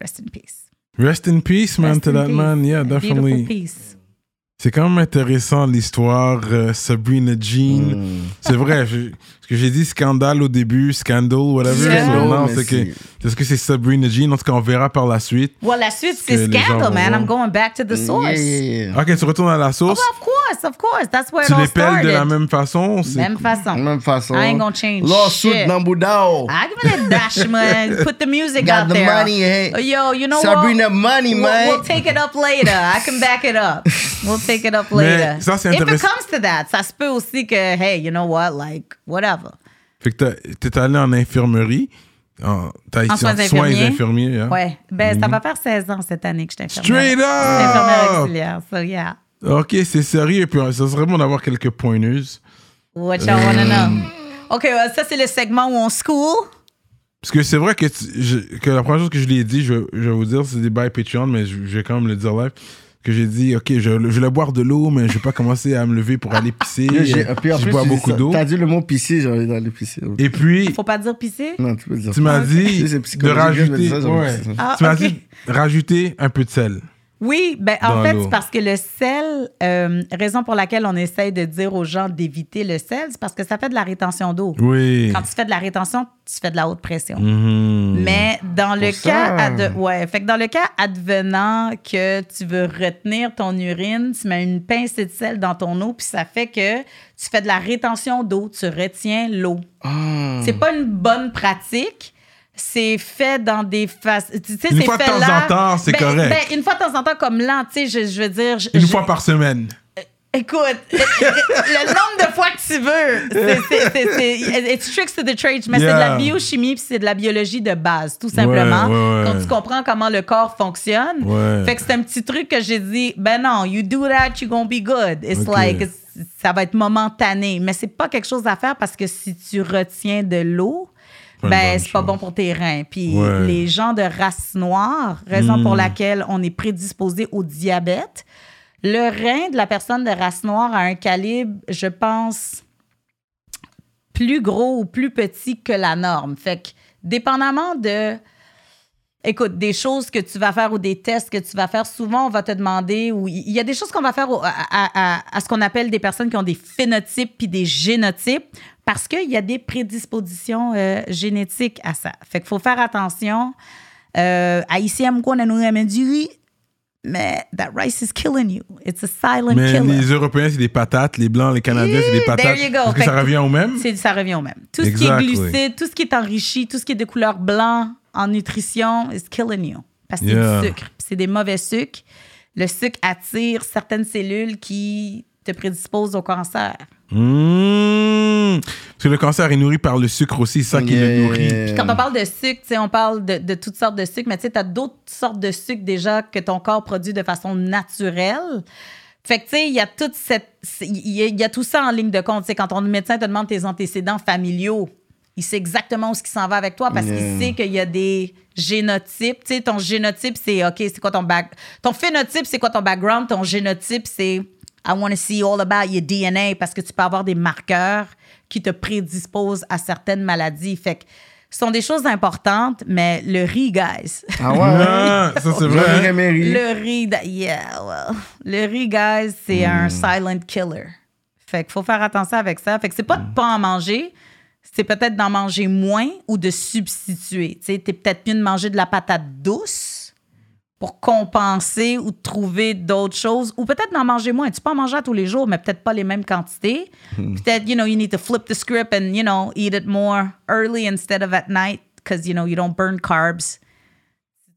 Speaker 3: rest in peace.
Speaker 1: Rest in peace, man,
Speaker 3: Rest
Speaker 1: to
Speaker 3: in
Speaker 1: that
Speaker 3: peace.
Speaker 1: man. Yeah,
Speaker 3: Beautiful
Speaker 1: definitely.
Speaker 3: peace.
Speaker 1: C'est quand même intéressant l'histoire euh, Sabrina Jean.
Speaker 2: Mm.
Speaker 1: C'est vrai, je- ce que j'ai dit scandale au début, scandal, whatever.
Speaker 3: Yeah.
Speaker 1: son nom,
Speaker 2: Mais
Speaker 1: c'est que
Speaker 2: c'est-
Speaker 1: c'est ce que c'est Sabrina Jean. En tout cas, on verra par la suite.
Speaker 3: Well, la suite,
Speaker 1: que
Speaker 3: c'est
Speaker 1: les gens
Speaker 3: Scandal,
Speaker 1: vont
Speaker 3: man.
Speaker 1: voir.
Speaker 3: I'm going back to the
Speaker 2: Yeah,
Speaker 3: source.
Speaker 2: yeah, yeah.
Speaker 1: Ok, tu retournes à la source.
Speaker 3: Well, of course, of course. That's where
Speaker 1: tu
Speaker 3: it all
Speaker 1: les pelles
Speaker 3: started.
Speaker 1: de la même façon. c'est-
Speaker 3: Même façon.
Speaker 2: De la même façon.
Speaker 3: I ain't gonna change
Speaker 2: Lawsuit
Speaker 3: shit.
Speaker 2: number
Speaker 3: I give it a dash, man. Put the music
Speaker 2: Got
Speaker 3: out
Speaker 2: the
Speaker 3: there.
Speaker 2: money, hey.
Speaker 3: Oh, Yo, you know
Speaker 2: Sabrina
Speaker 3: what?
Speaker 2: money,
Speaker 3: we'll,
Speaker 2: man.
Speaker 3: We'll take it up later. I can back it up. We'll take it up
Speaker 1: Mais
Speaker 3: later.
Speaker 1: ça, c'est
Speaker 3: If it
Speaker 1: intéressant.
Speaker 3: comes to that, ça se peut aussi que, hey, you know what, like, whatever.
Speaker 1: Fait que t'as- t'es allé en infirmerie. En, t'as
Speaker 3: En
Speaker 1: en
Speaker 3: soins
Speaker 1: soins
Speaker 3: infirmiers.
Speaker 1: infirmiers. hein.
Speaker 3: Ouais. Ben, ça va faire 16 ans cette année que je suis infirmière.
Speaker 1: Straight
Speaker 3: Infirmière
Speaker 1: up!
Speaker 3: auxiliaire, so yeah.
Speaker 1: Ok, c'est sérieux. Puis euh, ça serait bon d'avoir quelques pointeuses.
Speaker 3: What y'all wanna
Speaker 1: Mm.
Speaker 3: know? OK, well, ça, c'est le segment où on school.
Speaker 1: Parce que c'est vrai que, tu- je- que la première chose que je lui ai dit, je, je vais vous dire, c'est des bails Patreon, mais je, je vais quand même le dire live. Que j'ai dit, ok, je, je vais boire de l'eau, mais je vais pas commencer à me lever pour aller pisser. je bois beaucoup d'eau.
Speaker 2: T'as dit le mot pisser, j'allais d'aller pisser.
Speaker 1: Et puis,
Speaker 3: Faut pas dire pisser.
Speaker 2: Non, tu peux dire.
Speaker 1: tu m'as dit
Speaker 2: Tu sais, c'est
Speaker 1: de
Speaker 2: psychologique, je me
Speaker 1: rajouter,
Speaker 2: disais, j'aurais
Speaker 1: ouais.
Speaker 2: dit ça.
Speaker 3: Ah,
Speaker 1: tu m'as
Speaker 3: ok.
Speaker 1: dit de rajouter un peu de sel.
Speaker 3: Oui, ben
Speaker 1: Dans
Speaker 3: en fait,
Speaker 1: l'eau.
Speaker 3: c'est parce que le sel, euh, raison pour laquelle on essaye de dire aux gens d'éviter le sel, c'est parce que ça fait de la rétention d'eau.
Speaker 1: Oui.
Speaker 3: Quand tu fais de la rétention, tu fais de la haute pression.
Speaker 1: Mhm.
Speaker 3: Mais dans le
Speaker 2: Pour
Speaker 3: cas,
Speaker 2: ça.
Speaker 3: ad- ouais, fait que dans le cas advenant que tu veux retenir ton urine, tu mets une pincée de sel dans ton eau, puis ça fait que tu fais de la rétention d'eau, tu retiens l'eau.
Speaker 1: Mm.
Speaker 2: Ah.
Speaker 3: C'est pas une bonne pratique. C'est fait dans des faces. tu sais,
Speaker 1: Une
Speaker 3: c'est
Speaker 1: fois de
Speaker 3: fait
Speaker 1: temps
Speaker 3: là-
Speaker 1: en temps, c'est
Speaker 3: Ben,
Speaker 1: correct.
Speaker 3: ben, une fois de temps en temps, comme là, tu sais, je, je veux dire. je-
Speaker 1: Une
Speaker 3: je-
Speaker 1: fois par semaine.
Speaker 3: Écoute, le, le nombre de fois que tu veux, c'est- c'est- c'est- c'est- it's tricks to the trade, mais c'est de la
Speaker 1: Yeah.
Speaker 3: biochimie puis c'est de la biologie de base, tout simplement.
Speaker 1: ouais, ouais.
Speaker 3: Quand tu comprends comment le corps fonctionne,
Speaker 1: Ouais.
Speaker 3: fait que c'est un petit truc que j'ai dit, ben non, you do that, you gonna be good. It's
Speaker 1: Ok.
Speaker 3: like, it's- ça va être momentané, mais c'est pas quelque chose à faire parce que si tu retiens de l'eau,
Speaker 1: une
Speaker 3: ben
Speaker 1: bonne
Speaker 3: c'est pas
Speaker 1: chose.
Speaker 3: bon pour tes reins. Puis
Speaker 1: Ouais. Hmm.
Speaker 3: les gens de race noire, raison pour laquelle on est prédisposé au diabète, le rein de la personne de race noire a un calibre, je pense, plus gros ou plus petit que la norme. Fait que, dépendamment de Écoute, des choses que tu vas faire ou des tests que tu vas faire, souvent, on va te demander, ou il y a des choses qu'on va faire au- à, à- à- à ce qu'on appelle des personnes qui ont des phénotypes puis des génotypes, parce qu'il y a des prédispositions euh, génétiques à ça. Fait qu'il faut faire attention. Euh, Haïtien, moukou, on a nourri à main du riz, mais that rice is killing you. It's a silent
Speaker 1: Mais
Speaker 3: killer.
Speaker 1: les Européens, c'est des patates. Les Blancs, les Canadiens, c'est des
Speaker 3: There
Speaker 1: patates.
Speaker 3: you go.
Speaker 1: Est-ce que
Speaker 3: Fait
Speaker 1: ça
Speaker 3: que-
Speaker 1: revient au même?
Speaker 3: C'est- ça revient au même. Tout ce
Speaker 1: Exact,
Speaker 3: qui est
Speaker 1: oui.
Speaker 3: glucide, tout ce qui est enrichi, tout ce qui est de couleur blanc en nutrition is killing you. Parce que
Speaker 1: Yeah.
Speaker 3: c'est du sucre. Puis C'est des mauvais sucres. Le sucre attire certaines cellules qui te prédisposent au cancer.
Speaker 1: Mmh. Parce que le cancer est nourri par le sucre aussi, c'est ça qui le nourrit.
Speaker 3: Puis quand on parle de sucre, tu sais, on parle de, de toutes sortes de sucres, mais tu sais, t'as d'autres sortes de sucres déjà que ton corps produit de façon naturelle. Fait que, tu sais, il y a toute cette. c'est- Il y, a- il y a tout ça en ligne de compte. Tu sais, quand ton médecin te demande tes antécédents familiaux, il sait exactement où ce qui s'en va avec toi parce qu'il
Speaker 2: Yeah.
Speaker 3: sait qu'il y a des génotypes. Tu sais, ton génotype, c'est OK, c'est quoi ton back. Ton phénotype, c'est quoi ton background? Ton génotype, c'est I want to see all about your DNA parce que tu peux avoir des marqueurs qui te prédisposent à certaines maladies. Fait que ce sont des choses importantes, mais le riz, guys.
Speaker 2: Ah
Speaker 1: Ah, ça, c'est vrai. hein?
Speaker 3: Le riz, da- yeah, well. Le riz, guys, c'est un silent killer. Fait qu'il faut faire attention avec ça. Fait que c'est pas de pas en manger, c'est peut-être d'en manger moins ou de substituer. Tu sais, t'es peut-être mieux de manger de la patate douce pour compenser ou de trouver d'autres choses ou peut-être d'en manger moins. Tu peux en manger à tous les jours, mais peut-être pas les mêmes quantités. Peut-être, you know, you need to flip the script and, you know, eat it more early instead of at night because, you know, you don't burn carbs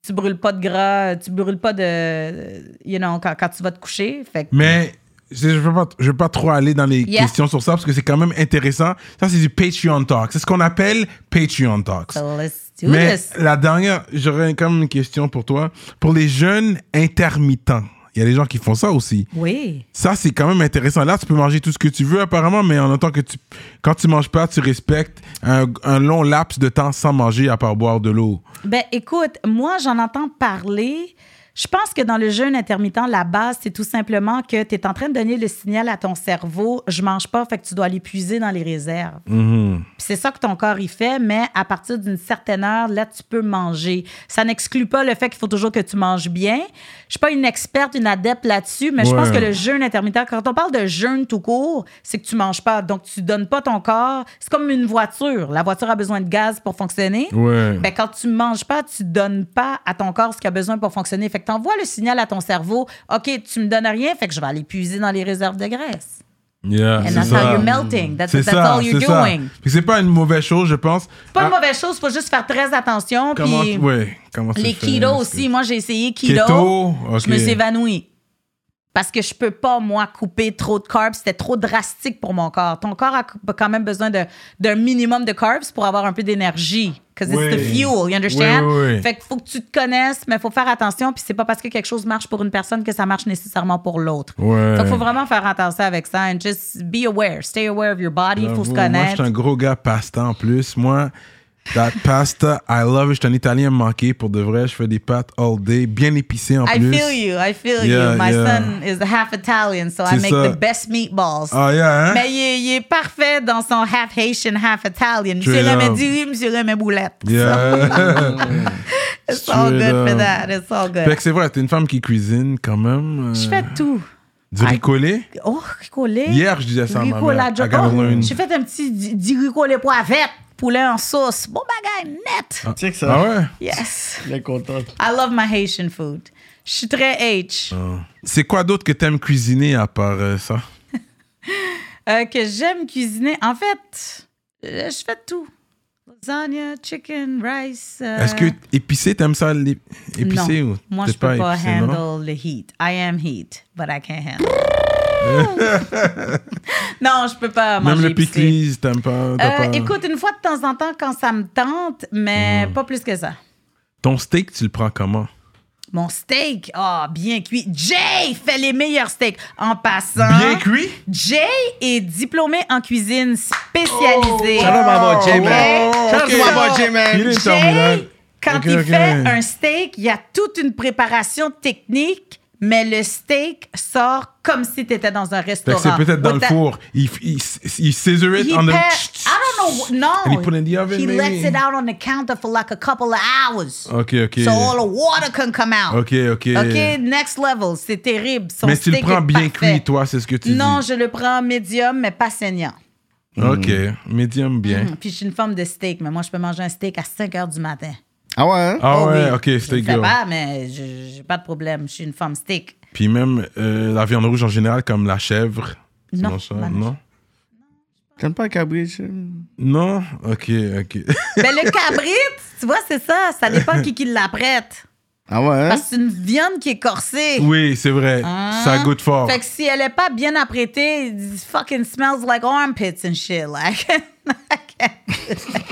Speaker 3: tu brûles pas de gras, tu brûles pas de, you know, quand, quand tu vas te coucher. Fait que-
Speaker 1: Mais je ne veux, pas- je veux pas trop aller dans les
Speaker 3: Yeah.
Speaker 1: questions sur ça parce que c'est quand même intéressant. Ça, c'est du Patreon Talk. C'est ce qu'on appelle Patreon Talks.
Speaker 3: So let's do
Speaker 1: Mais euh,
Speaker 3: this.
Speaker 1: la dernière, j'aurais quand même une question pour toi. Pour les jeunes intermittents, il y a des gens qui font ça aussi.
Speaker 3: Oui.
Speaker 1: Ça, c'est quand même intéressant. Là, tu peux manger tout ce que tu veux, apparemment, mais en tant que tu, quand tu manges pas, tu respectes un, un long laps de temps sans manger à part boire de l'eau.
Speaker 3: Ben écoute, moi j'en entends parler. Je pense que dans le jeûne intermittent, la base, c'est tout simplement que tu es en train de donner le signal à ton cerveau, je mange pas, fait que tu dois l'épuiser dans les réserves.
Speaker 1: Mm-hmm.
Speaker 3: Puis C'est ça que ton corps y fait, mais à partir d'une certaine heure, là, tu peux manger. Ça n'exclut pas le fait qu'il faut toujours que tu manges bien. Je suis pas une experte, une adepte là-dessus, mais je
Speaker 1: Ouais.
Speaker 3: pense que le jeûne intermittent, quand on parle de jeûne tout court, c'est que tu manges pas. Donc, tu donnes pas ton corps. C'est comme une voiture. La voiture a besoin de gaz pour fonctionner.
Speaker 1: Ouais.
Speaker 3: Ben, quand tu manges pas, tu donnes pas à ton corps ce qu'il a besoin pour fonctionner. Fait que t'envoies le signal à ton cerveau. OK, tu me donnes rien, fait que je vais aller puiser dans les réserves de graisse.
Speaker 1: Yeah,
Speaker 3: And
Speaker 1: Ah, c'est
Speaker 3: that's how
Speaker 1: ça.
Speaker 3: you're melting. That's,
Speaker 1: C'est
Speaker 3: that's
Speaker 1: ça,
Speaker 3: all you're
Speaker 1: c'est ça.
Speaker 3: doing.
Speaker 1: Puis C'est pas une mauvaise chose, je pense.
Speaker 3: C'est
Speaker 1: Ah,
Speaker 3: pas une mauvaise chose, faut juste faire très attention.
Speaker 1: Comment,
Speaker 3: puis
Speaker 1: ouais, comment tu
Speaker 3: les
Speaker 1: fais,
Speaker 3: keto
Speaker 1: est-ce
Speaker 3: aussi. Moi, j'ai essayé
Speaker 1: que-
Speaker 3: keto.
Speaker 1: Keto,
Speaker 3: Je me
Speaker 1: ok.
Speaker 3: suis évanouie. Parce que je peux pas, moi, couper trop de carbs. C'était trop drastique pour mon corps. Ton corps a cou- quand même besoin de- d'un minimum de carbs pour avoir un peu d'énergie. Because
Speaker 1: Oui.
Speaker 3: it's the fuel, you understand?
Speaker 1: Oui, oui, oui.
Speaker 3: Fait qu'il faut que tu te connaisses, mais il faut faire attention. Puis c'est pas parce que quelque chose marche pour une personne que ça marche nécessairement pour l'autre.
Speaker 1: Ouais.
Speaker 3: Fait qu'il faut vraiment faire attention avec ça. And just be aware. Stay aware of your body. Il faut
Speaker 1: Bravo.
Speaker 3: se
Speaker 1: Moi, je suis
Speaker 3: connaître.
Speaker 1: un gros gars pasta en plus. Moi, that pasta, I love it. Je suis un Italien manqué pour de vrai. Je fais des pâtes all day, bien épicées en
Speaker 3: I
Speaker 1: plus.
Speaker 3: feel you. I feel
Speaker 1: Yeah,
Speaker 3: you. My
Speaker 1: yeah.
Speaker 3: son is half Italian, so I
Speaker 1: C'est
Speaker 3: make
Speaker 1: ça.
Speaker 3: the best meatballs.
Speaker 1: Ah, yeah, hein?
Speaker 3: Mais il est, il est parfait dans son half Haitian, half Italian. Monsieur
Speaker 1: Straight
Speaker 3: remet
Speaker 1: up.
Speaker 3: du riz, monsieur remet boulette.
Speaker 1: Yeah.
Speaker 3: It's all
Speaker 1: Straight
Speaker 3: good for
Speaker 1: up.
Speaker 3: that. It's all
Speaker 1: fait
Speaker 3: good.
Speaker 1: que c'est vrai, t'es une femme qui cuisine quand même. euh,
Speaker 3: Je fais tout.
Speaker 1: Du ricolé.
Speaker 3: Oh, ricolé.
Speaker 1: Hier, je disais ça à ma
Speaker 3: Ricolé
Speaker 1: mère.
Speaker 3: à
Speaker 1: I gotta
Speaker 3: Joko.
Speaker 1: learn.
Speaker 3: Oh, J'ai fait un petit di- di ricolé poivette, poulet en sauce. Bon bagage net.
Speaker 2: Tu sais que ça.
Speaker 1: Ah ouais?
Speaker 3: Yes.
Speaker 2: Il est content.
Speaker 3: I love my Haitian food. Je suis très H.
Speaker 1: Ah. C'est quoi d'autre que t'aimes cuisiner à part euh, ça?
Speaker 3: Euh, que j'aime cuisiner. En fait, euh, je fais tout. Lasagna, chicken, rice. euh,
Speaker 1: Est-ce que épicé, t'aimes ça l'ép- épicé
Speaker 3: non.
Speaker 1: ou
Speaker 3: Moi,
Speaker 1: t'es
Speaker 3: je peux pas
Speaker 1: épicé, non?
Speaker 3: handle the heat. I am heat, but I can't handle. non, je peux pas manger
Speaker 1: Même le
Speaker 3: épicé.
Speaker 1: pickles, t'aimes pas, t'as
Speaker 3: Euh,
Speaker 1: pas-
Speaker 3: Écoute, une fois de temps en temps, quand ça me tente, mais pas plus que ça.
Speaker 1: Ton steak, tu le prends comment?
Speaker 3: Mon steak, ah, bien cuit. Jay fait les meilleurs steaks. En passant,
Speaker 1: Bien cuit?
Speaker 3: Jay est diplômé en cuisine spécialisée.
Speaker 2: Shout out my boy Jay, man.
Speaker 3: Ok.
Speaker 2: Shout out to my boy
Speaker 3: So-
Speaker 2: Jay,
Speaker 1: Il
Speaker 2: man.
Speaker 1: est
Speaker 3: Jay,
Speaker 1: terminal.
Speaker 3: quand
Speaker 1: Ok,
Speaker 3: il
Speaker 1: ok.
Speaker 3: fait un steak, il y a toute une préparation technique, mais le steak sort comme si tu étais dans un
Speaker 1: Fait
Speaker 3: restaurant.
Speaker 1: que c'est peut-être dans le
Speaker 3: Autant-
Speaker 1: four. Il, il, il scissor it
Speaker 3: He
Speaker 1: on the...
Speaker 3: pa- I don't know. No.
Speaker 1: And he put it in the oven,
Speaker 3: He
Speaker 1: maybe?
Speaker 3: lets it out on the counter for like a couple of hours.
Speaker 1: Ok, ok.
Speaker 3: So all the water can come out.
Speaker 1: Ok, ok.
Speaker 3: OK, next level. C'est terrible. Son
Speaker 1: Mais tu le
Speaker 3: steak
Speaker 1: prends
Speaker 3: est
Speaker 1: bien
Speaker 3: parfait.
Speaker 1: cuit, toi, c'est ce que tu
Speaker 3: Non,
Speaker 1: dis.
Speaker 3: je le prends médium, mais pas saignant.
Speaker 1: Ok, médium bien.
Speaker 3: Mm. Puis je suis une femme de steak, mais moi, je peux manger un steak à 5 heures du matin.
Speaker 2: Ah ouais? hein?
Speaker 1: Ah
Speaker 3: Oh
Speaker 1: ouais,
Speaker 3: oui.
Speaker 1: ok,
Speaker 3: Je
Speaker 1: c'était
Speaker 3: le fais
Speaker 1: girl.
Speaker 3: pas, mais je- j'ai pas de problème. Je suis une femme steak.
Speaker 1: Puis même euh, la viande rouge en général, comme la chèvre. tu
Speaker 3: Non,
Speaker 1: manges ça?
Speaker 3: la-
Speaker 1: non.
Speaker 2: T'aimes pas le cabriche?
Speaker 1: Non? Ok, ok.
Speaker 3: Mais le cabrit, tu vois, c'est ça. Ça dépend qui, qui l'apprête.
Speaker 2: Ah ouais? hein?
Speaker 3: Parce que c'est une viande qui est corsée.
Speaker 1: oui, c'est vrai.
Speaker 3: Hein?
Speaker 1: Ça goûte fort.
Speaker 3: Fait que si elle est pas bien apprêtée, it just fucking smells like armpits and shit. Like,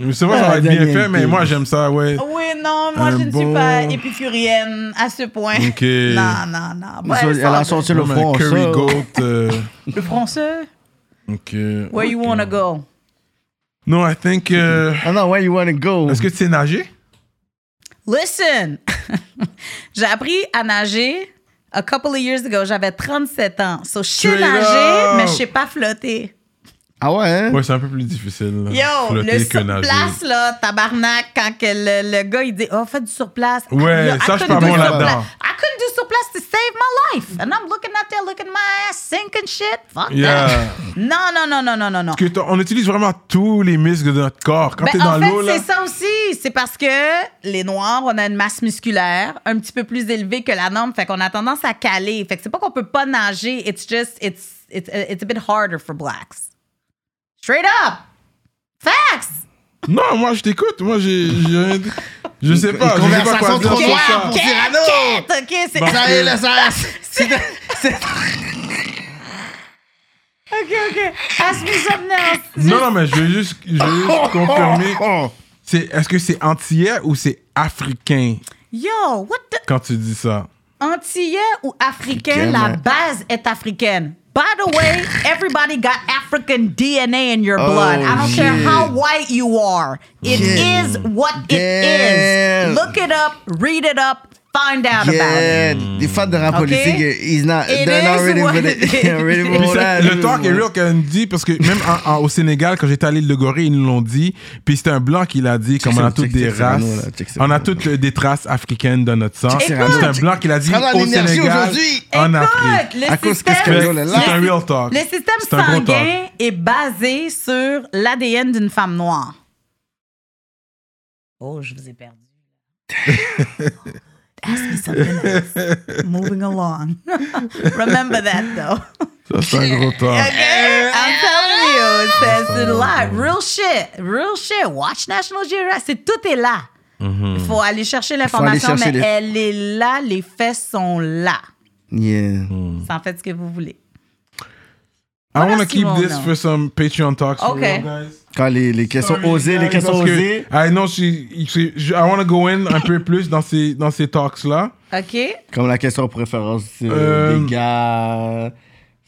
Speaker 1: Mais C'est vrai, ça va être
Speaker 2: Ah,
Speaker 1: bien
Speaker 2: Daniel
Speaker 1: fait, mais
Speaker 2: Peel.
Speaker 1: moi, j'aime ça, ouais.
Speaker 3: oui, non, moi,
Speaker 1: Un
Speaker 3: je ne
Speaker 1: bon-
Speaker 3: suis pas épicurienne à ce point.
Speaker 1: Ok.
Speaker 3: Non, non, non. Ouais,
Speaker 2: Elle
Speaker 3: ça-
Speaker 2: a sorti le
Speaker 1: Comme un
Speaker 2: front, ça.
Speaker 1: curry goat. euh,
Speaker 3: Le français?
Speaker 1: ok.
Speaker 3: Where you wanna go?
Speaker 1: Non, I think... euh,
Speaker 2: Ah non, where you wanna go?
Speaker 1: Est-ce que tu sais nager?
Speaker 3: Listen! J'ai appris à nager a couple of years ago. J'avais 37 ans. So, je sais
Speaker 1: Straight
Speaker 3: nager,
Speaker 1: up!
Speaker 3: mais je sais pas flotter.
Speaker 2: Ah ouais? hein?
Speaker 1: Ouais, c'est un peu plus difficile. là,
Speaker 3: Yo,
Speaker 1: flotter
Speaker 3: le
Speaker 1: que nager.
Speaker 3: surplace, là, tabarnak, quand que le, le gars, il dit, oh, fais du surplace.
Speaker 1: Ouais,
Speaker 3: Yo, I
Speaker 1: ça, je suis
Speaker 3: couldn't
Speaker 1: pas
Speaker 3: do
Speaker 1: bon
Speaker 3: surplace.
Speaker 1: là-dedans.
Speaker 3: I couldn't do surplace to save my life. And I'm looking out there, looking my ass, sinking shit. Fuck
Speaker 1: Yeah.
Speaker 3: that. Non, non, non, non, non, non, non.
Speaker 1: Que t'as- on utilise vraiment tous les muscles de notre corps. Quand
Speaker 3: Ben,
Speaker 1: t'es dans
Speaker 3: en
Speaker 1: l'eau, là...
Speaker 3: fait, c'est ça aussi. C'est parce que les Noirs, on a une masse musculaire un petit peu plus élevée que la norme. Fait qu'on a tendance à caler. Fait que c'est pas qu'on peut pas nager. It's just, it's, it's, it's a bit harder for blacks. Straight up. Facts.
Speaker 1: Non, moi, je t'écoute. Moi, j'ai... j'ai- Je sais pas. Je sais pas
Speaker 2: conversation
Speaker 1: quoi dire
Speaker 2: trop
Speaker 1: sur
Speaker 2: claire
Speaker 1: ça.
Speaker 2: pour dire ah non!
Speaker 3: Quête, OK, c'est...
Speaker 2: Ça y est, là, ça. c'est- c'est-
Speaker 3: OK, OK. Ask me something else.
Speaker 1: Non, non, mais je veux juste, je veux juste confirmer.
Speaker 2: Oh,
Speaker 1: C'est, est-ce que c'est antillais ou c'est africain
Speaker 3: Yo, what the...
Speaker 1: quand tu dis ça?
Speaker 3: Antillais ou africain,
Speaker 2: Africaine,
Speaker 3: la
Speaker 2: hein.
Speaker 3: base est africaine. By the way, everybody got African DNA in your
Speaker 2: Oh,
Speaker 3: blood. I don't care
Speaker 2: shit.
Speaker 3: how white you are. It
Speaker 2: Yeah.
Speaker 3: is what it
Speaker 2: Yeah.
Speaker 3: is. Look it up, read it up, find out about it.
Speaker 2: Yeah, des fans de rap
Speaker 3: Ok.
Speaker 2: politique, he's not,
Speaker 3: It
Speaker 2: they're not
Speaker 3: is
Speaker 2: ready
Speaker 3: what
Speaker 2: for
Speaker 3: it
Speaker 2: the-
Speaker 3: is.
Speaker 2: ready for
Speaker 1: Puis
Speaker 2: all
Speaker 1: ça,
Speaker 2: that.
Speaker 1: le talk est real qu'elle me dit, parce que même en- en- au Sénégal, quand j'étais à l'île de Gorée, ils nous l'ont dit. Puis c'était un blanc qui l'a dit, comme on a
Speaker 2: ça,
Speaker 1: toutes
Speaker 2: check
Speaker 1: des
Speaker 2: ça, Cyrano,
Speaker 1: races.
Speaker 2: là, check ça,
Speaker 1: On a
Speaker 2: Cyrano.
Speaker 1: toutes euh, des traces africaines dans notre sang. C'est
Speaker 2: Cyrano,
Speaker 1: un
Speaker 2: check-
Speaker 1: blanc qui l'a dit
Speaker 2: Cyrano a
Speaker 1: au
Speaker 2: l'énergie
Speaker 1: Sénégal,
Speaker 2: aujourd'hui.
Speaker 1: en
Speaker 3: Écoute,
Speaker 1: Afrique.
Speaker 3: le
Speaker 2: À cause que ce que
Speaker 3: système,
Speaker 2: là, là.
Speaker 1: C'est un real talk.
Speaker 3: le système
Speaker 1: C'est un gros
Speaker 3: sanguin est basé sur l'ADN d'une femme noire. Oh, je vous ai perdu. Ask me something else. Moving along. Remember that, though.
Speaker 1: Ça, c'est un gros talk.
Speaker 3: I'm telling you, c'est c'est live, real shit, real shit. Watch National Geographic, c'est- tout est là. Il faut aller chercher l'information, mais
Speaker 2: chercher les-
Speaker 3: elle est là, les faits sont là.
Speaker 2: Yeah.
Speaker 1: Hmm.
Speaker 3: Vous en faites ce que vous voulez.
Speaker 1: I want to
Speaker 3: else you
Speaker 1: keep
Speaker 3: wanna
Speaker 1: this
Speaker 3: know?
Speaker 1: for some Patreon talks for
Speaker 3: Okay.
Speaker 1: you guys.
Speaker 2: Quand les, les questions osées, les questions
Speaker 1: Parce que-
Speaker 2: osées.
Speaker 1: Ah non, je, je- je- I want to go in un peu plus dans ces, dans ces talks-là.
Speaker 3: OK?
Speaker 2: Comme la question préférence euh,
Speaker 1: Euh,
Speaker 2: des gars,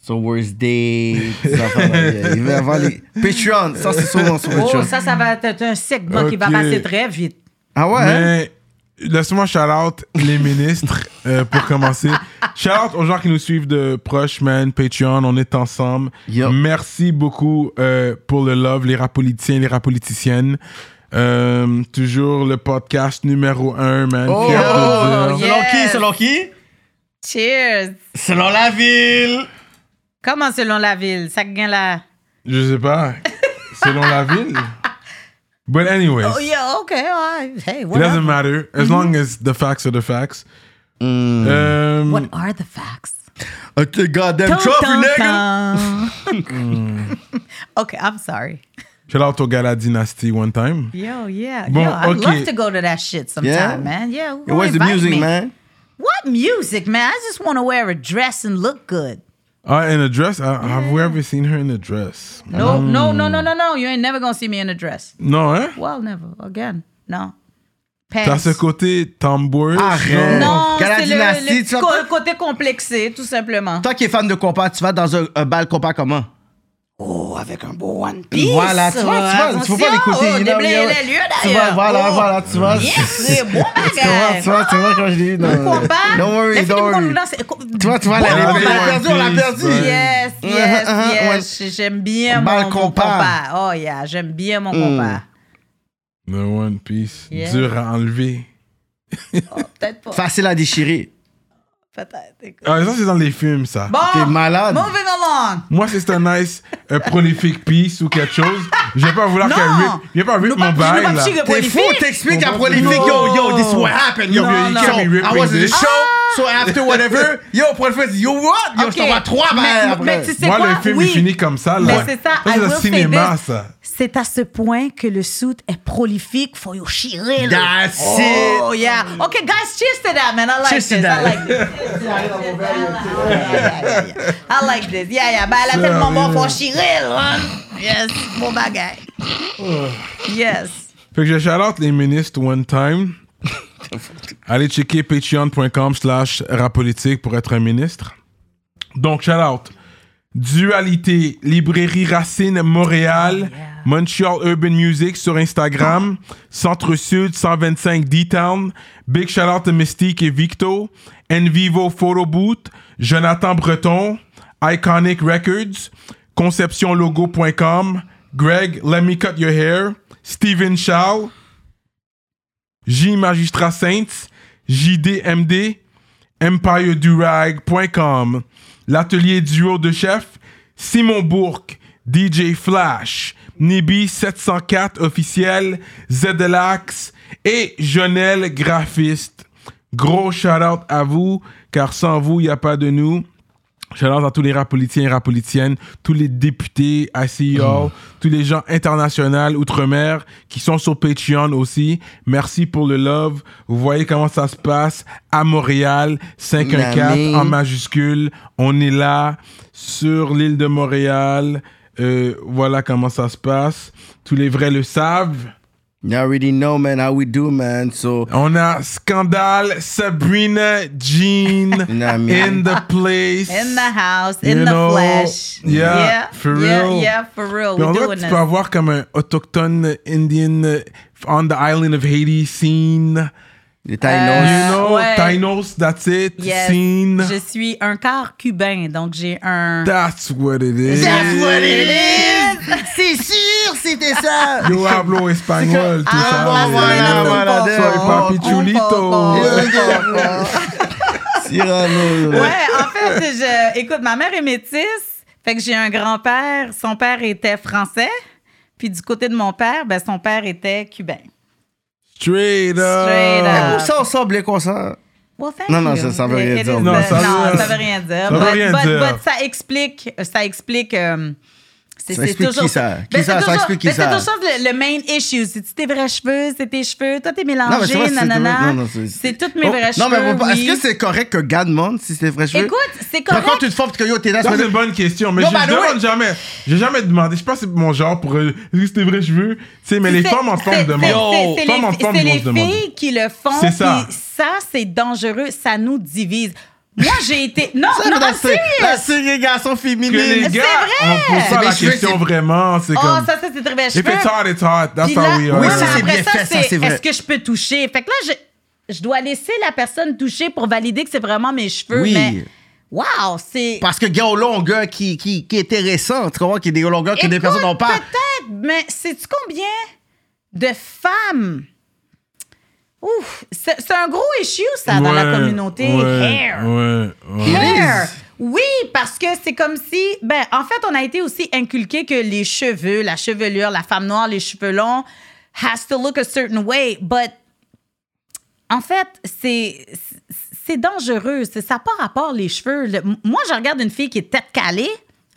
Speaker 2: son worst day, des affaires de- yeah, Il va avoir les. Patreon, ça c'est souvent sur
Speaker 3: Oh,
Speaker 2: Patreon.
Speaker 3: ça, ça va être un sec bas qui va
Speaker 1: Ok.
Speaker 3: passer très vite.
Speaker 2: Ah ouais? hein?
Speaker 1: Mais laisse-moi shout-out les ministres euh, pour commencer. Shout-out aux gens qui nous suivent de proche, man, Patreon, on est ensemble.
Speaker 2: Yup.
Speaker 1: Merci beaucoup euh, pour le love, les rap politiciens, les rap politiciennes. Euh, toujours le podcast numéro un, man.
Speaker 2: Oh,
Speaker 1: Fier de le dire.
Speaker 2: selon
Speaker 3: yes.
Speaker 2: qui? Selon qui?
Speaker 3: Cheers!
Speaker 2: Selon la ville!
Speaker 3: Comment selon la ville? Ça gagne la...
Speaker 1: Je sais pas. Selon la ville. But anyways.
Speaker 3: Oh, yeah, OK, ouais. Hey, what
Speaker 1: It doesn't
Speaker 3: are,
Speaker 1: matter as long
Speaker 3: Mm-hmm.
Speaker 1: as the facts are the facts. Euh,
Speaker 3: Mm. what are the facts?
Speaker 2: A t- goddamn trophy,
Speaker 3: Tan,
Speaker 2: nigga!
Speaker 3: tan, tan. OK, I'm sorry.
Speaker 1: shout out au gars la dynasty one time.
Speaker 3: Yo, yeah.
Speaker 1: Bon,
Speaker 3: Yo, I'd
Speaker 1: ok.
Speaker 3: love to go to that shit sometime,
Speaker 2: Yeah?
Speaker 3: man. Yeah, who
Speaker 2: It was the
Speaker 3: invite
Speaker 2: music,
Speaker 3: me?
Speaker 2: man.
Speaker 3: What music, man? I just want to wear a dress and look good.
Speaker 1: Ah, in a dress. Ah, Have we ever seen her in a dress?
Speaker 3: No, no, no,
Speaker 2: Mm.
Speaker 3: no, no, no. You ain't never gonna see me in a dress.
Speaker 1: Non, hein?
Speaker 3: Well, never again. No. Pants.
Speaker 1: T'as ce côté tambour. genre-
Speaker 2: Arrête.
Speaker 3: Non,
Speaker 2: Gala
Speaker 3: c'est le,
Speaker 2: Euh, Dynasty,
Speaker 3: le
Speaker 2: tu vas
Speaker 3: co-
Speaker 2: pas-
Speaker 3: côté complexé, tout simplement.
Speaker 2: Toi qui es fan de compas, tu vas dans un, un bal compas comment?
Speaker 3: Oh, avec un beau One Piece.
Speaker 2: Voilà, tu vois, tu vois, tu peux pas l'écouter,
Speaker 3: Oh,
Speaker 2: you know,
Speaker 3: déblayer
Speaker 2: you know.
Speaker 3: les lieux,
Speaker 2: Tu
Speaker 3: d'ailleurs.
Speaker 2: vois, voilà,
Speaker 3: Oh.
Speaker 2: voilà, tu vois.
Speaker 3: Yes, c'est bon
Speaker 2: Tu vois,
Speaker 3: bagage.
Speaker 2: tu vois, tu vois, quand je dis. Non,
Speaker 3: Pourquoi pas?
Speaker 2: Don't worry,
Speaker 3: Laisse
Speaker 2: don't
Speaker 3: tout le monde
Speaker 2: worry.
Speaker 3: nous lancer.
Speaker 2: Tu vois, tu vois,
Speaker 3: Bon
Speaker 2: la-
Speaker 3: bagage.
Speaker 2: on l'a perdu, on l'a perdu.
Speaker 3: Yes, yes,
Speaker 2: Ouais. Uh-huh, uh-huh,
Speaker 3: yes. J'aime bien
Speaker 2: Mal
Speaker 3: mon, mon
Speaker 2: compas. Hmm.
Speaker 3: compas. Oh yeah, j'aime bien mon compas.
Speaker 1: The One Piece.
Speaker 3: Yeah.
Speaker 1: Dur à enlever.
Speaker 3: Oh, peut-être pas.
Speaker 2: Facile à déchirer.
Speaker 3: Peut-être. écoute.
Speaker 1: Ah, ça, c'est dans les films, ça.
Speaker 3: Bon,
Speaker 2: T'es malade.
Speaker 3: moving along.
Speaker 1: Moi, si c'est un nice, euh, prolifique piece ou quelque chose, je vais pas vouloir
Speaker 3: Non.
Speaker 1: qu'elle rip, je vais pas rip
Speaker 3: Nous pas
Speaker 1: mon bail, là.
Speaker 3: petit
Speaker 2: T'es fou, t'expliques à prolifique, yo, yo, this is what happened, yo.
Speaker 1: Non,
Speaker 2: yo,
Speaker 1: non.
Speaker 2: so,
Speaker 1: Can't be ripping
Speaker 2: I was in the
Speaker 1: this.
Speaker 2: show,
Speaker 3: Ah!
Speaker 2: so after whatever, yo, prolifique, yo, what? Yo, je t'envoie trois balles
Speaker 3: mais, mais
Speaker 2: après.
Speaker 3: tu sais
Speaker 1: Moi,
Speaker 3: quoi?
Speaker 1: le film
Speaker 3: oui.
Speaker 1: il finit comme ça, là.
Speaker 3: Mais c'est ça,
Speaker 1: c'est
Speaker 3: I will
Speaker 1: le
Speaker 3: say
Speaker 1: cinéma,
Speaker 3: this.
Speaker 1: ça.
Speaker 3: C'est à ce point que le suit est prolifique. Faut you chirer, là.
Speaker 2: That's it.
Speaker 3: Oh, yeah. OK, guys, cheers to that, man. I like
Speaker 2: Cheers to
Speaker 3: this.
Speaker 2: that.
Speaker 3: I like this. Yeah, yeah, yeah. I like this. Yeah, yeah. Ben, elle a
Speaker 1: Ça,
Speaker 3: tellement bon,
Speaker 1: oui.
Speaker 3: faut chirer, là. Yes, bon bagage. Yes.
Speaker 1: Fait que je shout out les ministres one time. Allez checker patreon.com slash rapolitique pour être un ministre. Donc, shout out. Dualité, Librairie Racine Montréal,
Speaker 3: Oh, yeah.
Speaker 1: Montreal Urban Music sur Instagram, Centre Sud 125 D-Town, Big shout out à Mystique et Victo, Envivo Photo Boot, Jonathan Breton, Iconic Records, ConceptionLogo.com, Greg Let Me Cut Your Hair, Steven Shaw, J Magistrat Saints, JDMD, EmpireDurag.com, l'atelier duo de chef, Simon Bourque, DJ Flash, Nibi 704 officiel, Zedelax et Jonel graphiste. Gros shout-out à vous, car sans vous, il n'y a pas de nous. Shout-out à tous les rapolitiens et rapolitiennes, tous les députés, ICEO, tous les gens internationaux, outre-mer, qui sont sur Patreon aussi. Merci pour le love. Vous voyez comment ça se passe à Montréal, 514
Speaker 2: Namé.
Speaker 1: en majuscule. On est là, sur l'île de Montréal. Euh, voilà comment ça se passe. Tous les vrais le savent.
Speaker 2: You already know, man, how we do, man, so.
Speaker 1: On a Scandale, Sabrina, Jean,
Speaker 2: Namé.
Speaker 1: in the place.
Speaker 3: In the house, in
Speaker 1: You
Speaker 3: the
Speaker 1: know,
Speaker 3: flesh.
Speaker 1: yeah, for
Speaker 3: yeah,
Speaker 1: real.
Speaker 3: Yeah, for real.
Speaker 1: Mais
Speaker 3: We're
Speaker 1: on dirait que
Speaker 3: doing
Speaker 1: tu
Speaker 3: this.
Speaker 1: peux avoir comme un autochtone Indian euh, on the island of Haiti scene.
Speaker 2: Les
Speaker 1: You
Speaker 2: Thaïlandais.
Speaker 1: know,
Speaker 3: ouais.
Speaker 1: Tainos, that's it,
Speaker 3: Yes.
Speaker 1: scene.
Speaker 3: Je suis un quart cubain, donc j'ai un.
Speaker 1: That's what it is.
Speaker 2: C'est sûr, c'était ça!
Speaker 1: Yo hablo espagnol, tout ça.
Speaker 2: Ah,
Speaker 1: yo.
Speaker 2: voilà, voilà,
Speaker 1: Soy papi chulito.
Speaker 2: Cyrano,
Speaker 3: Ouais, en fait, je, écoute, ma mère est métisse. Fait que j'ai un grand-père. Son père était français. Puis du côté de mon père, ben, son père était cubain.
Speaker 1: Straight up.
Speaker 3: Straight up.
Speaker 2: Comme Eh, ça, on sort blé comme ça.
Speaker 3: Well, thank
Speaker 2: Non, non,
Speaker 3: you.
Speaker 2: ça- ça veut
Speaker 3: It-
Speaker 2: rien
Speaker 3: it
Speaker 2: dire.
Speaker 3: is
Speaker 2: Non,
Speaker 3: the-
Speaker 1: ça veut-
Speaker 3: non, ça veut rien dire.
Speaker 1: ça veut
Speaker 3: But-
Speaker 1: rien
Speaker 3: but-
Speaker 1: dire.
Speaker 3: but ça explique. Ça explique. euh, c'est-
Speaker 2: Ça
Speaker 3: c'est
Speaker 2: explique
Speaker 3: toujours,
Speaker 2: qui ça? Qui
Speaker 3: Ben, c'est
Speaker 2: ça? Ça
Speaker 3: toujours-
Speaker 2: explique qui
Speaker 3: ben,
Speaker 2: ça?
Speaker 3: C'est toujours le, le main issue. C'est tes vrais cheveux, c'est tes cheveux. Toi, t'es
Speaker 2: mais
Speaker 3: mélangé,
Speaker 2: c'est vrai, c'est-
Speaker 3: nanana.
Speaker 2: non, non, c'est-
Speaker 3: C'est toutes mes
Speaker 2: Oh,
Speaker 3: vrais cheveux.
Speaker 2: Non, mais bon,
Speaker 3: oui.
Speaker 2: est-ce que c'est correct que Gad demande si c'est vrai cheveux?
Speaker 3: Écoute, c'est
Speaker 2: Par contre,
Speaker 3: correct.
Speaker 2: tu te formes parce que yo, t'es là,
Speaker 1: Ça,
Speaker 2: c'est
Speaker 1: c'est une bonne question, mais
Speaker 2: Yo,
Speaker 1: je,
Speaker 2: by
Speaker 1: je
Speaker 2: the way-
Speaker 1: demande jamais. J'ai jamais demandé. Je pense que c'est mon genre pour. euh, Est-ce que c'était vrai, je veux? Tu sais, mais les
Speaker 3: C'est-
Speaker 1: femmes en
Speaker 3: c'est-
Speaker 1: forme
Speaker 3: c'est-
Speaker 1: demandent.
Speaker 3: c'est- c'est
Speaker 1: Femmes
Speaker 3: les-
Speaker 1: en forme
Speaker 3: C'est
Speaker 1: vont
Speaker 3: les
Speaker 1: se demander.
Speaker 3: filles qui le font.
Speaker 1: C'est
Speaker 3: puis
Speaker 1: ça.
Speaker 3: Ça, c'est dangereux. Ça nous divise. Moi, j'ai été. Non,
Speaker 2: Ça,
Speaker 3: non,
Speaker 2: la,
Speaker 3: I'm
Speaker 2: sé- la
Speaker 3: serious.
Speaker 2: ségrégation
Speaker 1: Que les
Speaker 2: féminine.
Speaker 1: gars,
Speaker 3: vrai!
Speaker 1: on pose pas
Speaker 2: Mais
Speaker 1: la
Speaker 2: je sais,
Speaker 1: question
Speaker 2: c'est-
Speaker 1: vraiment. C'est
Speaker 3: Oh,
Speaker 1: comme.
Speaker 3: ça, ça, c'est très bien.
Speaker 1: If it's hot, it's hot. That's
Speaker 3: Puis
Speaker 1: how
Speaker 3: là,
Speaker 1: we
Speaker 3: oui,
Speaker 1: are.
Speaker 2: ouais,
Speaker 3: mais
Speaker 2: ça, c'est
Speaker 3: après
Speaker 2: bien
Speaker 3: ça,
Speaker 2: fait, ça,
Speaker 3: c'est
Speaker 2: c'est vrai.
Speaker 3: est-ce que je peux toucher? Fait que là, je, je dois laisser la personne toucher pour valider que c'est vraiment mes cheveux.
Speaker 2: Oui.
Speaker 3: Mais, wow, c'est.
Speaker 2: Parce que gars, on a un gars qui, qui, qui était récent, tu comprends, qui est des longueurs que des
Speaker 3: Écoute,
Speaker 2: personnes n'ont pas.
Speaker 3: Peut-être, mais sais-tu combien de femmes. Ouf, c'est c'est un gros issue, ça, dans la
Speaker 1: Ouais,
Speaker 3: communauté.
Speaker 1: ouais,
Speaker 3: Hair.
Speaker 1: ouais, ouais.
Speaker 3: Hair. Oui, parce que c'est comme si, ben, en fait, on a été aussi inculqué que les cheveux, la chevelure, la femme noire, les cheveux longs, has to look a certain way. But en fait, c'est c'est dangereux. C'est ça n'a pas rapport les cheveux. Le- moi, je regarde une fille qui est tête calée.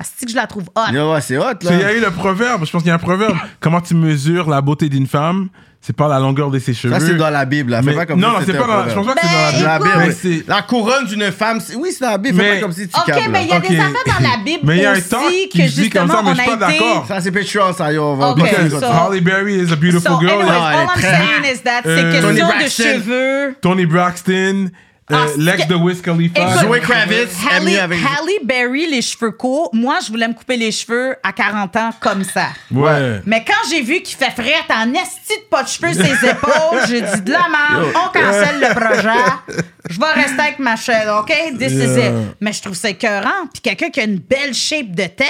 Speaker 3: C'est que je la trouve hot.
Speaker 2: Yo, ouais, c'est hot,
Speaker 1: Il y a
Speaker 2: là.
Speaker 1: eu le proverbe, je pense qu'il y a un proverbe. Comment tu mesures la beauté d'une femme C'est par la longueur de ses cheveux.
Speaker 2: Ça, c'est dans la Bible, là. Fais
Speaker 1: Mais-
Speaker 2: pas comme
Speaker 1: non,
Speaker 2: si
Speaker 1: non, c'est
Speaker 2: c'était
Speaker 1: pas
Speaker 2: un
Speaker 1: dans la- je pense pas que c'est dans la
Speaker 3: Ben,
Speaker 1: Bible.
Speaker 2: La
Speaker 3: écoute.
Speaker 2: Bible,
Speaker 1: Mais
Speaker 2: oui.
Speaker 1: c'est-
Speaker 2: La couronne d'une femme. c'est- Oui, c'est dans la Bible. Fais
Speaker 1: Mais-
Speaker 2: pas comme si tu
Speaker 3: OK,
Speaker 2: câbles.
Speaker 3: mais il y a
Speaker 1: Ok.
Speaker 3: des affaires dans la Bible
Speaker 1: Mais il y a un
Speaker 3: aussi
Speaker 1: talk qui
Speaker 3: que
Speaker 1: se dit
Speaker 3: justement,
Speaker 1: comme ça, mais
Speaker 3: on
Speaker 1: je suis
Speaker 3: a
Speaker 1: pas
Speaker 3: été...
Speaker 1: d'accord.
Speaker 2: Ça, c'est Patreon, ça, yo. On va
Speaker 3: Ok.
Speaker 2: continuer
Speaker 1: Because
Speaker 2: comme
Speaker 3: so-
Speaker 2: ça.
Speaker 1: Halle Berry is a beautiful
Speaker 3: So,
Speaker 1: girl. Uh,
Speaker 3: anyways,
Speaker 2: Non, elle est
Speaker 3: all I'm
Speaker 2: très-
Speaker 3: saying is that c'est
Speaker 1: Euh,
Speaker 3: question
Speaker 2: Toni
Speaker 3: de
Speaker 2: Braxton.
Speaker 3: cheveux.
Speaker 1: Tony Braxton.
Speaker 3: Ah,
Speaker 1: Euh, L'ex
Speaker 3: que-
Speaker 1: de Wiz Khalifa.
Speaker 3: Écoute,
Speaker 2: Zoé Kravitz,
Speaker 3: Halle,
Speaker 2: amie avec-
Speaker 3: Halle Berry, les cheveux courts. Moi, je voulais me couper les cheveux à 40 ans comme ça.
Speaker 1: Ouais.
Speaker 3: Mais quand j'ai vu qu'il fait frette en esti de pas de cheveux ses épaules, j'ai dit de la merde, on cancelle le projet. Je vais rester avec ma chaîne, OK? This is
Speaker 1: Yeah.
Speaker 3: it. Mais je trouve ça écœurant. Puis quelqu'un qui a une belle shape de tête,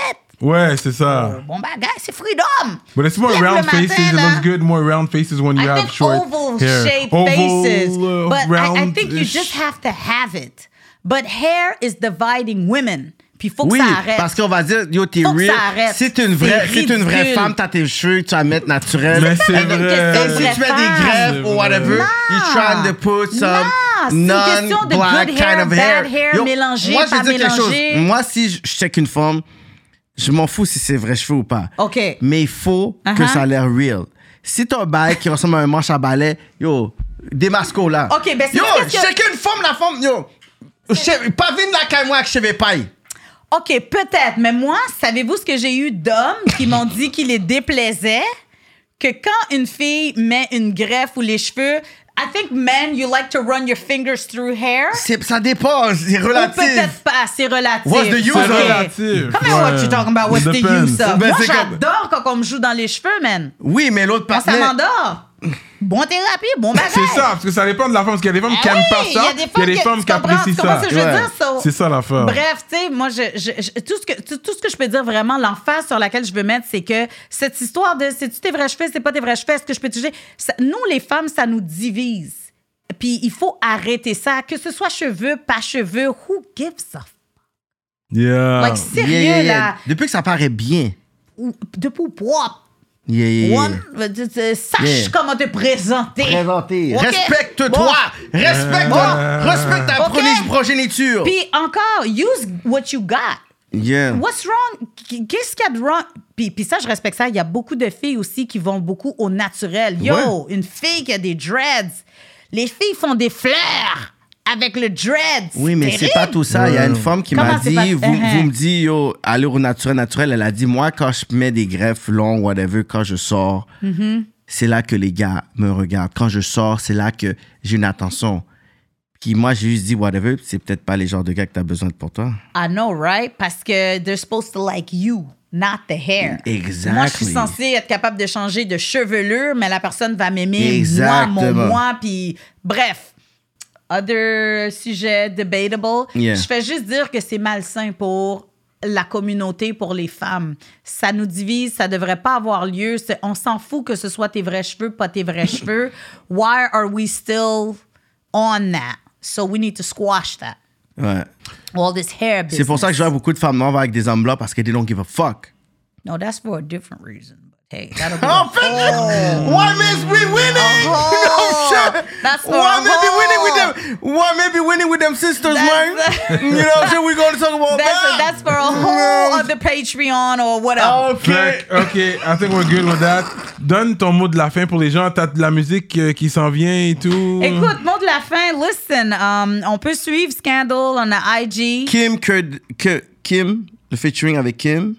Speaker 1: Ouais, c'est ça.
Speaker 3: bon, bah, gars, c'est freedom.
Speaker 1: But it's more
Speaker 3: Lève le
Speaker 1: round
Speaker 3: matin,
Speaker 1: faces. It
Speaker 3: là.
Speaker 1: looks good more round faces when you
Speaker 3: I
Speaker 1: have
Speaker 3: think
Speaker 1: short
Speaker 3: oval
Speaker 1: hair.
Speaker 3: shaped
Speaker 1: Oval,
Speaker 3: faces.
Speaker 1: uh,
Speaker 3: but I, I think you
Speaker 1: round-ish.
Speaker 3: just have to have it. But hair is dividing women. Puis faut que
Speaker 2: Oui,
Speaker 3: ça arrête.
Speaker 2: parce qu'on va dire, yo, t'es
Speaker 3: Faut que
Speaker 2: real.
Speaker 3: ça arrête.
Speaker 2: Si t'es une vraie,
Speaker 3: C'est
Speaker 2: si t'es une vraie
Speaker 3: ridicule.
Speaker 2: femme, t'as tes cheveux, tu vas mettre naturel.
Speaker 1: Mais c'est
Speaker 3: même une
Speaker 1: vrai.
Speaker 3: question
Speaker 2: Et
Speaker 3: de
Speaker 2: Euh, si
Speaker 3: vraie
Speaker 2: tu fais des
Speaker 3: femme.
Speaker 2: grèves ou whatever, you trying to put some
Speaker 3: Non, c'est une question de
Speaker 2: non-black
Speaker 3: good hair,
Speaker 2: kind of hair.
Speaker 3: bad hair, mélangé,
Speaker 2: moi, je vais
Speaker 3: pas
Speaker 2: dire quelque
Speaker 3: mélangé.
Speaker 2: chose. Moi, si je je check une femme, je m'en fous si c'est vrai cheveux ou pas.
Speaker 3: OK.
Speaker 2: Mais il faut que
Speaker 3: Uh-huh.
Speaker 2: ça a l'air real. Si t'as un bail qui ressemble à un manche à balai, yo, démasco là.
Speaker 3: OK, ben c'est
Speaker 2: Yo,
Speaker 3: parce que-
Speaker 2: check une femme, la femme, yo. Che- Pas vine la caille, moi, que je vais paille.
Speaker 3: OK, peut-être. Mais moi, savez-vous ce que j'ai eu d'hommes qui m'ont dit qu'il les déplaisait? Que quand une fille met une greffe ou les cheveux, I think men, you like to run your fingers through hair.
Speaker 2: C'est- Ça dépend, c'est
Speaker 3: Ou
Speaker 2: relatif.
Speaker 3: peut-être pas, c'est relatif.
Speaker 2: What's the use
Speaker 3: Ok.
Speaker 2: of it?
Speaker 1: Relatif,
Speaker 3: Comment what
Speaker 1: ouais.
Speaker 3: you talking about? What's the
Speaker 1: Depends.
Speaker 3: use of?
Speaker 2: Ben,
Speaker 3: Moi,
Speaker 2: c'est comme-
Speaker 3: j'adore quand on me joue dans les cheveux, man.
Speaker 2: Oui, mais l'autre
Speaker 3: Moi, ça
Speaker 2: partenaire.
Speaker 3: m'endort. Bon thérapie, bon bagage.
Speaker 1: C'est ça, parce que ça dépend de la femme. Parce qu'il y a des femmes qui
Speaker 3: Ah
Speaker 1: aiment pas
Speaker 3: oui,
Speaker 1: ça.
Speaker 3: il y a des
Speaker 1: puis
Speaker 3: femmes qui- tu
Speaker 1: qui
Speaker 3: comprends
Speaker 1: apprécient
Speaker 3: ce que-
Speaker 1: ça.
Speaker 3: comment ce que je veux dire, ça?
Speaker 1: C'est ça l'affaire.
Speaker 3: Bref, tu sais, moi, je, je- je- tout, ce que, tout, tout ce que je peux dire vraiment, l'emphase sur laquelle je veux mettre, c'est que cette histoire de c'est-tu tes vrais cheveux, c'est pas tes vrais cheveux, est-ce que je peux toucher? Ça- nous, les femmes, ça nous divise. Puis il faut arrêter ça, que ce soit cheveux, pas cheveux, who gives a f-
Speaker 1: Yeah.
Speaker 3: Like, sérieux,
Speaker 2: Yeah, yeah, yeah.
Speaker 3: là,
Speaker 2: Depuis que ça paraît bien.
Speaker 3: ou- de pouvoir,
Speaker 2: Yeah, yeah, yeah.
Speaker 3: one, euh, tu- tu- sache
Speaker 2: Yeah.
Speaker 3: comment te présenter.
Speaker 2: Présenté.
Speaker 3: Ok.
Speaker 2: Respecte-toi. Respecte-toi. Respecte ta
Speaker 3: Ok.
Speaker 2: proni- progéniture.
Speaker 3: Puis encore, use what you got.
Speaker 2: Yeah.
Speaker 3: What's wrong? Qu- Qu'est-ce qu'il y a de wrong? Puis, puis ça, je respecte ça. Il y a beaucoup de filles aussi qui vont beaucoup au naturel. Yo,
Speaker 2: Ouais.
Speaker 3: une fille qui a des dreads. Les filles font des fleurs avec le dread.
Speaker 2: Oui, mais c'est pas tout ça. Il y a une femme qui
Speaker 3: Comment
Speaker 2: m'a
Speaker 3: c'est
Speaker 2: dit,
Speaker 3: pas-
Speaker 2: vous,
Speaker 3: Uh-huh.
Speaker 2: vous me dites, yo, aller au naturel, naturel. Elle a dit, moi, quand je mets des greffes longues, whatever, quand je sors,
Speaker 3: Mm-hmm.
Speaker 2: c'est là que les gars me regardent. Quand je sors, c'est là que j'ai une attention. Puis moi, j'ai juste dit, whatever, c'est peut-être pas les genres de gars que t'as besoin pour toi.
Speaker 3: I know, right? Parce que they're supposed to like you, not the hair.
Speaker 2: Exactly.
Speaker 3: Moi, je suis censée être capable de changer de chevelure, mais la personne va m'aimer, moi,
Speaker 2: Exactement.
Speaker 3: mon moi, puis bref. Other sujet debatable.
Speaker 2: Yeah.
Speaker 3: Je fais juste dire que c'est malsain pour la communauté, pour les femmes. Ça nous divise, ça devrait pas avoir lieu. C'est- On s'en fout que ce soit tes vrais cheveux, pas tes vrais cheveux. Why are we still on that? So we need to squash that.
Speaker 2: Ouais.
Speaker 3: All this hair
Speaker 2: C'est pour ça que je vois beaucoup de femmes noires avec des hommes blancs parce que they don't give a fuck.
Speaker 3: No, that's for a different reason. But hey, that'll be
Speaker 2: Oh,
Speaker 3: a
Speaker 2: fait
Speaker 3: whole-
Speaker 2: Why miss we winning?
Speaker 3: Oh.
Speaker 2: No shit.
Speaker 3: Uh-huh. That's uh-huh. for
Speaker 2: Why
Speaker 3: a
Speaker 2: may be winning with
Speaker 3: whole-
Speaker 2: them? Why may be winning with them sisters, man?
Speaker 3: That's-
Speaker 2: you know what I'm saying? We're gonna talk about that.
Speaker 3: That's, that's for a whole other Patreon or whatever.
Speaker 2: Okay.
Speaker 1: Fait que, ok, I think we're good with that. Donne ton mot de la fin pour les gens. T'as de la musique euh, qui s'en vient et tout.
Speaker 3: Écoute, mot de la fin, listen, um, on peut suivre Scandal, on a IG.
Speaker 2: Kim Kurd, K- Kim, le featuring avec Kim.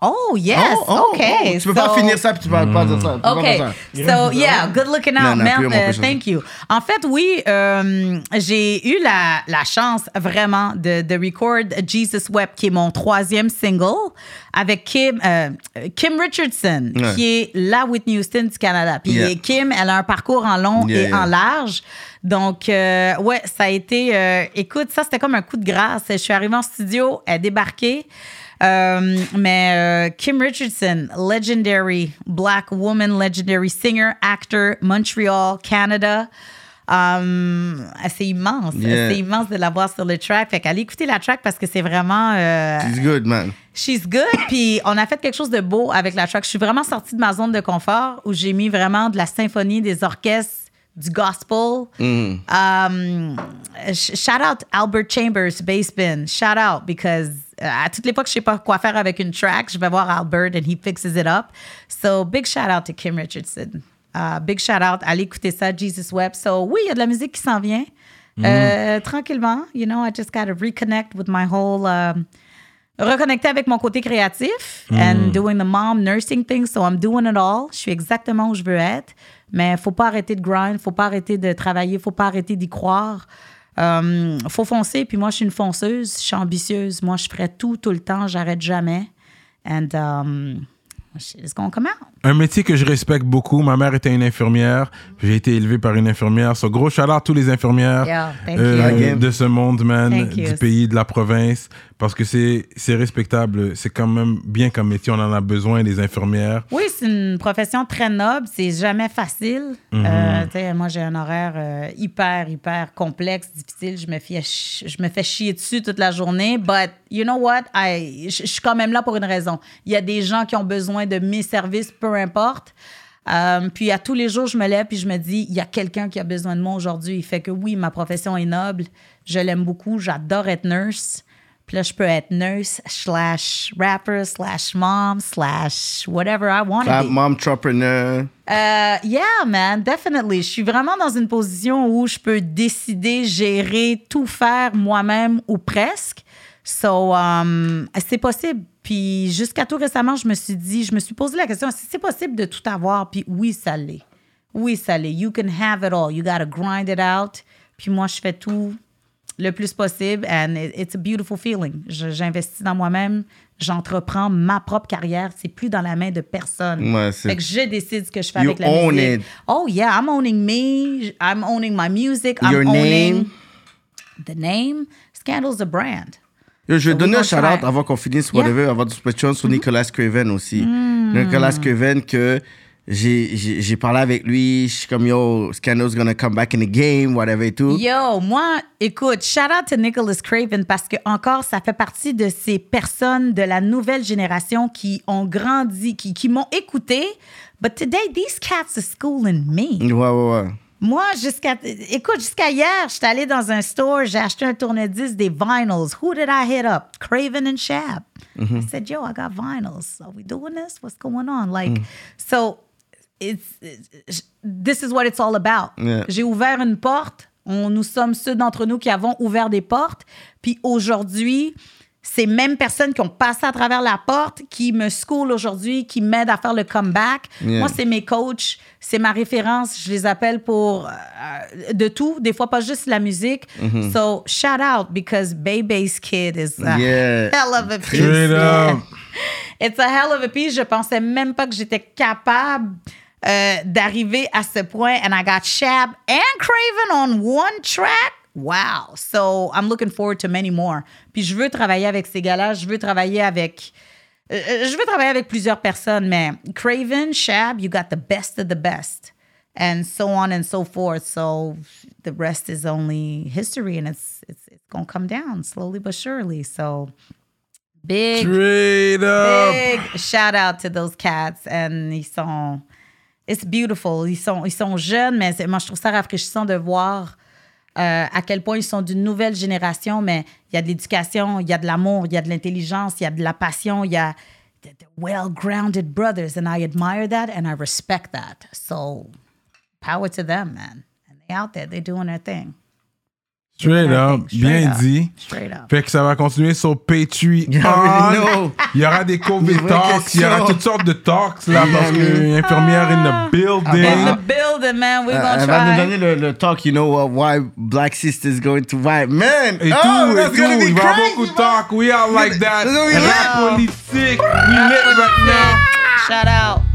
Speaker 3: Oh, yes,
Speaker 2: oh,
Speaker 3: OK.
Speaker 2: oh, tu peux pas
Speaker 3: so-
Speaker 2: finir ça puis tu vas pas dire ça. tu peux pas dire
Speaker 3: OK.
Speaker 2: ça.
Speaker 3: So, yeah, good looking
Speaker 2: Non,
Speaker 3: out,
Speaker 2: non,
Speaker 3: man.
Speaker 2: plus, on
Speaker 3: Euh,
Speaker 2: peut changer.
Speaker 3: thank you. En fait, oui, euh, j'ai eu la, la chance vraiment de, de record Jesus Web, qui est mon troisième single, avec Kim, euh, Kim Richardson,
Speaker 2: Ouais.
Speaker 3: qui est la Whitney Houston du Canada. Puis
Speaker 2: Yeah.
Speaker 3: Kim, elle a un parcours en long
Speaker 2: Yeah,
Speaker 3: et
Speaker 2: yeah.
Speaker 3: en large. Donc, euh, ouais, ça a été. euh, écoute, ça, c'était comme un coup de grâce. Je suis arrivée en studio, elle a débarqué. Euh, mais euh, Kim Richardson, legendary black woman, legendary singer, actor, Montreal, Canada. Euh, c'est immense,
Speaker 2: Yeah.
Speaker 3: c'est immense de la voir sur le track. Fait qu'allez écouter la track parce que c'est vraiment. euh,
Speaker 2: It's good, man.
Speaker 3: She's good, puis on a fait quelque chose de beau avec la track. Je suis vraiment sortie de ma zone de confort où j'ai mis vraiment de la symphonie, des orchestres, du gospel. Um, sh- shout out Albert Chambers, bass bin. Shout out because uh, à toutes les fois que je sais pas quoi faire avec une track, je vais voir Albert and he fixes it up. So big shout out to Kim Richardson. Uh, big shout out. Allez écouter ça, Jesus Web. So oui, il y a de la musique qui s'en vient. Euh, tranquillement, you know, I just gotta reconnect with my whole. um, reconnecter avec mon côté créatif and doing the mom nursing thing. So I'm doing it all. Je suis exactement où je veux être. Mais faut pas arrêter de grind, faut pas arrêter de travailler, faut pas arrêter d'y croire. Euh, faut foncer. Puis moi, je suis une fonceuse, je suis ambitieuse. Moi, je ferai tout, tout le temps, j'arrête jamais. And um, it's gonna come out.
Speaker 1: Un métier que je respecte beaucoup. Ma mère était une infirmière. J'ai été élevé par une infirmière. So, gros shout tous les infirmières
Speaker 3: Yeah, thank
Speaker 1: euh,
Speaker 2: you.
Speaker 1: de ce monde, man,
Speaker 3: Thank you.
Speaker 1: du pays, de la province. Parce que c'est c'est respectable. C'est quand même bien comme métier. On en a besoin, les infirmières.
Speaker 3: Oui, c'est une profession très noble, c'est jamais facile. Euh, tu sais, moi, j'ai un horaire euh, hyper, hyper complexe, difficile. Je me, fie à chi- je me fais chier dessus toute la journée. But you know what? I- je je suis quand même là pour une raison. Il y a des gens qui ont besoin de mes services, peu importe. Euh, puis à tous les jours, je me lève puis je me dis, il y a quelqu'un qui a besoin de moi aujourd'hui. Il fait que oui, ma profession est noble. Je l'aime beaucoup. J'adore être nurse. Puis là, je peux être nurse, slash rapper, slash mom, slash whatever I want to
Speaker 2: Ah,
Speaker 3: be.
Speaker 2: mom entrepreneur.
Speaker 3: Euh, yeah, man, definitely. Je suis vraiment dans une position où je peux décider, gérer, tout faire moi-même ou presque. So, um, c'est possible. Puis jusqu'à tout récemment, je me suis dit, je me suis posé la question, si c'est possible de tout avoir, puis oui, ça l'est. Oui, ça l'est. You can have it all. You gotta grind it out. Puis moi, je fais tout le plus possible. And it- it's a beautiful feeling. Je- J'investis dans moi-même. J'entreprends ma propre carrière. C'est plus dans la main de personne.
Speaker 2: Ouais, c'est-
Speaker 3: Fait que je décide ce que je fais
Speaker 2: You
Speaker 3: avec la
Speaker 2: own
Speaker 3: musique.
Speaker 2: it.
Speaker 3: Oh yeah, I'm owning me. I'm owning my music. I'm
Speaker 2: Your
Speaker 3: owning
Speaker 2: name.
Speaker 3: the name. Scandal's the brand.
Speaker 2: Yo,
Speaker 3: So
Speaker 2: Je vais
Speaker 3: we
Speaker 2: donner un
Speaker 3: gonna
Speaker 2: shout-out
Speaker 3: try.
Speaker 2: avant qu'on finisse
Speaker 3: Yeah. Mm-hmm. Mm.
Speaker 2: Whatever, avant du spectrum sur Nicolas Craven aussi. Nicolas Craven que j'ai- j'ai j'ai parlé avec lui, je suis comme yo, Scandal's gonna come back in the game, whatever et tout.
Speaker 3: Yo, moi, écoute, shout out to Nicholas Craven parce que encore, ça fait partie de ces personnes de la nouvelle génération qui ont grandi, qui, qui m'ont écouté. But today, these cats are schooling me.
Speaker 2: Ouais, ouais, ouais.
Speaker 3: Moi, jusqu'à. Écoute, jusqu'à hier, j'étais allée dans un store, j'ai acheté un tourne-disque des vinyls. Who did I hit up? Craven and Shab. I said, yo, I got vinyls. Are we doing this? What's going on? Like, so, it's, it's- this is what it's all about.
Speaker 2: Yeah.
Speaker 3: J'ai ouvert une porte. On, nous sommes ceux d'entre nous qui avons ouvert des portes. Puis aujourd'hui, ces mêmes personnes qui ont passé à travers la porte, qui me school aujourd'hui, qui m'aident à faire le comeback.
Speaker 2: Yeah.
Speaker 3: Moi, c'est mes coachs, c'est ma référence. Je les appelle pour euh, de tout, des fois pas juste la musique.
Speaker 2: Mm-hmm.
Speaker 3: So, shout out because Baby's Kid is a
Speaker 2: Yeah.
Speaker 3: hell of a piece.
Speaker 1: Straight up.
Speaker 3: It's a hell of a piece. Je pensais même pas que j'étais capable euh, d'arriver à ce point. And I got Shab and Craven on one track. Wow. So I'm looking forward to many more. Puis je veux travailler avec ces gars-là. Je veux travailler avec. euh, Je veux travailler avec plusieurs personnes, mais Craven, Shab, you got the best of the best. And so on and so forth. So the rest is only history and it's, it's, it's going to come down slowly but surely. So big,
Speaker 1: Straight up.
Speaker 3: Big shout out to those cats. And ils sont. It's beautiful. Ils sont, ils sont jeunes, mais c'est- moi, je trouve ça rafraîchissant de voir euh, à quel point ils sont d'une nouvelle génération. Mais il y a de l'éducation, il y a de l'amour, il y a de l'intelligence, il y a de la passion, il y a. the- the Well-grounded brothers, and I admire that and I respect that. So, power to them, man. And they out there, they doing their thing.
Speaker 1: Straight up.
Speaker 3: Straight
Speaker 1: Bien
Speaker 3: up.
Speaker 1: dit.
Speaker 3: Straight up.
Speaker 1: Fait que ça va continuer sur Patreon.
Speaker 2: No.
Speaker 1: Il y aura des COVID
Speaker 2: vraie
Speaker 1: talks, il y aura
Speaker 2: question.
Speaker 1: toutes sortes de talks là parce que infirmière
Speaker 2: Ah.
Speaker 1: in the
Speaker 3: In the
Speaker 1: building.
Speaker 3: building, man, we're gonna
Speaker 2: Elle va nous
Speaker 3: try.
Speaker 2: donner le, le talk, you know what, why Black Sisters going to vibe. Man!
Speaker 1: Et
Speaker 2: oh,
Speaker 1: tout, et
Speaker 2: that's
Speaker 1: tout,
Speaker 2: gonna
Speaker 1: il
Speaker 2: be
Speaker 1: va y avoir
Speaker 2: crazy,
Speaker 1: beaucoup de
Speaker 2: man.
Speaker 1: talk. We are like that.
Speaker 2: That's what we
Speaker 1: Rap politique, we lit right now.
Speaker 3: Shout out.